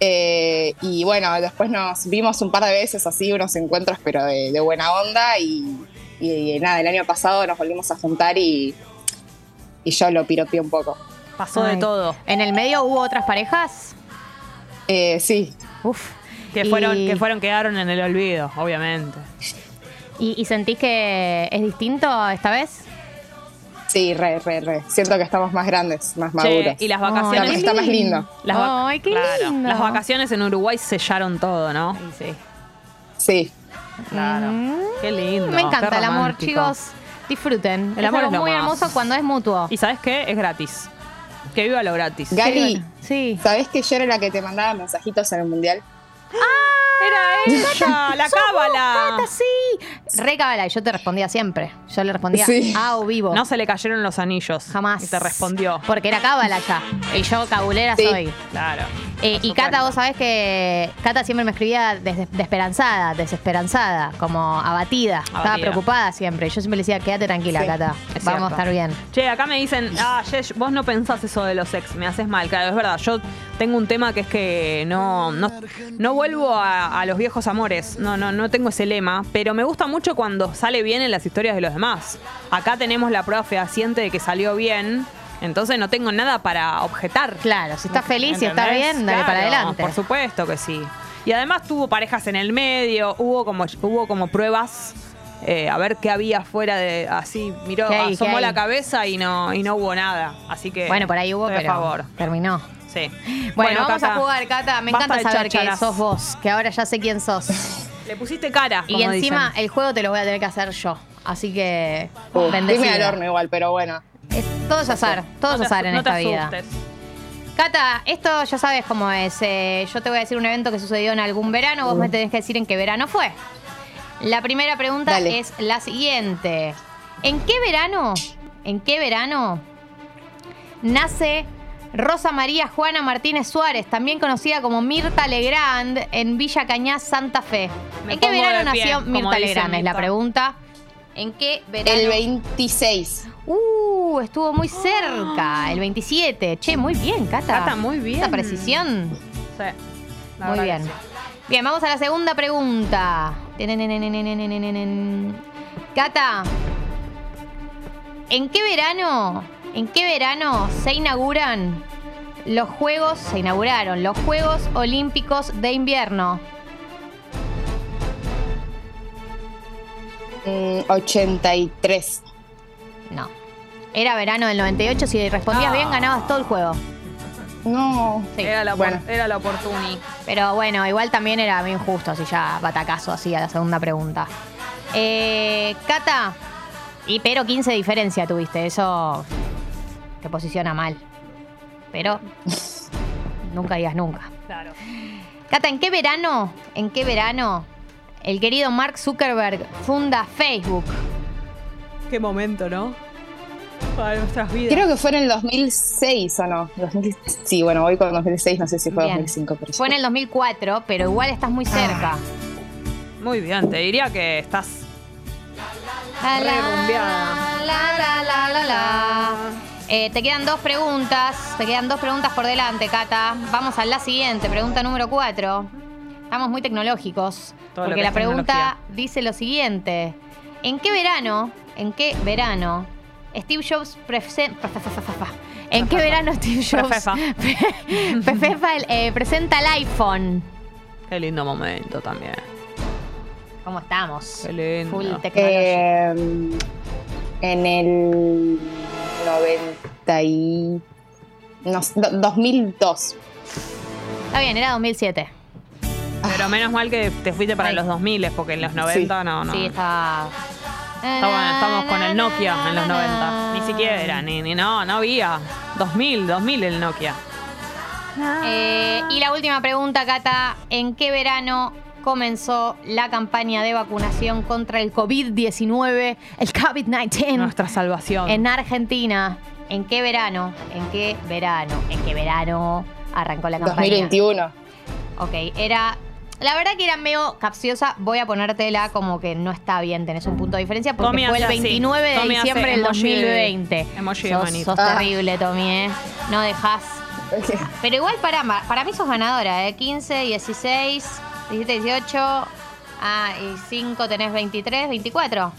Speaker 10: Eh, y bueno, después nos vimos un par de veces así, unos encuentros, pero de, de buena onda. Y, y nada, el año pasado nos volvimos a juntar y, y yo lo piropeé un poco.
Speaker 2: Pasó de
Speaker 1: Ay.
Speaker 2: todo.
Speaker 1: ¿En el medio hubo otras parejas?
Speaker 10: Eh, sí,
Speaker 1: Uf.
Speaker 2: Que
Speaker 1: Y-
Speaker 2: fueron, que fueron, quedaron en el olvido, obviamente.
Speaker 1: ¿Y, y sentís que es distinto esta vez?
Speaker 10: sí, re, re, re. Siento que estamos más grandes, más maduros.
Speaker 2: Che, y las vacaciones.
Speaker 10: Ay, qué Está más lindo. lindo.
Speaker 2: Las vac-
Speaker 1: Ay, qué
Speaker 2: claro.
Speaker 1: lindo.
Speaker 2: Las vacaciones en Uruguay sellaron todo, ¿no?
Speaker 1: Sí.
Speaker 10: Sí.
Speaker 2: Claro. Qué lindo.
Speaker 1: Mm. Me encanta
Speaker 2: qué
Speaker 1: el amor,
Speaker 2: romántico.
Speaker 1: chicos. Disfruten.
Speaker 2: El amor
Speaker 1: es algo
Speaker 2: es lo
Speaker 1: muy
Speaker 2: más.
Speaker 1: hermoso cuando es mutuo.
Speaker 2: ¿Y sabes qué? Es gratis. Que viva lo gratis.
Speaker 10: Gali,
Speaker 1: Sí.
Speaker 10: ¿sabés que yo era la que te mandaba mensajitos en el mundial?
Speaker 2: Era ella, la
Speaker 1: ¡Sos vos,
Speaker 2: cábala.
Speaker 1: Cata, sí! Re cábala, y yo te respondía siempre. Yo le respondía
Speaker 10: Sí.
Speaker 1: a o vivo.
Speaker 2: No se le cayeron los anillos.
Speaker 1: jamás.
Speaker 2: Y te respondió.
Speaker 1: Porque era cábala ya. Y yo cabulera
Speaker 10: Sí.
Speaker 1: soy.
Speaker 2: Claro.
Speaker 1: Eh,
Speaker 2: Por
Speaker 1: y Cata,
Speaker 2: supuesto.
Speaker 1: vos sabés que Cata siempre me escribía des- desesperanzada, desesperanzada, como abatida. Estaba
Speaker 2: Abatida.
Speaker 1: preocupada siempre. Yo siempre le decía, quédate tranquila,
Speaker 10: Sí.
Speaker 1: Cata.
Speaker 2: Es
Speaker 1: Vamos
Speaker 2: cierto.
Speaker 1: a estar bien.
Speaker 2: Che, acá me dicen, ah, Yesh, vos no pensás eso de los ex, me haces mal. Claro, es verdad, yo tengo un tema que es que no, no, no vuelvo a, a los viejos amores. No, no, no tengo ese lema, pero me gusta mucho cuando sale bien en las historias de los demás. Acá tenemos la prueba fehaciente de que salió bien, entonces no tengo nada para objetar.
Speaker 1: Claro, si está feliz y está
Speaker 2: ¿Entendés?
Speaker 1: bien, dale para
Speaker 2: Claro,
Speaker 1: adelante.
Speaker 2: Por supuesto que sí. Y además tuvo parejas en el medio, hubo como, hubo como pruebas. eh, a ver qué había fuera de. Así, miró,
Speaker 1: ¿Qué hay?
Speaker 2: asomó
Speaker 1: ¿Qué hay?
Speaker 2: la cabeza y no, y no hubo nada. Así que.
Speaker 1: Bueno, por ahí hubo,
Speaker 2: estoy
Speaker 1: pero
Speaker 2: A favor.
Speaker 1: terminó.
Speaker 2: Sí.
Speaker 1: Bueno, vamos a
Speaker 2: Cata,
Speaker 1: jugar, Cata. Me
Speaker 2: basta
Speaker 1: encanta
Speaker 2: de
Speaker 1: saber que
Speaker 2: chácharas.
Speaker 1: sos vos, que ahora ya sé quién sos.
Speaker 2: Le pusiste cara.
Speaker 1: y
Speaker 2: como
Speaker 1: encima eh,
Speaker 2: dicen.
Speaker 1: el juego te lo voy a tener que hacer yo. Así que
Speaker 10: Uh, dime
Speaker 1: bendecida.
Speaker 10: al horno igual, pero bueno.
Speaker 1: Es- todo es azar, todo es
Speaker 2: No te
Speaker 1: azar
Speaker 2: asu-
Speaker 1: en
Speaker 2: no te
Speaker 1: esta vida.
Speaker 2: asustes.
Speaker 1: Cata, esto ya sabes cómo es. Eh, yo te voy a decir un evento que sucedió en algún verano, vos me
Speaker 10: Uh.
Speaker 1: tenés que decir en qué verano fue. La primera pregunta
Speaker 10: Dale.
Speaker 1: es la siguiente. ¿En qué verano, en qué verano nace Rosa María Juana Martínez Suárez, también conocida como Mirta Legrand, en Villa Cañas, Santa Fe?
Speaker 2: Me
Speaker 1: ¿En qué
Speaker 2: pongo
Speaker 1: verano
Speaker 2: de pie,
Speaker 1: nació
Speaker 2: como
Speaker 1: Mirta
Speaker 2: dice
Speaker 1: Legrand? Es la
Speaker 2: Mirta.
Speaker 1: pregunta. ¿En qué verano?
Speaker 10: El 26.
Speaker 1: Uh, estuvo muy cerca, el 27. Che, muy bien, Cata.
Speaker 2: Ah. Cata, muy bien.
Speaker 1: Esta precisión.
Speaker 2: Sí, la
Speaker 1: muy
Speaker 2: verdad
Speaker 1: bien.
Speaker 2: que sí.
Speaker 1: Bien, vamos a la segunda pregunta. Tenenenenenenenenenen. Cata, ¿en qué verano, en qué verano se inauguran los Juegos, se inauguraron los Juegos Olímpicos de Invierno?
Speaker 10: Mm, 83.
Speaker 1: No. Era verano del 98, si respondías
Speaker 2: No.
Speaker 1: bien ganabas todo el juego.
Speaker 10: No.
Speaker 1: Sí.
Speaker 2: Ah. Era, la opor-
Speaker 10: Bueno.
Speaker 2: era la oportuni.
Speaker 1: Pero bueno, igual también era bien justo, así ya batacazo, así a la segunda pregunta. Eh, Cata, y pero 15 de diferencia tuviste, eso te posiciona mal. Pero nunca digas nunca.
Speaker 2: Claro.
Speaker 1: Cata, ¿en qué verano, en qué verano el querido Mark Zuckerberg funda Facebook?
Speaker 2: Qué momento, ¿no? Para nuestras vidas.
Speaker 10: Creo que fue en el 2006 o no. 2000 Sí, bueno, voy con 2006, no sé si fue
Speaker 1: Bien.
Speaker 10: 2005. Pero
Speaker 1: Fue en el 2004, pero igual estás muy cerca.
Speaker 2: Muy bien, te diría que estás.
Speaker 1: La, la,
Speaker 2: Rebombeada.
Speaker 1: la, la, la, la, la. Eh, te quedan dos preguntas. Te quedan dos preguntas por delante, Cata. Vamos a la siguiente, pregunta número cuatro. Estamos muy tecnológicos.
Speaker 2: Todo lo
Speaker 1: porque
Speaker 2: que
Speaker 1: la
Speaker 2: es
Speaker 1: pregunta
Speaker 2: tecnología.
Speaker 1: dice lo siguiente: ¿En qué verano, en qué verano, Steve Jobs prese- ¿En qué verano Steve Jobs
Speaker 2: Prefefa.
Speaker 1: prefefa el- eh, presenta el iPhone?
Speaker 2: Qué lindo momento también.
Speaker 1: ¿Cómo estamos?
Speaker 2: Qué lindo.
Speaker 1: Full tecnología.
Speaker 10: Eh, en el 90 y... No, sé, do- 2002.
Speaker 1: Está bien, era 2007.
Speaker 2: Pero menos mal que te fuiste para
Speaker 1: Ay.
Speaker 2: los 2000 porque en los 90 no, no.
Speaker 1: Sí, está.
Speaker 2: Estamos, estamos con el Nokia en los 90. Ni siquiera, ni, ni no, no había. 2000, 2000 el Nokia.
Speaker 1: Eh, y la última pregunta, Cata, ¿en qué verano comenzó la campaña de vacunación contra el COVID-19, el COVID-19? Nuestra
Speaker 2: salvación.
Speaker 1: En Argentina, ¿en qué verano? ¿En qué verano? ¿En qué verano arrancó la campaña?
Speaker 10: 2021.
Speaker 1: Ok, era. La verdad que era medio capciosa. Voy a ponértela como que no está bien, tenés un punto de diferencia porque
Speaker 2: Tommy
Speaker 1: fue el
Speaker 2: hace así.
Speaker 1: 29 de
Speaker 2: Tommy hace
Speaker 1: diciembre del
Speaker 2: emoji de-
Speaker 1: 2020.
Speaker 2: emoji de
Speaker 1: sos,
Speaker 2: manito.
Speaker 1: sos
Speaker 2: Ah.
Speaker 1: terrible, Tommy, ¿eh? No dejás. Pero igual para, ma- para mí sos ganadora, ¿eh? 15, 16, 17, 18. Ah, y 5 tenés 23, 24.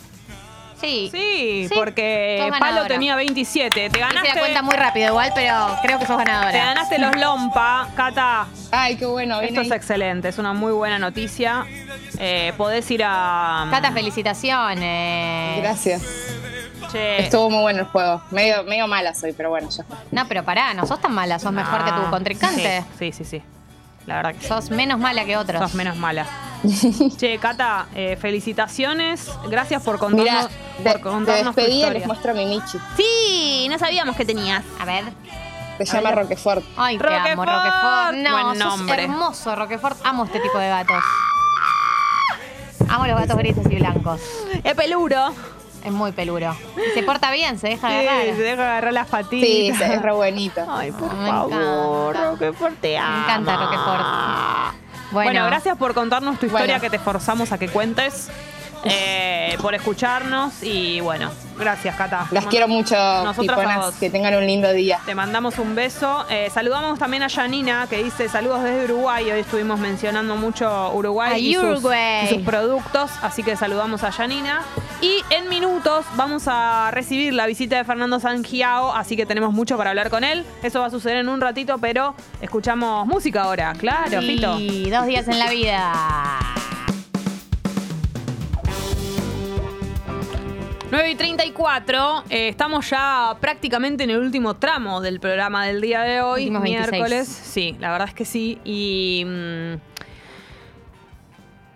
Speaker 1: Sí.
Speaker 2: Sí,
Speaker 1: Sí,
Speaker 2: porque
Speaker 1: sos ganadora.
Speaker 2: Palo tenía 27. Te
Speaker 1: Hice
Speaker 2: ganaste,
Speaker 1: la cuenta muy rápido igual, pero creo que sos ganadora.
Speaker 2: te ganaste los lompa, Cata.
Speaker 10: Ay, qué bueno.
Speaker 2: Esto es excelente, es una muy buena noticia. Eh, podés ir a...
Speaker 1: Cata, felicitaciones.
Speaker 10: Gracias.
Speaker 2: mm, Che,
Speaker 10: Estuvo muy bueno el juego. Medio, medio mala soy, pero bueno, ya está.
Speaker 1: No, pero pará, no sos tan mala, sos mejor que tu contrincante.
Speaker 2: Ah, Sí, sí, sí. La verdad que
Speaker 1: Sos menos mala que otros.
Speaker 2: Sos menos mala. che, Cata, eh, felicitaciones. Gracias por
Speaker 10: Mira,
Speaker 2: contarnos,
Speaker 10: te,
Speaker 2: por
Speaker 10: te
Speaker 2: contarnos tu
Speaker 10: despedí y les
Speaker 2: historia.
Speaker 10: muestro mi Michi.
Speaker 1: Sí, no sabíamos que tenías. A ver.
Speaker 10: Se llama Roquefort.
Speaker 1: Ay, te amo,
Speaker 2: Roquefort.
Speaker 1: Roquefort. No,
Speaker 2: Buen
Speaker 1: sos
Speaker 2: nombre.
Speaker 1: hermoso, Roquefort. Amo este tipo de gatos. Amo los gatos grises y blancos.
Speaker 2: Es peluro.
Speaker 1: Es muy peluro. Y se porta bien, se deja
Speaker 2: Sí,
Speaker 1: agarrar.
Speaker 2: se deja agarrar las patitas.
Speaker 10: Sí, es re buenito.
Speaker 2: Ay, por
Speaker 1: Ah, Me
Speaker 2: favor, Roquefort, te
Speaker 1: Me encanta
Speaker 2: amo.
Speaker 1: Roquefort. Bueno,
Speaker 2: Bueno, gracias por contarnos tu historia
Speaker 1: Bueno.
Speaker 2: que te forzamos a que cuentes. eh, por escucharnos y bueno, gracias Cata.
Speaker 10: Las quiero mucho,
Speaker 2: Nosotras a vos.
Speaker 10: piponas. Que tengan un lindo día.
Speaker 2: Te mandamos un beso. Eh, saludamos también a Janina que dice saludos desde Uruguay. Hoy estuvimos mencionando mucho Uruguay,
Speaker 1: A
Speaker 2: y, sus-
Speaker 1: Uruguay.
Speaker 2: y Sus, productos, así que saludamos a Janina. Y en minutos vamos a recibir la visita de Fernando Sangiao, así que tenemos mucho para hablar con él. Eso va a suceder en un ratito, pero escuchamos música ahora, claro, Fito.
Speaker 1: Y dos días en la vida.
Speaker 2: Ah. 9 y 34, eh, estamos ya prácticamente en el último tramo del programa del día de hoy,
Speaker 1: Últimos 26.
Speaker 2: miércoles. Sí, la verdad es que sí. Y mm,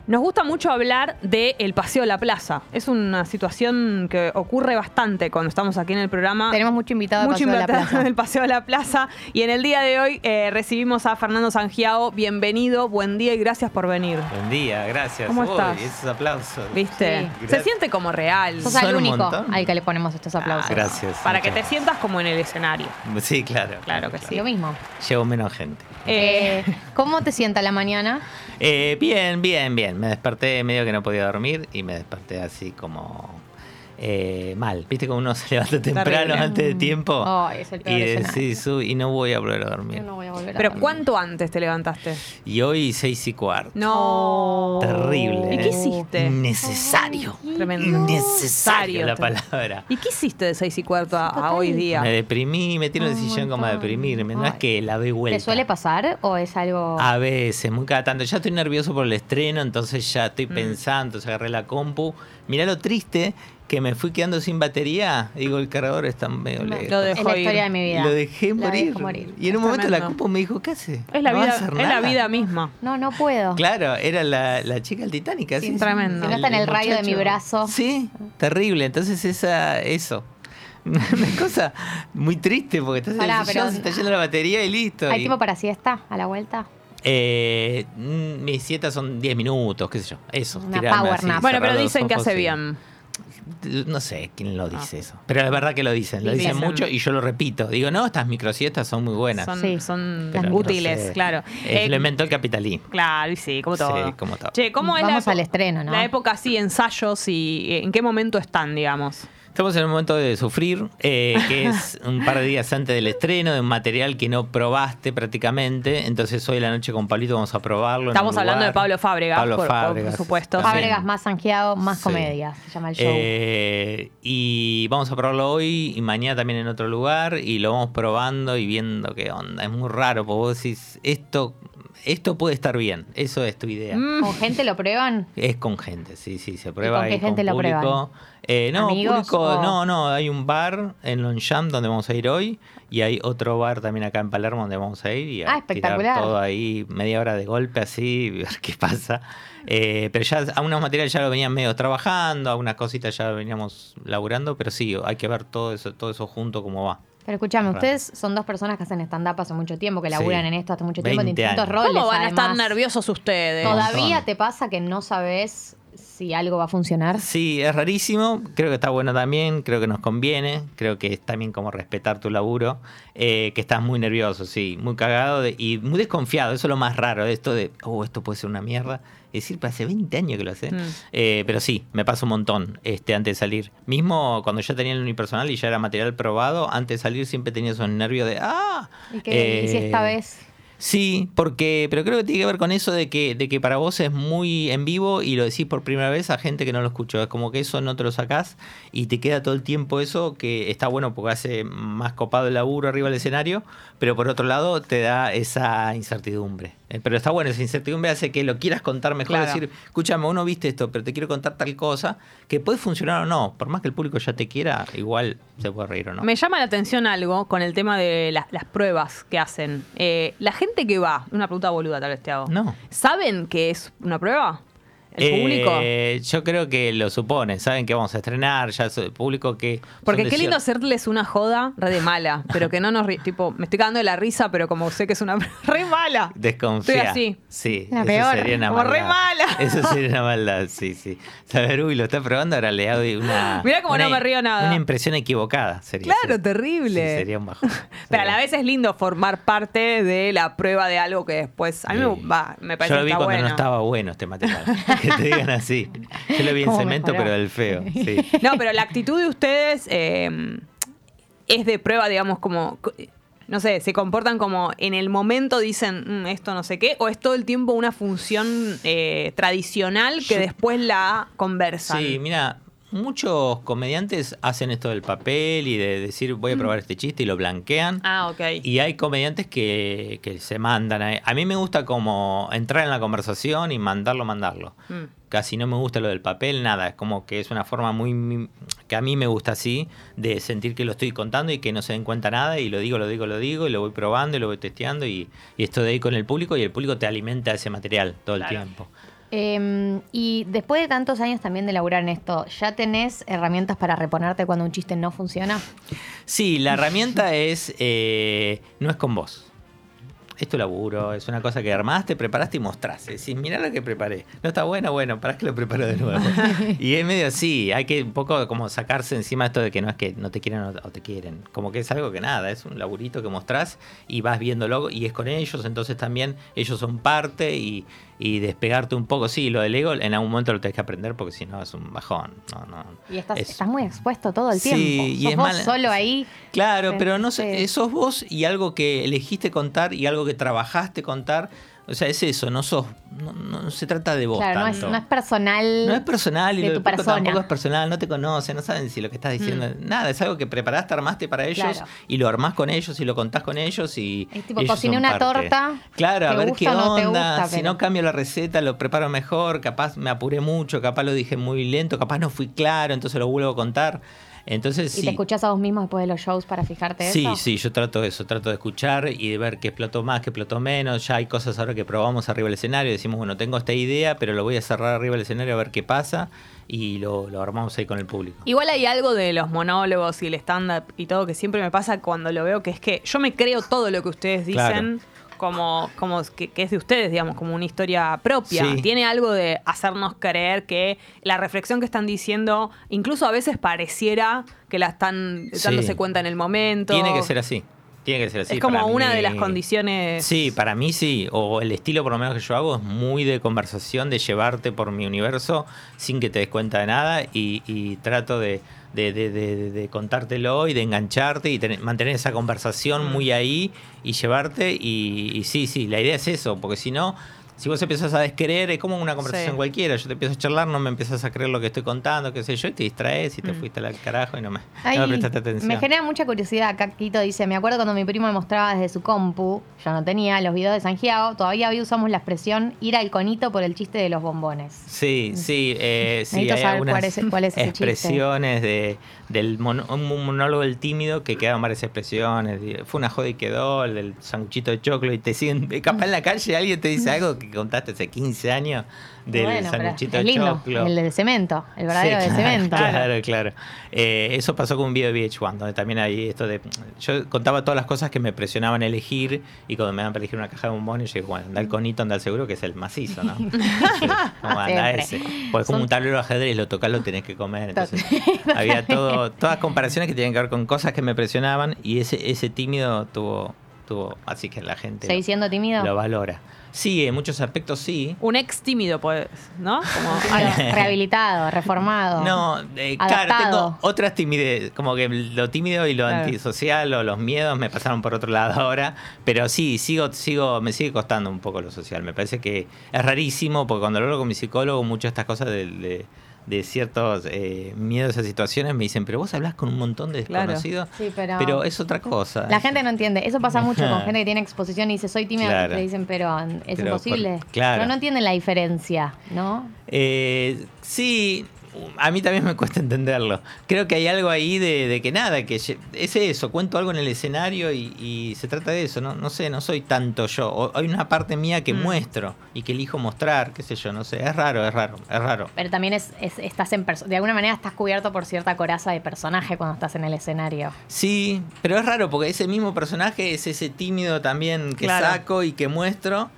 Speaker 2: nos gusta mucho hablar del paseo a la plaza. Es una situación que ocurre bastante cuando estamos aquí en el programa.
Speaker 1: Tenemos mucho invitado de
Speaker 2: mucho
Speaker 1: Paseo de la
Speaker 2: invitado
Speaker 1: Plaza.
Speaker 2: del paseo a la plaza. Y en el día de hoy eh, recibimos a Fernando Sangiao. Bienvenido, buen día y gracias por venir.
Speaker 8: Buen día, gracias.
Speaker 2: ¿Cómo
Speaker 8: Uy,
Speaker 2: estás?
Speaker 8: esos aplausos.
Speaker 2: ¿Viste?
Speaker 8: Sí.
Speaker 2: Se siente como real.
Speaker 1: Sos el
Speaker 8: Son un
Speaker 1: único
Speaker 8: montón.
Speaker 1: al que le ponemos estos aplausos.
Speaker 8: Gracias.
Speaker 2: Para que te sientas como en el escenario.
Speaker 8: Sí, claro. Claro que
Speaker 1: Lo mismo.
Speaker 8: Llevo menos gente.
Speaker 1: Eh, ¿Cómo te sienta la mañana?
Speaker 8: Eh, bien, bien, bien. Me desperté medio que no podía dormir y me desperté así como eh, mal. ¿Viste como uno se levanta temprano
Speaker 2: Terrible.
Speaker 8: antes de tiempo?
Speaker 2: Ay, es Oh, el peor
Speaker 8: y
Speaker 2: escenario.
Speaker 8: decís, "Uy, y no voy a volver a dormir.
Speaker 2: Pero ¿cuánto antes te levantaste?
Speaker 8: Y hoy seis y cuarto.
Speaker 2: No.
Speaker 8: Terrible.
Speaker 2: ¿Y
Speaker 8: ¿eh?
Speaker 2: qué hiciste?
Speaker 8: Necesario.
Speaker 2: Tremendo.
Speaker 8: Innecesario la palabra.
Speaker 2: ¿Y qué hiciste de seis y cuarto a, a hoy día?
Speaker 8: Me deprimí, me tiro en el sillón como a deprimirme. No es que la doy
Speaker 1: ¿Te
Speaker 8: vuelta.
Speaker 1: suele pasar o es algo.?
Speaker 8: A veces, muy cada tanto. Ya estoy nervioso por el estreno, entonces ya estoy pensando, entonces agarré la compu. Mirá lo triste que me fui quedando sin batería. Digo, el cargador está medio lejos.
Speaker 1: lo dejó Es la ir. historia de mi vida.
Speaker 8: Lo dejé
Speaker 1: La
Speaker 8: morir.
Speaker 1: dejo morir.
Speaker 8: Y en un
Speaker 1: Es
Speaker 8: momento la
Speaker 1: tremendo.
Speaker 8: compu me dijo, ¿qué hace?
Speaker 2: Es la
Speaker 8: No va a
Speaker 2: vida,
Speaker 8: hacer
Speaker 2: es la
Speaker 8: nada".
Speaker 2: vida misma.
Speaker 1: No, no puedo.
Speaker 8: Claro, era la, la chica del Titanic. así.
Speaker 1: Sí, Si Oh. no está en el radio de mi
Speaker 8: muchacho.
Speaker 1: brazo.
Speaker 8: Sí. Terrible, entonces esa, eso. Una cosa muy triste porque estás en
Speaker 1: Pará,
Speaker 8: el sillón,
Speaker 1: pero-
Speaker 8: se está yendo la batería y listo.
Speaker 1: ¿Hay
Speaker 8: Y-
Speaker 1: tiempo para siesta a la vuelta?
Speaker 8: Eh, mm, mis dietas son 10 minutos, qué sé yo. Eso.
Speaker 1: Una
Speaker 8: tirarme
Speaker 1: power
Speaker 8: así,
Speaker 1: nap.
Speaker 2: Bueno, pero
Speaker 8: cerrar los
Speaker 2: dicen que
Speaker 8: ojos
Speaker 2: hace
Speaker 8: y-
Speaker 2: bien.
Speaker 8: No sé quién lo dice eso. Pero es verdad que lo dicen. Lo
Speaker 2: Dicen.
Speaker 8: dicen mucho y yo lo repito. Digo, no, estas microsiestas son muy buenas.
Speaker 2: Son, son
Speaker 8: Pero no
Speaker 2: útiles,
Speaker 8: sé.
Speaker 2: claro.
Speaker 8: Eh,
Speaker 2: Eh,
Speaker 8: lo inventó el capitalismo.
Speaker 2: Claro, y sí, como todo.
Speaker 8: Sí, como todo.
Speaker 2: Che, ¿cómo es la
Speaker 1: Vamos
Speaker 2: epo-
Speaker 1: al estreno, ¿no?
Speaker 2: la época así, ensayos y eh, en qué momento están, digamos?
Speaker 8: Estamos en el momento de sufrir, eh, que es un par de días antes del estreno, de un material que no probaste prácticamente. Entonces hoy en la noche con Pablito vamos a probarlo. en
Speaker 2: Estamos
Speaker 8: un
Speaker 2: hablando de
Speaker 8: lugar.
Speaker 2: Pablo Fábregas,
Speaker 8: Pablo
Speaker 2: por- por
Speaker 8: Fábregas,
Speaker 2: supuesto.
Speaker 8: también.
Speaker 1: Fábregas más zanjeado, más
Speaker 8: Sí.
Speaker 1: comedia, se llama el show.
Speaker 8: Eh, y vamos a probarlo hoy y mañana también en otro lugar y lo vamos probando y viendo qué onda. Es muy raro, porque vos decís, esto, esto puede estar bien, eso es tu idea.
Speaker 2: Mm,
Speaker 1: ¿Con gente lo prueban?
Speaker 8: Es con gente, sí, sí, se prueba.
Speaker 1: con qué
Speaker 8: ahí
Speaker 1: gente lo
Speaker 8: público. Eh, no,
Speaker 1: ¿Amigos
Speaker 8: público,
Speaker 1: o-
Speaker 8: no, no, hay un bar en Longchamp donde vamos a ir hoy y hay otro bar también acá en Palermo donde vamos a ir y a
Speaker 1: Ah, espectacular.
Speaker 8: tirar todo ahí media hora de golpe así, y ver qué pasa. Eh, pero ya algunos materiales ya lo venían medio trabajando, algunas cositas ya lo veníamos laburando, pero sí, hay que ver todo eso, todo eso junto cómo va.
Speaker 1: Pero escúchame,
Speaker 8: Raro.
Speaker 1: ustedes son dos personas que hacen stand-up hace mucho tiempo, que laburan
Speaker 8: Sí.
Speaker 1: en esto hace mucho tiempo, en
Speaker 8: 20
Speaker 1: distintos
Speaker 8: años.
Speaker 1: roles.
Speaker 2: ¿Cómo van a
Speaker 1: además.
Speaker 2: estar nerviosos ustedes?
Speaker 1: ¿Todavía te pasa que no sabes si algo va a funcionar?
Speaker 8: Sí, es rarísimo. Creo que está bueno también. Creo que nos conviene. Creo que es también como respetar tu laburo. Eh, que estás muy nervioso, sí. Muy cagado de- y muy desconfiado. Eso es lo más raro. Esto de, oh, esto puede ser una mierda. Es decir, hace 20 años que lo hace.
Speaker 2: Mm.
Speaker 8: Eh, pero sí, me pasa un montón este, antes de salir. Mismo cuando ya tenía el unipersonal y ya era material probado, antes de salir siempre tenía esos nervios de, ah.
Speaker 1: ¿Y qué y si
Speaker 8: eh,
Speaker 1: esta vez?
Speaker 8: Sí, porque, pero creo que tiene que ver con eso de que, de que para vos es muy en vivo y lo decís por primera vez a gente que no lo escuchó. Es como que eso no te lo sacás y te queda todo el tiempo eso que está bueno porque hace más copado el laburo arriba del escenario, pero por otro lado te da esa incertidumbre. Eh, Pero está bueno, esa incertidumbre hace que lo quieras contar mejor,
Speaker 2: Claro.
Speaker 8: decir, escúchame, uno viste esto, pero te quiero contar tal cosa, que puede funcionar o no. Por más que el público ya te quiera, igual se puede reír o no.
Speaker 2: Me llama la atención algo con el tema de la- las pruebas que hacen. Eh, la gente que va, una pregunta boluda tal vez te hago.
Speaker 8: No.
Speaker 2: ¿Saben que es una prueba? ¿El público?
Speaker 8: Eh, Yo creo que lo supone, saben que vamos a estrenar, ya es el público que... son
Speaker 2: Porque
Speaker 8: de
Speaker 2: qué lindo
Speaker 8: cier-
Speaker 2: hacerles una joda re de mala, pero que no nos ri- tipo, me estoy cagando de la risa, pero como sé que es una re mala.
Speaker 8: Desconfía.
Speaker 2: Estoy así.
Speaker 8: Sí,
Speaker 2: La
Speaker 8: eso
Speaker 2: peor,
Speaker 8: sería una
Speaker 2: como
Speaker 8: maldad.
Speaker 2: re mala.
Speaker 8: Eso sería una maldad, sí, sí. Saber, uy, lo está probando, ahora le hago una...
Speaker 2: Mirá cómo
Speaker 8: una-
Speaker 2: no me río nada.
Speaker 8: Una impresión equivocada sería.
Speaker 2: Claro,
Speaker 8: Sí,
Speaker 2: terrible.
Speaker 8: sería un bajón.
Speaker 2: Pero a la vez es lindo formar parte de la prueba de algo que después. A mí me, va, me parece
Speaker 8: Yo lo
Speaker 2: que
Speaker 8: vi
Speaker 2: está
Speaker 8: cuando
Speaker 2: bueno.
Speaker 8: no estaba bueno este material. que te digan así. Yo lo vi en
Speaker 2: ¿Cómo
Speaker 8: cemento,
Speaker 2: mejorar?
Speaker 8: pero del feo. Sí.
Speaker 2: No, pero la actitud de ustedes eh, es de prueba, digamos, como. No sé, se comportan como en el momento dicen "Mm, esto no sé qué, o es todo el tiempo una función eh, tradicional que después la conversan.
Speaker 8: Sí, mira, muchos comediantes hacen esto del papel y de decir voy a probar este chiste y lo blanquean.
Speaker 2: Mm. Ah, ok.
Speaker 8: Y hay comediantes que, que se mandan. eh. A, a mí me gusta como entrar en la conversación y mandarlo, mandarlo.
Speaker 2: Mm.
Speaker 8: Casi no me gusta lo del papel, nada. Es como que es una forma muy. que a mí me gusta así, de sentir que lo estoy contando y que no se den cuenta nada. Y lo digo, lo digo, lo digo, y lo voy probando y lo voy testeando. Y, y esto de ahí con el público y el público te alimenta ese material todo el
Speaker 1: Claro.
Speaker 8: tiempo.
Speaker 1: Eh, y después de tantos años también de laburar en esto, ¿ya tenés herramientas para reponerte cuando un chiste no funciona?
Speaker 8: Sí, la herramienta es. eh, no es con vos. Es tu laburo, es una cosa que armaste, preparaste y mostraste. Decís, mirá lo que preparé. No está bueno, bueno, para que lo preparo de nuevo. y es medio así, hay que un poco como sacarse encima esto de que no es que no te quieren o o te quieren. Como que es algo que nada, es un laburito que mostrás y vas viéndolo y es con ellos, entonces también ellos son parte y, y despegarte un poco. Sí, lo del ego en algún momento lo tenés que aprender porque si no es un bajón. No, no.
Speaker 1: Y estás,
Speaker 8: Es-
Speaker 1: estás muy expuesto todo el
Speaker 8: Sí,
Speaker 1: tiempo.
Speaker 8: y
Speaker 1: Sos
Speaker 8: es
Speaker 1: vos
Speaker 8: mala-
Speaker 1: solo ahí.
Speaker 8: Claro, pero no sé, eh, sos vos y algo que elegiste contar y algo que trabajaste contar. O sea, es eso, no sos. No, no- no se trata de vos.
Speaker 1: Claro, no es,
Speaker 8: tanto.
Speaker 1: no es personal.
Speaker 8: No es personal y
Speaker 1: de
Speaker 8: lo
Speaker 1: tu
Speaker 8: del público
Speaker 1: persona. Mm.
Speaker 8: tampoco es personal, no te conocen, no saben si lo que estás diciendo. Nada, es algo que preparaste, armaste para ellos
Speaker 1: Claro.
Speaker 8: y lo armás con ellos y lo contás con ellos y.
Speaker 1: Es tipo,
Speaker 8: ellos
Speaker 1: cociné
Speaker 8: son
Speaker 1: una
Speaker 8: parte.
Speaker 1: torta,
Speaker 8: Claro, a
Speaker 1: ¿te
Speaker 8: ver
Speaker 1: gusta
Speaker 8: qué
Speaker 1: o no
Speaker 8: onda.
Speaker 1: te gusta?
Speaker 8: si
Speaker 1: Pero-
Speaker 8: no cambio la receta, lo preparo mejor, capaz me apuré mucho, capaz lo dije muy lento, capaz no fui claro, entonces lo vuelvo a contar. Entonces,
Speaker 1: Y
Speaker 8: sí.
Speaker 1: te escuchás a vos mismo después de los shows para fijarte
Speaker 8: Sí,
Speaker 1: eso.
Speaker 8: sí, yo trato de eso, trato de escuchar y de ver qué explotó más, qué explotó menos. Ya hay cosas ahora que probamos arriba del escenario, decimos, bueno, tengo esta idea, pero lo voy a cerrar arriba del escenario a ver qué pasa y lo, lo armamos ahí con el público.
Speaker 2: Igual hay algo de los monólogos y el stand-up y todo que siempre me pasa cuando lo veo, que es que yo me creo todo lo que ustedes dicen como, como que, que es de ustedes, digamos, como una historia propia.
Speaker 8: Sí.
Speaker 2: Tiene algo de hacernos creer que la reflexión que están diciendo, incluso a veces pareciera que la están
Speaker 8: Sí.
Speaker 2: dándose cuenta en el momento.
Speaker 8: Tiene que ser así, tiene que ser así.
Speaker 2: es como
Speaker 8: para
Speaker 2: una
Speaker 8: mí-
Speaker 2: de las condiciones.
Speaker 8: Sí, para mí sí, o el estilo por lo menos que yo hago es muy de conversación, de llevarte por mi universo sin que te des cuenta de nada y, y trato de, de- de- de- de contártelo y de engancharte y tener- mantener esa
Speaker 1: Mm.
Speaker 8: conversación muy ahí y llevarte y, y sí, sí, la idea es eso, porque si no... Si vos empezás a descreer, es como una conversación
Speaker 2: Sí.
Speaker 8: cualquiera. Yo te empiezo a charlar, no me empiezas a creer lo que estoy contando, qué sé yo, y te distraes y te fuiste al carajo y no me, no me
Speaker 1: Mm. Ay,
Speaker 8: prestaste atención.
Speaker 1: Me genera mucha curiosidad. Acá Quito dice, me acuerdo cuando mi primo me mostraba desde su compu, yo no tenía, los videos de Santiago, todavía hoy usamos la expresión ir al conito por el chiste de los bombones.
Speaker 8: Sí, sí, eh, sí,
Speaker 1: Necesito
Speaker 8: hay
Speaker 1: saber
Speaker 8: algunas
Speaker 1: cuál es- cuál es ese chiste.
Speaker 8: expresiones de, del mono- un monólogo del tímido que quedaron varias expresiones. Fue una joda y quedó, el del sanguchito de choclo y te siguen, capaz en la calle alguien te dice algo que contaste hace 15 años del
Speaker 1: Bueno, pero
Speaker 8: sanguchito
Speaker 1: es
Speaker 8: de
Speaker 1: lindo,
Speaker 8: choclo.
Speaker 1: El de cemento, el verdadero
Speaker 8: Sí,
Speaker 1: de
Speaker 8: claro,
Speaker 1: cemento.
Speaker 8: Claro, claro. Eh, eso pasó con un video de VH1, donde también hay esto de. Yo contaba todas las cosas que me presionaban a elegir, y cuando me daban para elegir una caja de bombones, yo dije, bueno, anda el conito, anda el seguro, que es el macizo, ¿no? Sí, como
Speaker 1: Siempre.
Speaker 8: anda ese. Porque es como
Speaker 1: Son-
Speaker 8: un tablero de ajedrez, lo tocas, lo tenés que comer. Entonces, había todo, todas comparaciones que tenían que ver con cosas que me presionaban, y ese, ese tímido tuvo. tuvo así que la gente.
Speaker 1: ¿Seguís siendo tímido?
Speaker 8: Lo valora. Sí, en muchos aspectos sí.
Speaker 2: Un ex tímido, pues, ¿no? Como,
Speaker 1: Rehabilitado, reformado.
Speaker 8: No, eh, claro,
Speaker 1: adaptado.
Speaker 8: tengo otras timidez, como que lo tímido y lo
Speaker 1: Claro.
Speaker 8: antisocial o los miedos me pasaron por otro lado ahora, pero sí, sigo, sigo, me sigue costando un poco lo social. Me parece que es rarísimo, porque cuando lo hablo con mi psicólogo, muchas de estas cosas de, de- de ciertos eh, miedos a situaciones me dicen, pero vos hablás con un montón de
Speaker 1: Claro.
Speaker 8: desconocidos,
Speaker 1: Sí, pero-
Speaker 8: es otra cosa.
Speaker 1: La gente no entiende. Eso pasa mucho con gente que tiene exposición y dice, soy tímida.
Speaker 8: Claro.
Speaker 1: Le dicen, pero um, es
Speaker 8: Pero,
Speaker 1: imposible.
Speaker 8: por- claro.
Speaker 1: Pero no entienden la diferencia, ¿no?
Speaker 8: Eh, sí, a mí también me cuesta entenderlo. Creo que hay algo ahí de, de que nada, que lle- es eso, cuento algo en el escenario y, y se trata de eso, no, no sé, no soy tanto yo. O- hay una parte mía
Speaker 2: Mm.
Speaker 8: que muestro y que elijo mostrar, qué sé yo, no sé, es raro, es raro, es raro.
Speaker 1: Pero también es, es- estás en perso- de alguna manera estás cubierto por cierta coraza de personaje cuando estás en el escenario.
Speaker 8: Sí, pero es raro porque ese mismo personaje es ese tímido también que
Speaker 1: Claro.
Speaker 8: saco y que muestro,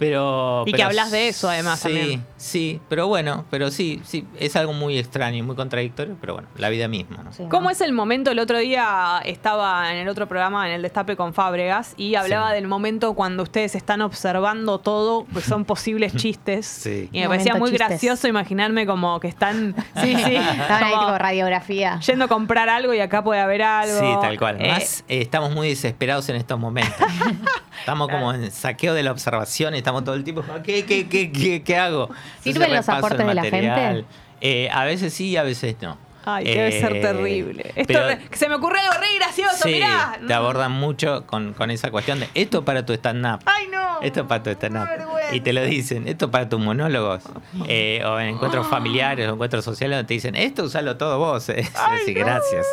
Speaker 8: pero...
Speaker 2: Y que
Speaker 8: pero
Speaker 2: hablas de eso, además,
Speaker 8: Sí,
Speaker 2: también.
Speaker 8: sí, pero bueno, pero sí, sí, es algo muy extraño y muy contradictorio, pero bueno, la vida misma. ¿no?
Speaker 2: ¿Cómo es el momento? El otro día estaba en el otro programa, en el Destape con Fábregas, y hablaba del momento cuando ustedes están observando todo, pues son posibles chistes.
Speaker 8: Sí.
Speaker 2: Y me
Speaker 1: Momento
Speaker 2: parecía muy
Speaker 1: chistes.
Speaker 2: gracioso imaginarme como que están.
Speaker 1: Sí, sí. Estaban ahí
Speaker 2: como
Speaker 1: tipo radiografía.
Speaker 2: Yendo a comprar algo y acá puede haber algo.
Speaker 8: Sí, tal cual.
Speaker 2: Eh,
Speaker 8: Más, eh, estamos muy desesperados en estos momentos. estamos como en saqueo de la observación, estamos todo el tiempo, como, ¿qué, qué, qué, qué, qué hago?
Speaker 1: ¿Sirven los
Speaker 8: repaso el
Speaker 1: aportes de la
Speaker 8: material.
Speaker 1: gente?
Speaker 8: Eh, a veces sí, a veces no.
Speaker 2: Ay, debe ser
Speaker 8: Eh,
Speaker 2: terrible. Esto
Speaker 8: pero-
Speaker 2: re- se me ocurre algo re gracioso,
Speaker 8: Sí,
Speaker 2: mirá.
Speaker 8: te abordan mucho con, con esa cuestión de esto para tu stand-up.
Speaker 2: Ay, no.
Speaker 8: Esto es para tu stand-up. Y te lo dicen, esto es para tus monólogos. eh, o en encuentros familiares o encuentros sociales donde te dicen, esto usalo todo vos. eh. Así, gracias.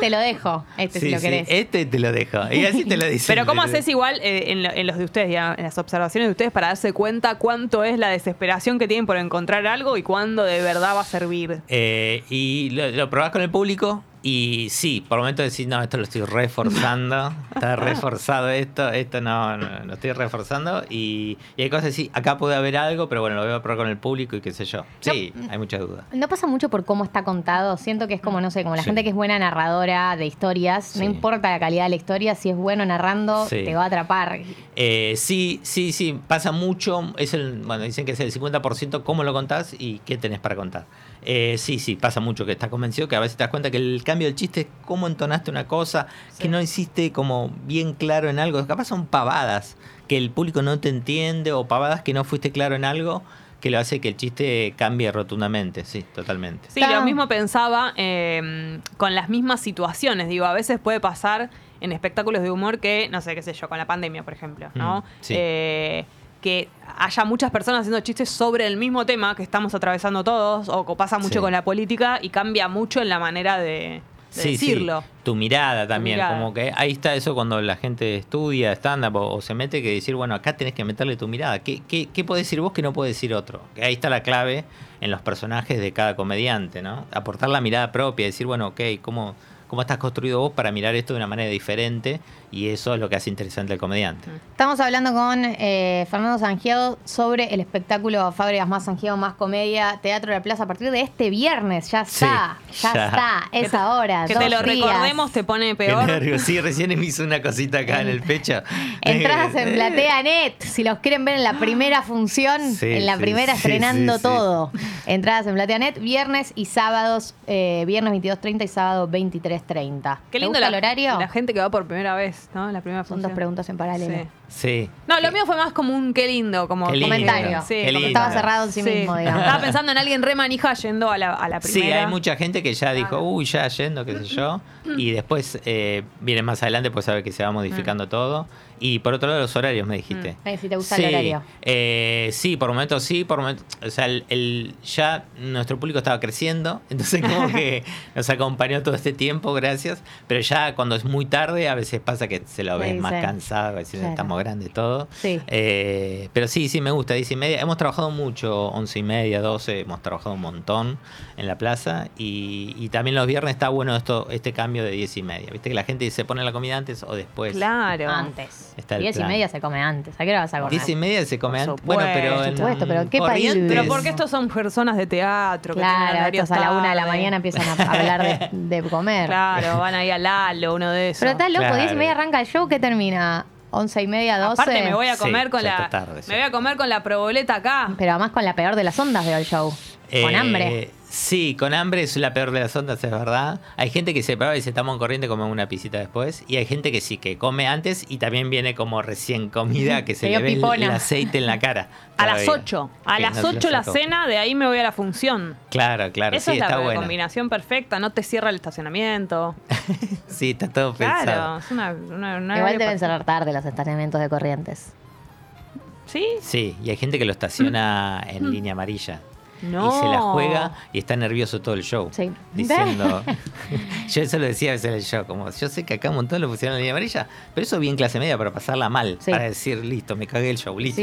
Speaker 1: Te lo dejo, este si
Speaker 8: Sí,
Speaker 1: lo
Speaker 8: sí,
Speaker 1: querés.
Speaker 8: este te lo dejo. Y así te lo dicen.
Speaker 2: Pero ¿cómo
Speaker 8: Desde-
Speaker 2: haces igual eh, en, lo- en los de ustedes, ya, en las observaciones de ustedes, para darse cuenta cuánto es la desesperación que tienen por encontrar algo y cuándo de verdad va a servir?
Speaker 8: Eh, y lo, lo probás con el público y sí, por momentos decís, no, esto lo estoy reforzando, está reforzado esto, esto no, no, lo estoy reforzando. Y, y hay cosas así, acá puede haber algo, pero bueno, lo voy a probar con el público y qué sé yo. Sí, hay mucha duda.
Speaker 1: No pasa mucho por cómo está contado. Siento que es como, no sé, como la
Speaker 8: Sí.
Speaker 1: gente que es buena narradora de historias. No importa la calidad de la historia, si es bueno narrando,
Speaker 8: Sí.
Speaker 1: te va a atrapar.
Speaker 8: Eh, sí, sí, sí, pasa mucho. Es el, bueno, dicen que es el 50% cómo lo contás y qué tenés para contar. Eh, sí, sí, pasa mucho que estás convencido que a veces te das cuenta que el cambio del chiste es cómo entonaste una cosa, que no hiciste como bien claro en algo. Capaz son pavadas que el público no te entiende o pavadas que no fuiste claro en algo que lo hace que el chiste cambie rotundamente. Sí, totalmente.
Speaker 2: Sí, lo mismo pensaba eh, con las mismas situaciones. Digo, a veces puede pasar en espectáculos de humor que, no sé, qué sé yo, con la pandemia, por ejemplo, ¿no?
Speaker 8: Mm, sí.
Speaker 2: Eh, que haya muchas personas haciendo chistes sobre el mismo tema que estamos atravesando todos, o que pasa mucho
Speaker 8: Sí.
Speaker 2: con la política y cambia mucho en la manera de, de decirlo.
Speaker 8: Tu mirada también,
Speaker 2: mirada.
Speaker 8: como que ahí está eso cuando la gente estudia stand-up o, o se mete, que decir, bueno, acá tenés que meterle tu mirada. ¿Qué, qué, qué podés decir vos que no puede decir otro? Que ahí está la clave en los personajes de cada comediante, ¿no? Aportar la mirada propia, decir, bueno, ok, ¿cómo, cómo estás construido vos para mirar esto de una manera diferente? Y eso es lo que hace interesante al comediante.
Speaker 1: Estamos hablando con eh, Fernando Sangiado sobre el espectáculo Fábricas Más Sangiado, Más Comedia, Teatro de la Plaza a partir de este viernes. Ya está, ya,
Speaker 8: ya.
Speaker 1: está, es ahora.
Speaker 2: Que te
Speaker 1: dos
Speaker 2: lo
Speaker 1: días.
Speaker 2: recordemos te pone
Speaker 8: Qué
Speaker 2: peor.
Speaker 8: nervios. Sí, recién me hizo una cosita acá en el pecho. Eh,
Speaker 1: Entradas en PlateaNet, si los quieren ver en la primera función,
Speaker 8: Sí,
Speaker 1: en la
Speaker 8: sí,
Speaker 1: primera
Speaker 8: sí,
Speaker 1: estrenando
Speaker 8: sí, sí.
Speaker 1: todo. Entradas en PlateaNet, viernes y sábados, eh, viernes 22.30 y sábado 23.30.
Speaker 2: Qué
Speaker 1: ¿Te
Speaker 2: lindo
Speaker 1: gusta
Speaker 2: la-
Speaker 1: el horario?
Speaker 2: La gente que va por primera vez, ¿no? La primera
Speaker 1: Son dos preguntas en paralelo.
Speaker 2: Sí.
Speaker 8: Sí.
Speaker 2: No, lo mío fue más como un qué lindo, como
Speaker 8: Qué lindo,
Speaker 1: Comentario.
Speaker 8: qué
Speaker 1: Como
Speaker 8: lindo.
Speaker 1: estaba cerrado en sí, mismo, digamos.
Speaker 2: Estaba pensando en alguien re manija yendo a la, a la
Speaker 8: Sí,
Speaker 2: primera.
Speaker 8: hay mucha gente que ya dijo, uy, ya yendo, qué sé yo.
Speaker 1: Mm.
Speaker 8: Y después eh, viene más adelante, pues saber que se va modificando todo. Y por otro lado, los horarios, me dijiste.
Speaker 1: Mm. Eh, si te gusta
Speaker 8: sí,
Speaker 1: el horario.
Speaker 8: eh, sí, por momentos sí, por momentos. O sea, el, el- ya nuestro público estaba creciendo, entonces como que nos acompañó todo este tiempo tiempo, gracias. Pero ya cuando es muy tarde, a veces pasa que se lo
Speaker 1: Sí,
Speaker 8: ves más
Speaker 1: sí.
Speaker 8: cansado, a veces
Speaker 1: Claro.
Speaker 8: estamos grandes todo.
Speaker 1: Sí.
Speaker 8: Eh, pero sí, sí, me gusta, 10 y media. Hemos trabajado mucho, 11 y media, 12, hemos trabajado un montón en la plaza. Y, y también los viernes está bueno esto este cambio de 10 y media. Viste que la gente se pone la comida antes o después.
Speaker 1: Claro. Antes.
Speaker 8: Está el
Speaker 1: Diez y
Speaker 8: plan.
Speaker 1: media se come antes. ¿A qué hora vas a comer?
Speaker 8: 10 y media se come antes. Bueno, pero.
Speaker 1: Por
Speaker 8: en
Speaker 1: supuesto, pero ¿qué país
Speaker 8: Corrientes-
Speaker 1: vivís?
Speaker 2: Pero porque estos son personas de teatro. que tienen
Speaker 1: Claro,
Speaker 2: horarios
Speaker 1: estos a la una de la
Speaker 2: tarde.
Speaker 1: mañana empiezan a hablar de, de comer.
Speaker 2: Claro, van ahí a Lalo, uno de esos.
Speaker 1: Pero está loco,
Speaker 2: Claro.
Speaker 1: diez y media arranca el show, ¿qué termina? Once y media, doce.
Speaker 2: Aparte me voy a comer con la me voy a comer con la proboleta acá.
Speaker 1: Pero además con la peor de las ondas veo el show. Con
Speaker 8: Eh,
Speaker 1: hambre.
Speaker 8: Sí, con hambre es la peor de las ondas, es verdad. Hay gente que se para y se toma un corriente, come una pisita después. Y hay gente que sí, que come antes y también viene como recién comida, que se
Speaker 2: Medio
Speaker 8: le ve el,
Speaker 2: pipona.
Speaker 8: el aceite en la cara.
Speaker 2: A las
Speaker 8: todavía.
Speaker 2: 8. A
Speaker 8: Que
Speaker 2: las
Speaker 8: no
Speaker 2: 8 la
Speaker 8: sacó.
Speaker 2: cena, de ahí me voy a la función.
Speaker 8: Claro, claro,
Speaker 2: Esa
Speaker 8: sí,
Speaker 2: es la
Speaker 8: está bueno.
Speaker 2: combinación perfecta, no te cierra el estacionamiento.
Speaker 8: Sí, está todo
Speaker 2: Claro,
Speaker 8: pensado.
Speaker 2: es una, una- una-
Speaker 1: Igual deben cerrar tarde los estacionamientos de corrientes.
Speaker 2: ¿Sí?
Speaker 8: Sí, y hay gente que lo estaciona en línea amarilla.
Speaker 1: Mm. No.
Speaker 8: Y se la juega y está nervioso todo el show.
Speaker 1: Sí.
Speaker 8: Diciendo. yo eso lo decía a veces en el show. Como, yo sé que acá un montón lo pusieron en línea amarilla, pero eso bien clase media para pasarla mal. Para decir, listo, me cagué el show, listo.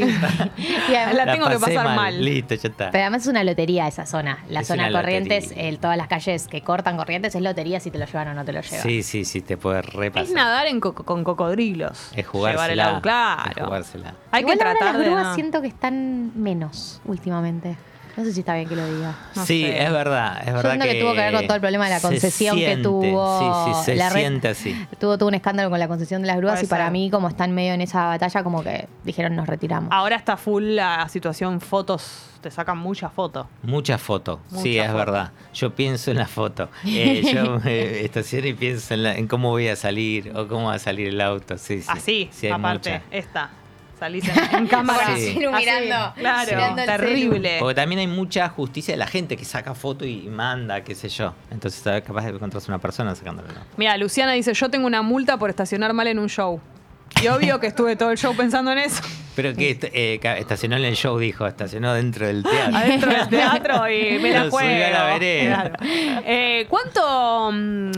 Speaker 1: Y además-
Speaker 8: pasé Listo, ya está.
Speaker 1: Pero además es una lotería esa zona. La
Speaker 8: Es
Speaker 1: zona
Speaker 8: una
Speaker 1: Corrientes, el- todas las calles que cortan Corrientes, es lotería si te lo llevan o no te lo llevan.
Speaker 8: Sí, sí, sí, te puede
Speaker 2: Es
Speaker 8: repasar.
Speaker 2: nadar en co- con cocodrilos. Llevar el
Speaker 8: Es, jugársela.
Speaker 2: agua, claro.
Speaker 8: Es jugársela.
Speaker 2: Hay
Speaker 1: Igual
Speaker 2: que
Speaker 1: ahora
Speaker 2: tratar
Speaker 1: las
Speaker 2: de
Speaker 1: grúas
Speaker 2: no-
Speaker 1: siento que están menos últimamente. No sé si está bien que lo diga.
Speaker 8: sí, es verdad, es verdad
Speaker 1: siento que tuvo que ver con todo el problema de la
Speaker 8: se
Speaker 1: concesión que
Speaker 8: siente,
Speaker 1: tuvo
Speaker 8: Sí, sí, se
Speaker 1: la red-
Speaker 8: siente así.
Speaker 1: Tuvo, tuvo un escándalo con la concesión de las grúas
Speaker 2: Puede
Speaker 1: y para
Speaker 2: ser.
Speaker 1: mí, como están medio en esa batalla, como que dijeron nos retiramos.
Speaker 2: Ahora está full la situación fotos, te sacan muchas fotos.
Speaker 8: Muchas fotos, sí,
Speaker 2: Mucha
Speaker 8: es
Speaker 2: foto.
Speaker 8: verdad. Yo pienso en la foto. Eh, yo me estaciono y pienso en, la- en cómo voy a salir o cómo va a salir el auto. Sí, sí.
Speaker 2: Así,
Speaker 8: Sí, hay
Speaker 2: aparte,
Speaker 8: mucha.
Speaker 2: esta. Salís en, en cámara.
Speaker 8: Sí.
Speaker 2: Así, claro, terrible.
Speaker 8: Porque también hay mucha justicia de la gente que saca foto y manda, qué sé yo. Entonces, ¿sabes? capaz de encontrarse una persona sacándolo. ¿no?
Speaker 2: Mira, Luciana dice, yo tengo una multa por estacionar mal en un show. Y obvio que estuve todo el show pensando en eso.
Speaker 8: Pero que est- eh, ca- estacionó en el show, dijo, estacionó dentro del teatro.
Speaker 2: Adentro del teatro y me la
Speaker 8: Lo subió
Speaker 2: juego.
Speaker 8: a la vereda.
Speaker 2: Claro. Eh, ¿Cuánto mm,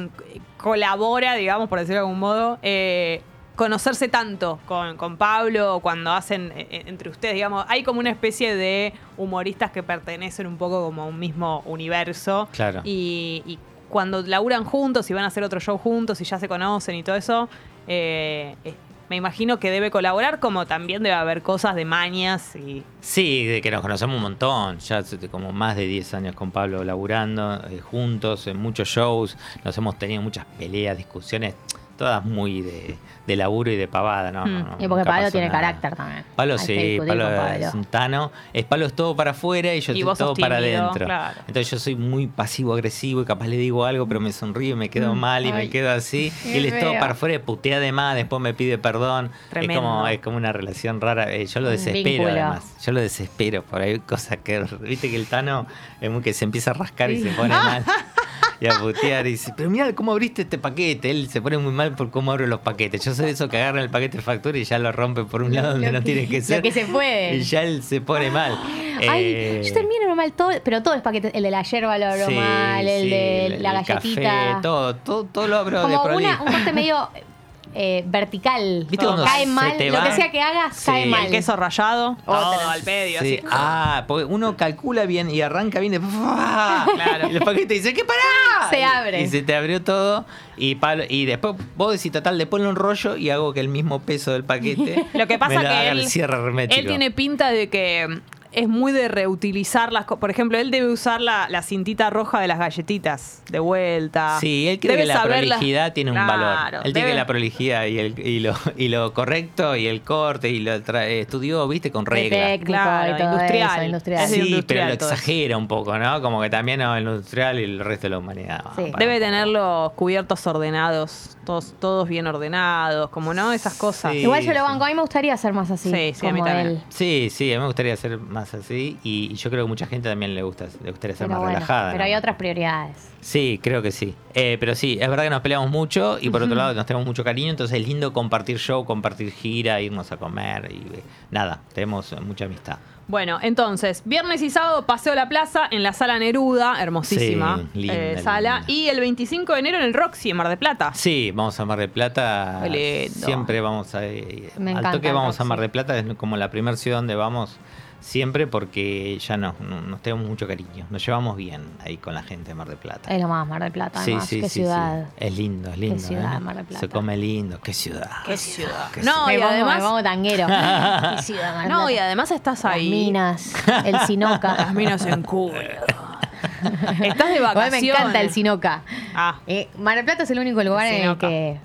Speaker 2: colabora, digamos, por decirlo de algún modo, eh, conocerse tanto con, con Pablo cuando hacen eh, eh, entre ustedes? Digamos, hay como una especie de humoristas que pertenecen un poco como a un mismo universo.
Speaker 8: Claro.
Speaker 2: Y, y cuando laburan juntos y van a hacer otro show juntos y ya se conocen y todo eso, eh, eh, me imagino que debe colaborar, como también debe haber cosas de mañas y.
Speaker 8: Sí, de que nos conocemos un montón, ya hace como más de 10 años con Pablo laburando, eh, juntos, en muchos shows, nos hemos tenido muchas peleas, discusiones, todas muy de, de laburo y de pavada, ¿no? No, no,
Speaker 1: Mm. y porque
Speaker 8: nunca
Speaker 1: Pablo
Speaker 8: pasó
Speaker 1: tiene
Speaker 8: nada.
Speaker 1: carácter también.
Speaker 8: Pablo
Speaker 1: Hay que
Speaker 8: sí,
Speaker 1: discutir
Speaker 8: Pablo,
Speaker 1: con
Speaker 8: es un tano. Es Pablo es todo para afuera y yo
Speaker 2: Y
Speaker 8: estoy
Speaker 2: vos sos
Speaker 8: todo para
Speaker 2: tímido,
Speaker 8: adentro.
Speaker 2: claro.
Speaker 8: Entonces yo soy muy pasivo-agresivo y capaz le digo algo, pero me sonrío y me quedo
Speaker 2: Mm,
Speaker 8: mal y
Speaker 2: ay,
Speaker 8: me quedo así.
Speaker 2: qué
Speaker 8: Y él es todo
Speaker 2: feo.
Speaker 8: para afuera, putea de más, después me pide perdón. Es
Speaker 2: Tremendo.
Speaker 8: como, es como una relación rara. Eh, yo lo
Speaker 2: Un
Speaker 8: desespero
Speaker 2: vínculo.
Speaker 8: además. Yo lo desespero por ahí cosas que. Viste que el tano es muy que se empieza a rascar y
Speaker 2: Sí.
Speaker 8: se pone mal. Y a putear y dice, pero mira cómo abriste este paquete. Él se pone muy mal por cómo abro los paquetes. Yo soy de esos que agarran el paquete de factura y ya lo rompe por un lado donde
Speaker 1: lo
Speaker 8: no
Speaker 1: que-
Speaker 8: tiene que
Speaker 1: lo
Speaker 8: ser.
Speaker 1: que se puede.
Speaker 8: Y ya él se pone mal.
Speaker 1: Ay,
Speaker 8: Eh,
Speaker 1: yo termino normal todo, pero todos los paquetes, el de la yerba lo abro
Speaker 8: sí,
Speaker 1: mal, el
Speaker 8: sí,
Speaker 1: de
Speaker 8: el-
Speaker 1: la
Speaker 8: el
Speaker 1: galletita.
Speaker 8: Café, todo, todo, todo lo abro de
Speaker 1: como
Speaker 8: prolija.
Speaker 1: una, un corte medio eh, vertical.
Speaker 8: ¿Viste cuando
Speaker 1: cae
Speaker 8: se
Speaker 1: mal,
Speaker 8: te
Speaker 1: lo que
Speaker 8: va?
Speaker 1: sea que hagas,
Speaker 8: Sí.
Speaker 1: cae mal.
Speaker 8: El
Speaker 2: queso rayado, todo al pedio.
Speaker 8: Oh, Sí.
Speaker 2: así.
Speaker 8: Ah, porque uno calcula bien y arranca bien y después, ¡ah! Y el paquete dice, ¿qué pará?
Speaker 1: Se abre.
Speaker 8: Y se te abrió todo. Y, Pablo- y después vos decís, total, le ponle un rollo y hago que el mismo peso del paquete.
Speaker 2: Lo que pasa
Speaker 8: me lo haga
Speaker 2: que
Speaker 8: el
Speaker 2: él,
Speaker 8: cierre hermético.
Speaker 2: él tiene pinta de que mm, es muy de reutilizar las cosas. Por ejemplo, él debe usar la, la cintita roja de las galletitas de vuelta.
Speaker 8: Sí, él cree
Speaker 2: Debe
Speaker 8: que la
Speaker 2: saber las-
Speaker 8: prolijidad tiene un valor.
Speaker 2: Claro,
Speaker 8: Él tiene
Speaker 2: debe-
Speaker 8: que la prolijidad y, el, y, lo, y lo correcto y el corte y lo tra- estudió, viste, con reglas.
Speaker 1: técnico y todo
Speaker 2: industrial.
Speaker 1: eso, industrial.
Speaker 2: Es de
Speaker 8: Sí,
Speaker 2: industrial
Speaker 8: pero lo
Speaker 2: todo eso.
Speaker 8: exagera un poco, ¿no? Como que también no, el industrial y el resto de la humanidad. Ah, para-
Speaker 2: Debe tener los cubiertos ordenados, todos, todos bien ordenados, como no, esas cosas.
Speaker 8: Sí.
Speaker 1: Igual yo lo banco, a mí me gustaría ser más así.
Speaker 2: Sí, sí, a mí
Speaker 1: como
Speaker 2: también.
Speaker 1: él.
Speaker 8: Sí, sí, a mí me gustaría ser más más así. Y, y yo creo que mucha gente también le gusta, le gustaría ser
Speaker 1: Pero
Speaker 8: más
Speaker 1: bueno,
Speaker 8: relajada.
Speaker 1: pero
Speaker 8: ¿no?
Speaker 1: hay otras prioridades.
Speaker 8: Sí, creo que sí. Eh, pero sí, es verdad que nos peleamos mucho y por otro
Speaker 1: Ujú.
Speaker 8: lado nos tenemos mucho cariño, entonces es lindo compartir show, compartir gira, irnos a comer y eh, nada, tenemos eh, mucha amistad.
Speaker 2: Bueno, entonces, viernes y sábado paseo a la plaza en la sala Neruda, hermosísima
Speaker 8: Sí, linda,
Speaker 2: eh, sala, y el 25 de enero en el Roxy, en Mar de Plata.
Speaker 8: Sí, vamos a Mar de Plata.
Speaker 2: Qué lindo.
Speaker 8: Siempre vamos a. eh,
Speaker 2: Me
Speaker 8: al
Speaker 2: encanta
Speaker 8: toque
Speaker 2: el
Speaker 8: vamos a
Speaker 2: Roxy.
Speaker 8: Mar de Plata, es como la primera ciudad donde vamos siempre porque ya no, no- nos tenemos mucho cariño. Nos llevamos bien ahí con la gente de Mar de Plata.
Speaker 1: Es lo más, Mar del Plata, además. Qué ciudad.
Speaker 8: Es lindo, es lindo.
Speaker 1: ciudad,
Speaker 8: ¿eh?
Speaker 1: Mar del Plata.
Speaker 8: Se come lindo, qué ciudad.
Speaker 2: Qué ciudad.
Speaker 8: qué
Speaker 2: No,
Speaker 1: Me
Speaker 2: y
Speaker 1: pongo-
Speaker 2: además.
Speaker 1: me pongo tanguero. Qué ciudad, Mar del
Speaker 2: no,
Speaker 1: Plata.
Speaker 2: y además estás ahí.
Speaker 1: minas, el Sinoca.
Speaker 2: Las minas en culo. Estás de
Speaker 1: Igual
Speaker 2: vacaciones.
Speaker 1: Me encanta el Sinoca.
Speaker 2: Ah.
Speaker 1: Eh, Mar del Plata es el único lugar en el
Speaker 2: Sinoca.
Speaker 1: que.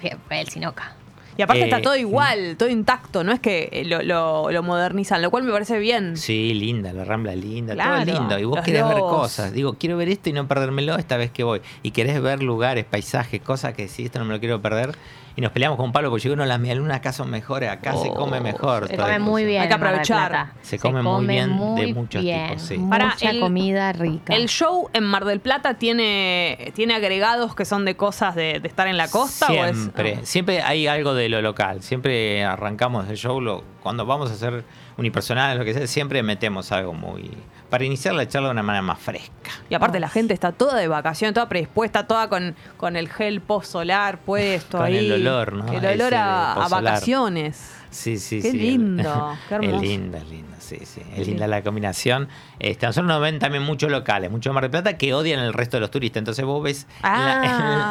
Speaker 1: fui a- El Sinoca.
Speaker 2: Y aparte
Speaker 8: Eh,
Speaker 2: está todo igual, todo intacto, no es que eh, lo, lo- lo modernizan, lo cual me parece bien.
Speaker 8: Sí, linda, la Rambla es linda, todo
Speaker 2: Claro,
Speaker 8: es lindo. Y vos
Speaker 2: los
Speaker 8: querés ver
Speaker 2: lobos.
Speaker 8: cosas. Digo, quiero ver esto y no perdérmelo esta vez que voy. Y querés ver lugares, paisajes, cosas que decís, esto no me lo quiero perder. Y nos peleamos con Pablo porque yo digo, no, las medialunas acá son mejores, acá se come mejor.
Speaker 1: Se
Speaker 8: toda
Speaker 1: come
Speaker 8: la
Speaker 1: muy
Speaker 8: cosa.
Speaker 1: bien.
Speaker 2: Hay que
Speaker 1: en Mar del
Speaker 2: aprovechar.
Speaker 1: Plata.
Speaker 8: Se come muy bien de muchos tipos, sí.
Speaker 2: Pará,
Speaker 1: Mucha
Speaker 2: el-
Speaker 1: comida rica.
Speaker 2: El show en Mar del Plata tiene, tiene agregados que son de cosas de, de estar en la costa o es. Ah.
Speaker 8: Siempre, siempre hay algo de lo local. Siempre arrancamos el show, lo- cuando vamos a hacer unipersonales, lo que sea, siempre metemos algo muy... Para iniciar la charla de una manera más fresca.
Speaker 2: Y aparte la gente está toda de vacaciones, toda predispuesta, toda con, con el gel post solar puesto
Speaker 8: Con
Speaker 2: ahí.
Speaker 8: el olor, ¿no?
Speaker 2: El
Speaker 8: Ese
Speaker 2: olor a,
Speaker 8: de
Speaker 2: a
Speaker 8: posolar.
Speaker 2: vacaciones.
Speaker 8: Sí, sí,
Speaker 2: Qué
Speaker 8: sí.
Speaker 2: lindo, qué hermoso.
Speaker 8: Es linda, es linda, sí, sí. Es linda la combinación. Este, nosotros nos ven también muchos locales, muchos de Mar del Plata que odian el resto de los turistas. Entonces vos ves, en la-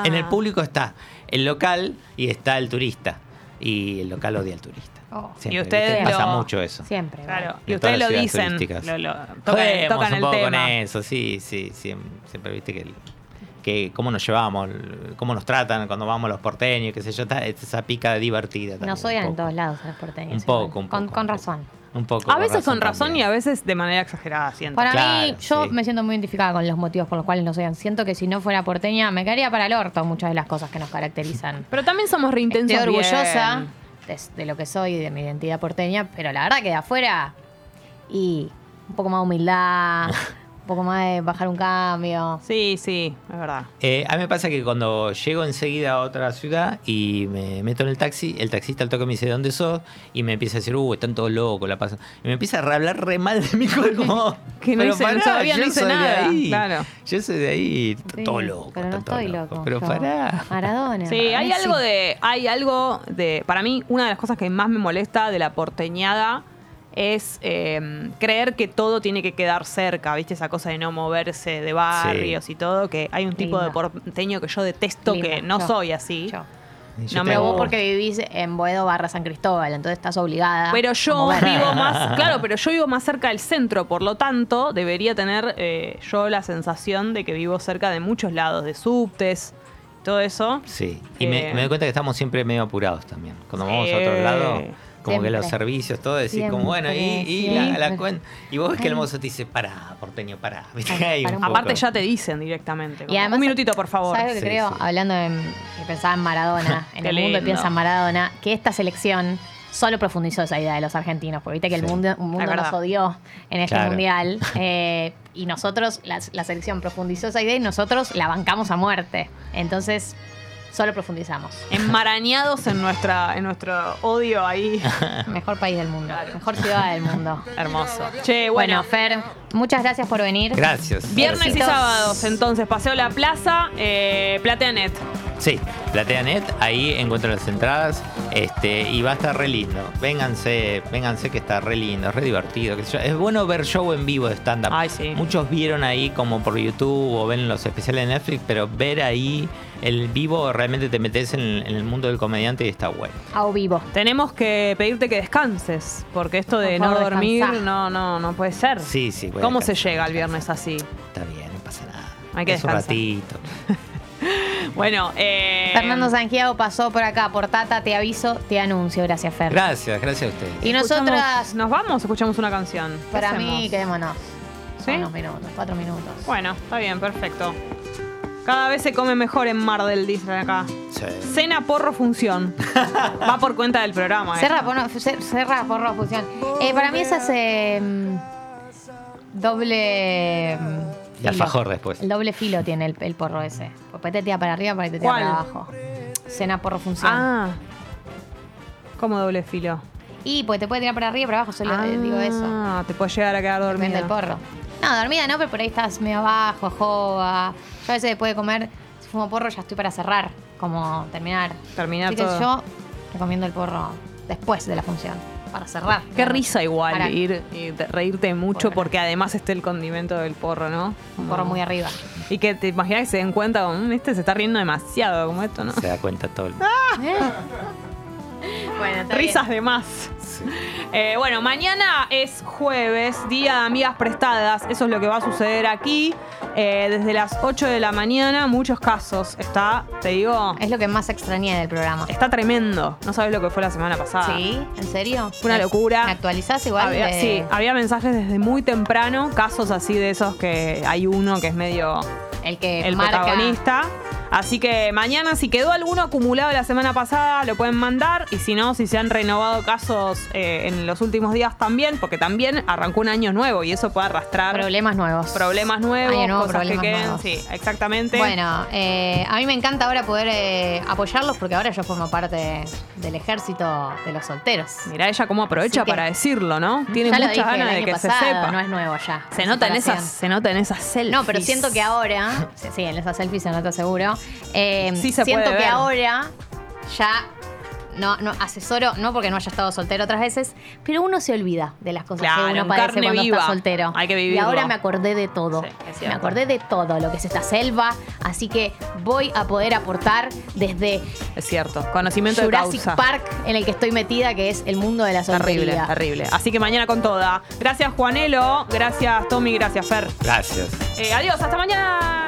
Speaker 2: Ah.
Speaker 8: en, el público está el local y está el turista. Y el local odia al turista.
Speaker 1: Oh.
Speaker 8: Siempre,
Speaker 2: y ustedes
Speaker 8: ¿viste? pasa
Speaker 2: lo-
Speaker 8: mucho eso.
Speaker 1: Siempre.
Speaker 2: Claro,
Speaker 8: En
Speaker 2: y ustedes
Speaker 8: todas
Speaker 2: lo
Speaker 8: las ciudades
Speaker 2: dicen.
Speaker 8: turísticas.
Speaker 2: lo- lo- tocan-
Speaker 8: Jodemos
Speaker 2: tocan
Speaker 8: un
Speaker 2: el
Speaker 8: poco
Speaker 2: tema.
Speaker 8: con eso, sí, sí, siempre, siempre viste que, el- que cómo nos llevamos, el- cómo nos tratan cuando vamos los porteños, qué sé yo, está- esa pica divertida.
Speaker 1: Nos
Speaker 8: también,
Speaker 1: odian
Speaker 8: un
Speaker 1: en
Speaker 8: poco.
Speaker 1: todos lados a los porteños.
Speaker 8: Un
Speaker 1: igual.
Speaker 8: poco, un
Speaker 1: Con,
Speaker 8: poco,
Speaker 1: con
Speaker 8: un
Speaker 1: razón.
Speaker 8: Un poco
Speaker 2: A veces con razón
Speaker 8: también.
Speaker 2: y a veces de manera exagerada, siento.
Speaker 1: Para mí,
Speaker 8: Claro,
Speaker 1: yo
Speaker 8: sí.
Speaker 1: me siento muy identificada con los motivos por los cuales nos odian. Siento que si no fuera porteña, me caería para el orto muchas de las cosas que nos caracterizan.
Speaker 2: Pero también somos reintensos.
Speaker 1: Estoy orgullosa
Speaker 2: bien.
Speaker 1: de, de lo que soy y de mi identidad porteña, pero la verdad que de afuera y un poco más de humildad, un poco más de bajar un cambio.
Speaker 2: Sí, sí, es verdad.
Speaker 8: Eh, a mí me pasa que cuando llego enseguida a otra ciudad y me meto en el taxi, el taxista al toque me dice, ¿dónde sos? Y me empieza a decir, uh, están todos locos, la pasan. Y me empieza a hablar re mal de mí, como...
Speaker 2: Que no
Speaker 8: "Pero
Speaker 2: hice- todavía no
Speaker 8: yo
Speaker 2: hice
Speaker 8: soy de
Speaker 2: nada".
Speaker 8: ahí.
Speaker 2: Claro.
Speaker 8: Yo soy de ahí, t-
Speaker 1: Sí,
Speaker 8: todo loco.
Speaker 1: Pero no
Speaker 8: están todos
Speaker 1: estoy
Speaker 8: locos.
Speaker 1: loco.
Speaker 8: Pero
Speaker 1: yo.
Speaker 8: pará.
Speaker 2: Ah,
Speaker 1: Maradona.
Speaker 2: Sí, hay
Speaker 1: Messi.
Speaker 2: algo de. Hay algo de. Para mí, una de las cosas que más me molesta de la porteñada es eh, creer que todo tiene que quedar cerca, ¿viste? Esa cosa de no moverse de barrios y todo, que hay un tipo de
Speaker 1: Linda.
Speaker 2: porteño que yo detesto, que
Speaker 1: Linda,
Speaker 2: no
Speaker 1: yo,
Speaker 2: soy así.
Speaker 1: yo.
Speaker 8: Y yo
Speaker 2: No me
Speaker 1: Pero
Speaker 8: tengo-
Speaker 1: vos porque vivís en Boedo barra San Cristóbal, entonces estás obligada.
Speaker 2: Pero
Speaker 1: a
Speaker 2: yo
Speaker 1: moverte.
Speaker 2: vivo más, claro, pero yo vivo más cerca del centro, por lo tanto, debería tener eh, yo la sensación de que vivo cerca de muchos lados, de subtes, todo eso.
Speaker 8: Sí, y me,
Speaker 2: Eh.
Speaker 8: me doy cuenta que estamos siempre medio apurados también. Cuando vamos a otro
Speaker 2: Sí.
Speaker 8: lado, como que
Speaker 1: Siempre.
Speaker 8: los servicios, todo, decís
Speaker 1: Siempre,
Speaker 8: como, bueno, y, y la, la
Speaker 1: siempre.
Speaker 8: cuen- Y vos ves que el
Speaker 1: Ay.
Speaker 8: mozo te dice, pará, porteño, pará. ¿Viste? Ahí un
Speaker 2: Aparte
Speaker 8: poco.
Speaker 2: ya te dicen directamente. como,
Speaker 1: además-
Speaker 2: un minutito, por favor.
Speaker 1: ¿Sabes lo que
Speaker 8: Sí,
Speaker 1: creo?
Speaker 8: sí.
Speaker 1: Hablando de que pensaba en Maradona, en
Speaker 2: Qué
Speaker 1: el mundo
Speaker 2: lindo.
Speaker 1: piensa en Maradona, que esta selección solo profundizó esa idea de los argentinos, porque viste que el
Speaker 8: Sí.
Speaker 1: mundo, un
Speaker 2: Es
Speaker 1: mundo
Speaker 2: verdad.
Speaker 1: nos odió en este
Speaker 8: Claro.
Speaker 1: mundial. eh, y nosotros, la, la selección profundizó esa idea y nosotros la bancamos a muerte. Entonces, solo profundizamos.
Speaker 2: Enmarañados en, nuestra, en nuestro odio ahí.
Speaker 8: Ah.
Speaker 1: Mejor país del mundo, mejor ciudad del mundo.
Speaker 2: Hermoso. Che, bueno.
Speaker 1: Bueno, Fer, muchas gracias por venir.
Speaker 8: Gracias.
Speaker 2: Viernes y
Speaker 1: Besitos.
Speaker 2: sábados, entonces, paseo la plaza, eh, Plateanet.
Speaker 8: Sí, PlateaNet, ahí encuentran las entradas este, y va a estar re lindo. Vénganse, vénganse que está re lindo, es re divertido. qué sé yo. Es bueno ver show en vivo de stand-up.
Speaker 2: Ay, sí.
Speaker 8: Muchos vieron ahí como por YouTube o ven los especiales de Netflix, pero ver ahí el vivo realmente te metes en, en el mundo del comediante y está bueno.
Speaker 1: A vivo.
Speaker 2: Tenemos que pedirte que descanses, porque esto de
Speaker 1: Por favor,
Speaker 2: no dormir,
Speaker 1: descansá.
Speaker 2: no, no, no puede ser.
Speaker 8: Sí, sí. voy a
Speaker 2: ¿Cómo se
Speaker 8: descansar,
Speaker 2: llega el
Speaker 8: descansar.
Speaker 2: viernes así?
Speaker 8: Está bien, no pasa nada.
Speaker 2: Hay que
Speaker 8: es un
Speaker 2: descansar.
Speaker 8: ratito.
Speaker 2: Bueno, eh,
Speaker 1: Fernando Sangiao pasó por acá, por Tata, te aviso, te anuncio. Gracias, Fer.
Speaker 8: Gracias, gracias a ustedes.
Speaker 1: Y
Speaker 2: escuchamos-
Speaker 1: nosotras,
Speaker 2: ¿Nos vamos o escuchamos una canción? ¿Qué
Speaker 1: para mí,
Speaker 2: hacemos?
Speaker 1: quedémonos.
Speaker 2: ¿Sí?
Speaker 1: Unos minutos, cuatro minutos.
Speaker 2: Bueno, está bien, perfecto. Cada vez se come mejor en Mar del dicen acá.
Speaker 8: Sí.
Speaker 2: Cena porro función. Va por cuenta del programa. eh.
Speaker 1: Cerra, porno, cer- cerra, porro, fusión. Eh, para mí esas eh, mm, doble. mm,
Speaker 8: Y alfajor después.
Speaker 1: El doble filo tiene el, el porro ese. Porque te tira para arriba, para te tira
Speaker 2: ¿Cuál?
Speaker 1: para abajo. Cena porro función.
Speaker 2: Ah. ¿Cómo doble filo?
Speaker 1: Y pues te puede tirar para arriba, para abajo, solo eh, digo eso.
Speaker 2: Ah, te puedes llegar a quedar dormido.
Speaker 1: Depende del porro. No, dormida no, pero por ahí estás medio abajo, joda. Yo a veces después de comer, si fumo porro ya estoy para cerrar, como terminar.
Speaker 2: Terminar
Speaker 1: Así que
Speaker 2: todo.
Speaker 1: yo recomiendo el porro después de la función, para cerrar.
Speaker 2: Qué risa igual
Speaker 1: Para-
Speaker 2: ir y te- reírte mucho porque además está el condimento del porro, ¿no?
Speaker 1: Un porro muy arriba.
Speaker 2: Y que te imaginas que se den cuenta, como, "Mm, este se está riendo demasiado, como esto, ¿no?
Speaker 8: Se da cuenta todo el...
Speaker 1: Bueno, está bien.
Speaker 2: Risas de más. Eh, bueno, mañana es jueves, día de amigas prestadas. Eso es lo que va a suceder aquí. Eh, desde las 8 de la mañana, muchos casos. Está, te digo.
Speaker 1: Es lo que más extrañé del programa.
Speaker 2: Está tremendo. No sabes lo que fue la semana pasada.
Speaker 1: ¿Sí? ¿En serio?
Speaker 2: Fue Ah. una locura.
Speaker 1: ¿Me actualizás igual?
Speaker 2: Había,
Speaker 1: de-
Speaker 2: Sí, había mensajes desde muy temprano, casos así de esos que hay uno que es medio
Speaker 1: el que
Speaker 2: el
Speaker 1: Eh, marca-
Speaker 2: protagonista. Así que mañana, si quedó alguno acumulado la semana pasada, lo pueden mandar. Y si no, si se han renovado casos eh, en los últimos días también, porque también arrancó un año nuevo y eso puede arrastrar
Speaker 1: Problemas nuevos.
Speaker 2: problemas nuevos,
Speaker 1: Año nuevo,
Speaker 2: cosas
Speaker 1: problemas
Speaker 2: que queden.
Speaker 1: nuevos.
Speaker 2: Sí, exactamente.
Speaker 1: Bueno, eh, a mí me encanta ahora poder eh, apoyarlos porque ahora yo formo parte del ejército de los solteros.
Speaker 2: Mirá ella cómo aprovecha
Speaker 1: Así que-
Speaker 2: para decirlo, ¿no? Tiene
Speaker 1: Ya lo
Speaker 2: muchas
Speaker 1: dije el
Speaker 2: ganas de
Speaker 1: año
Speaker 2: que se
Speaker 1: pasado,
Speaker 2: sepa.
Speaker 1: No es nuevo ya.
Speaker 2: se nota en esas,
Speaker 1: esas
Speaker 2: se nota en esas selfies.
Speaker 1: No, pero siento que ahora, sí, sí, en esas selfies se nota seguro. Eh,
Speaker 2: Sí se
Speaker 1: siento
Speaker 2: puede
Speaker 1: que
Speaker 2: ver.
Speaker 1: ahora ya no, no asesoro, no porque no haya estado soltero otras veces, pero uno se olvida de las cosas
Speaker 2: Claro,
Speaker 1: que uno
Speaker 2: en
Speaker 1: padece
Speaker 2: carne
Speaker 1: cuando
Speaker 2: viva.
Speaker 1: está soltero.
Speaker 2: Hay que
Speaker 1: Y
Speaker 2: vivirlo.
Speaker 1: ahora me acordé de todo. me acordé de todo lo que es esta selva, así que voy a poder aportar desde
Speaker 2: Es cierto. Conocimiento
Speaker 1: Jurassic
Speaker 2: de causa.
Speaker 1: Park en el que estoy metida, que es el mundo de la soltería.
Speaker 2: Terrible, terrible. Así que mañana con toda. Gracias, Juanelo. Gracias, Tommy. Gracias, Fer.
Speaker 8: Gracias.
Speaker 2: Eh, adiós, hasta mañana.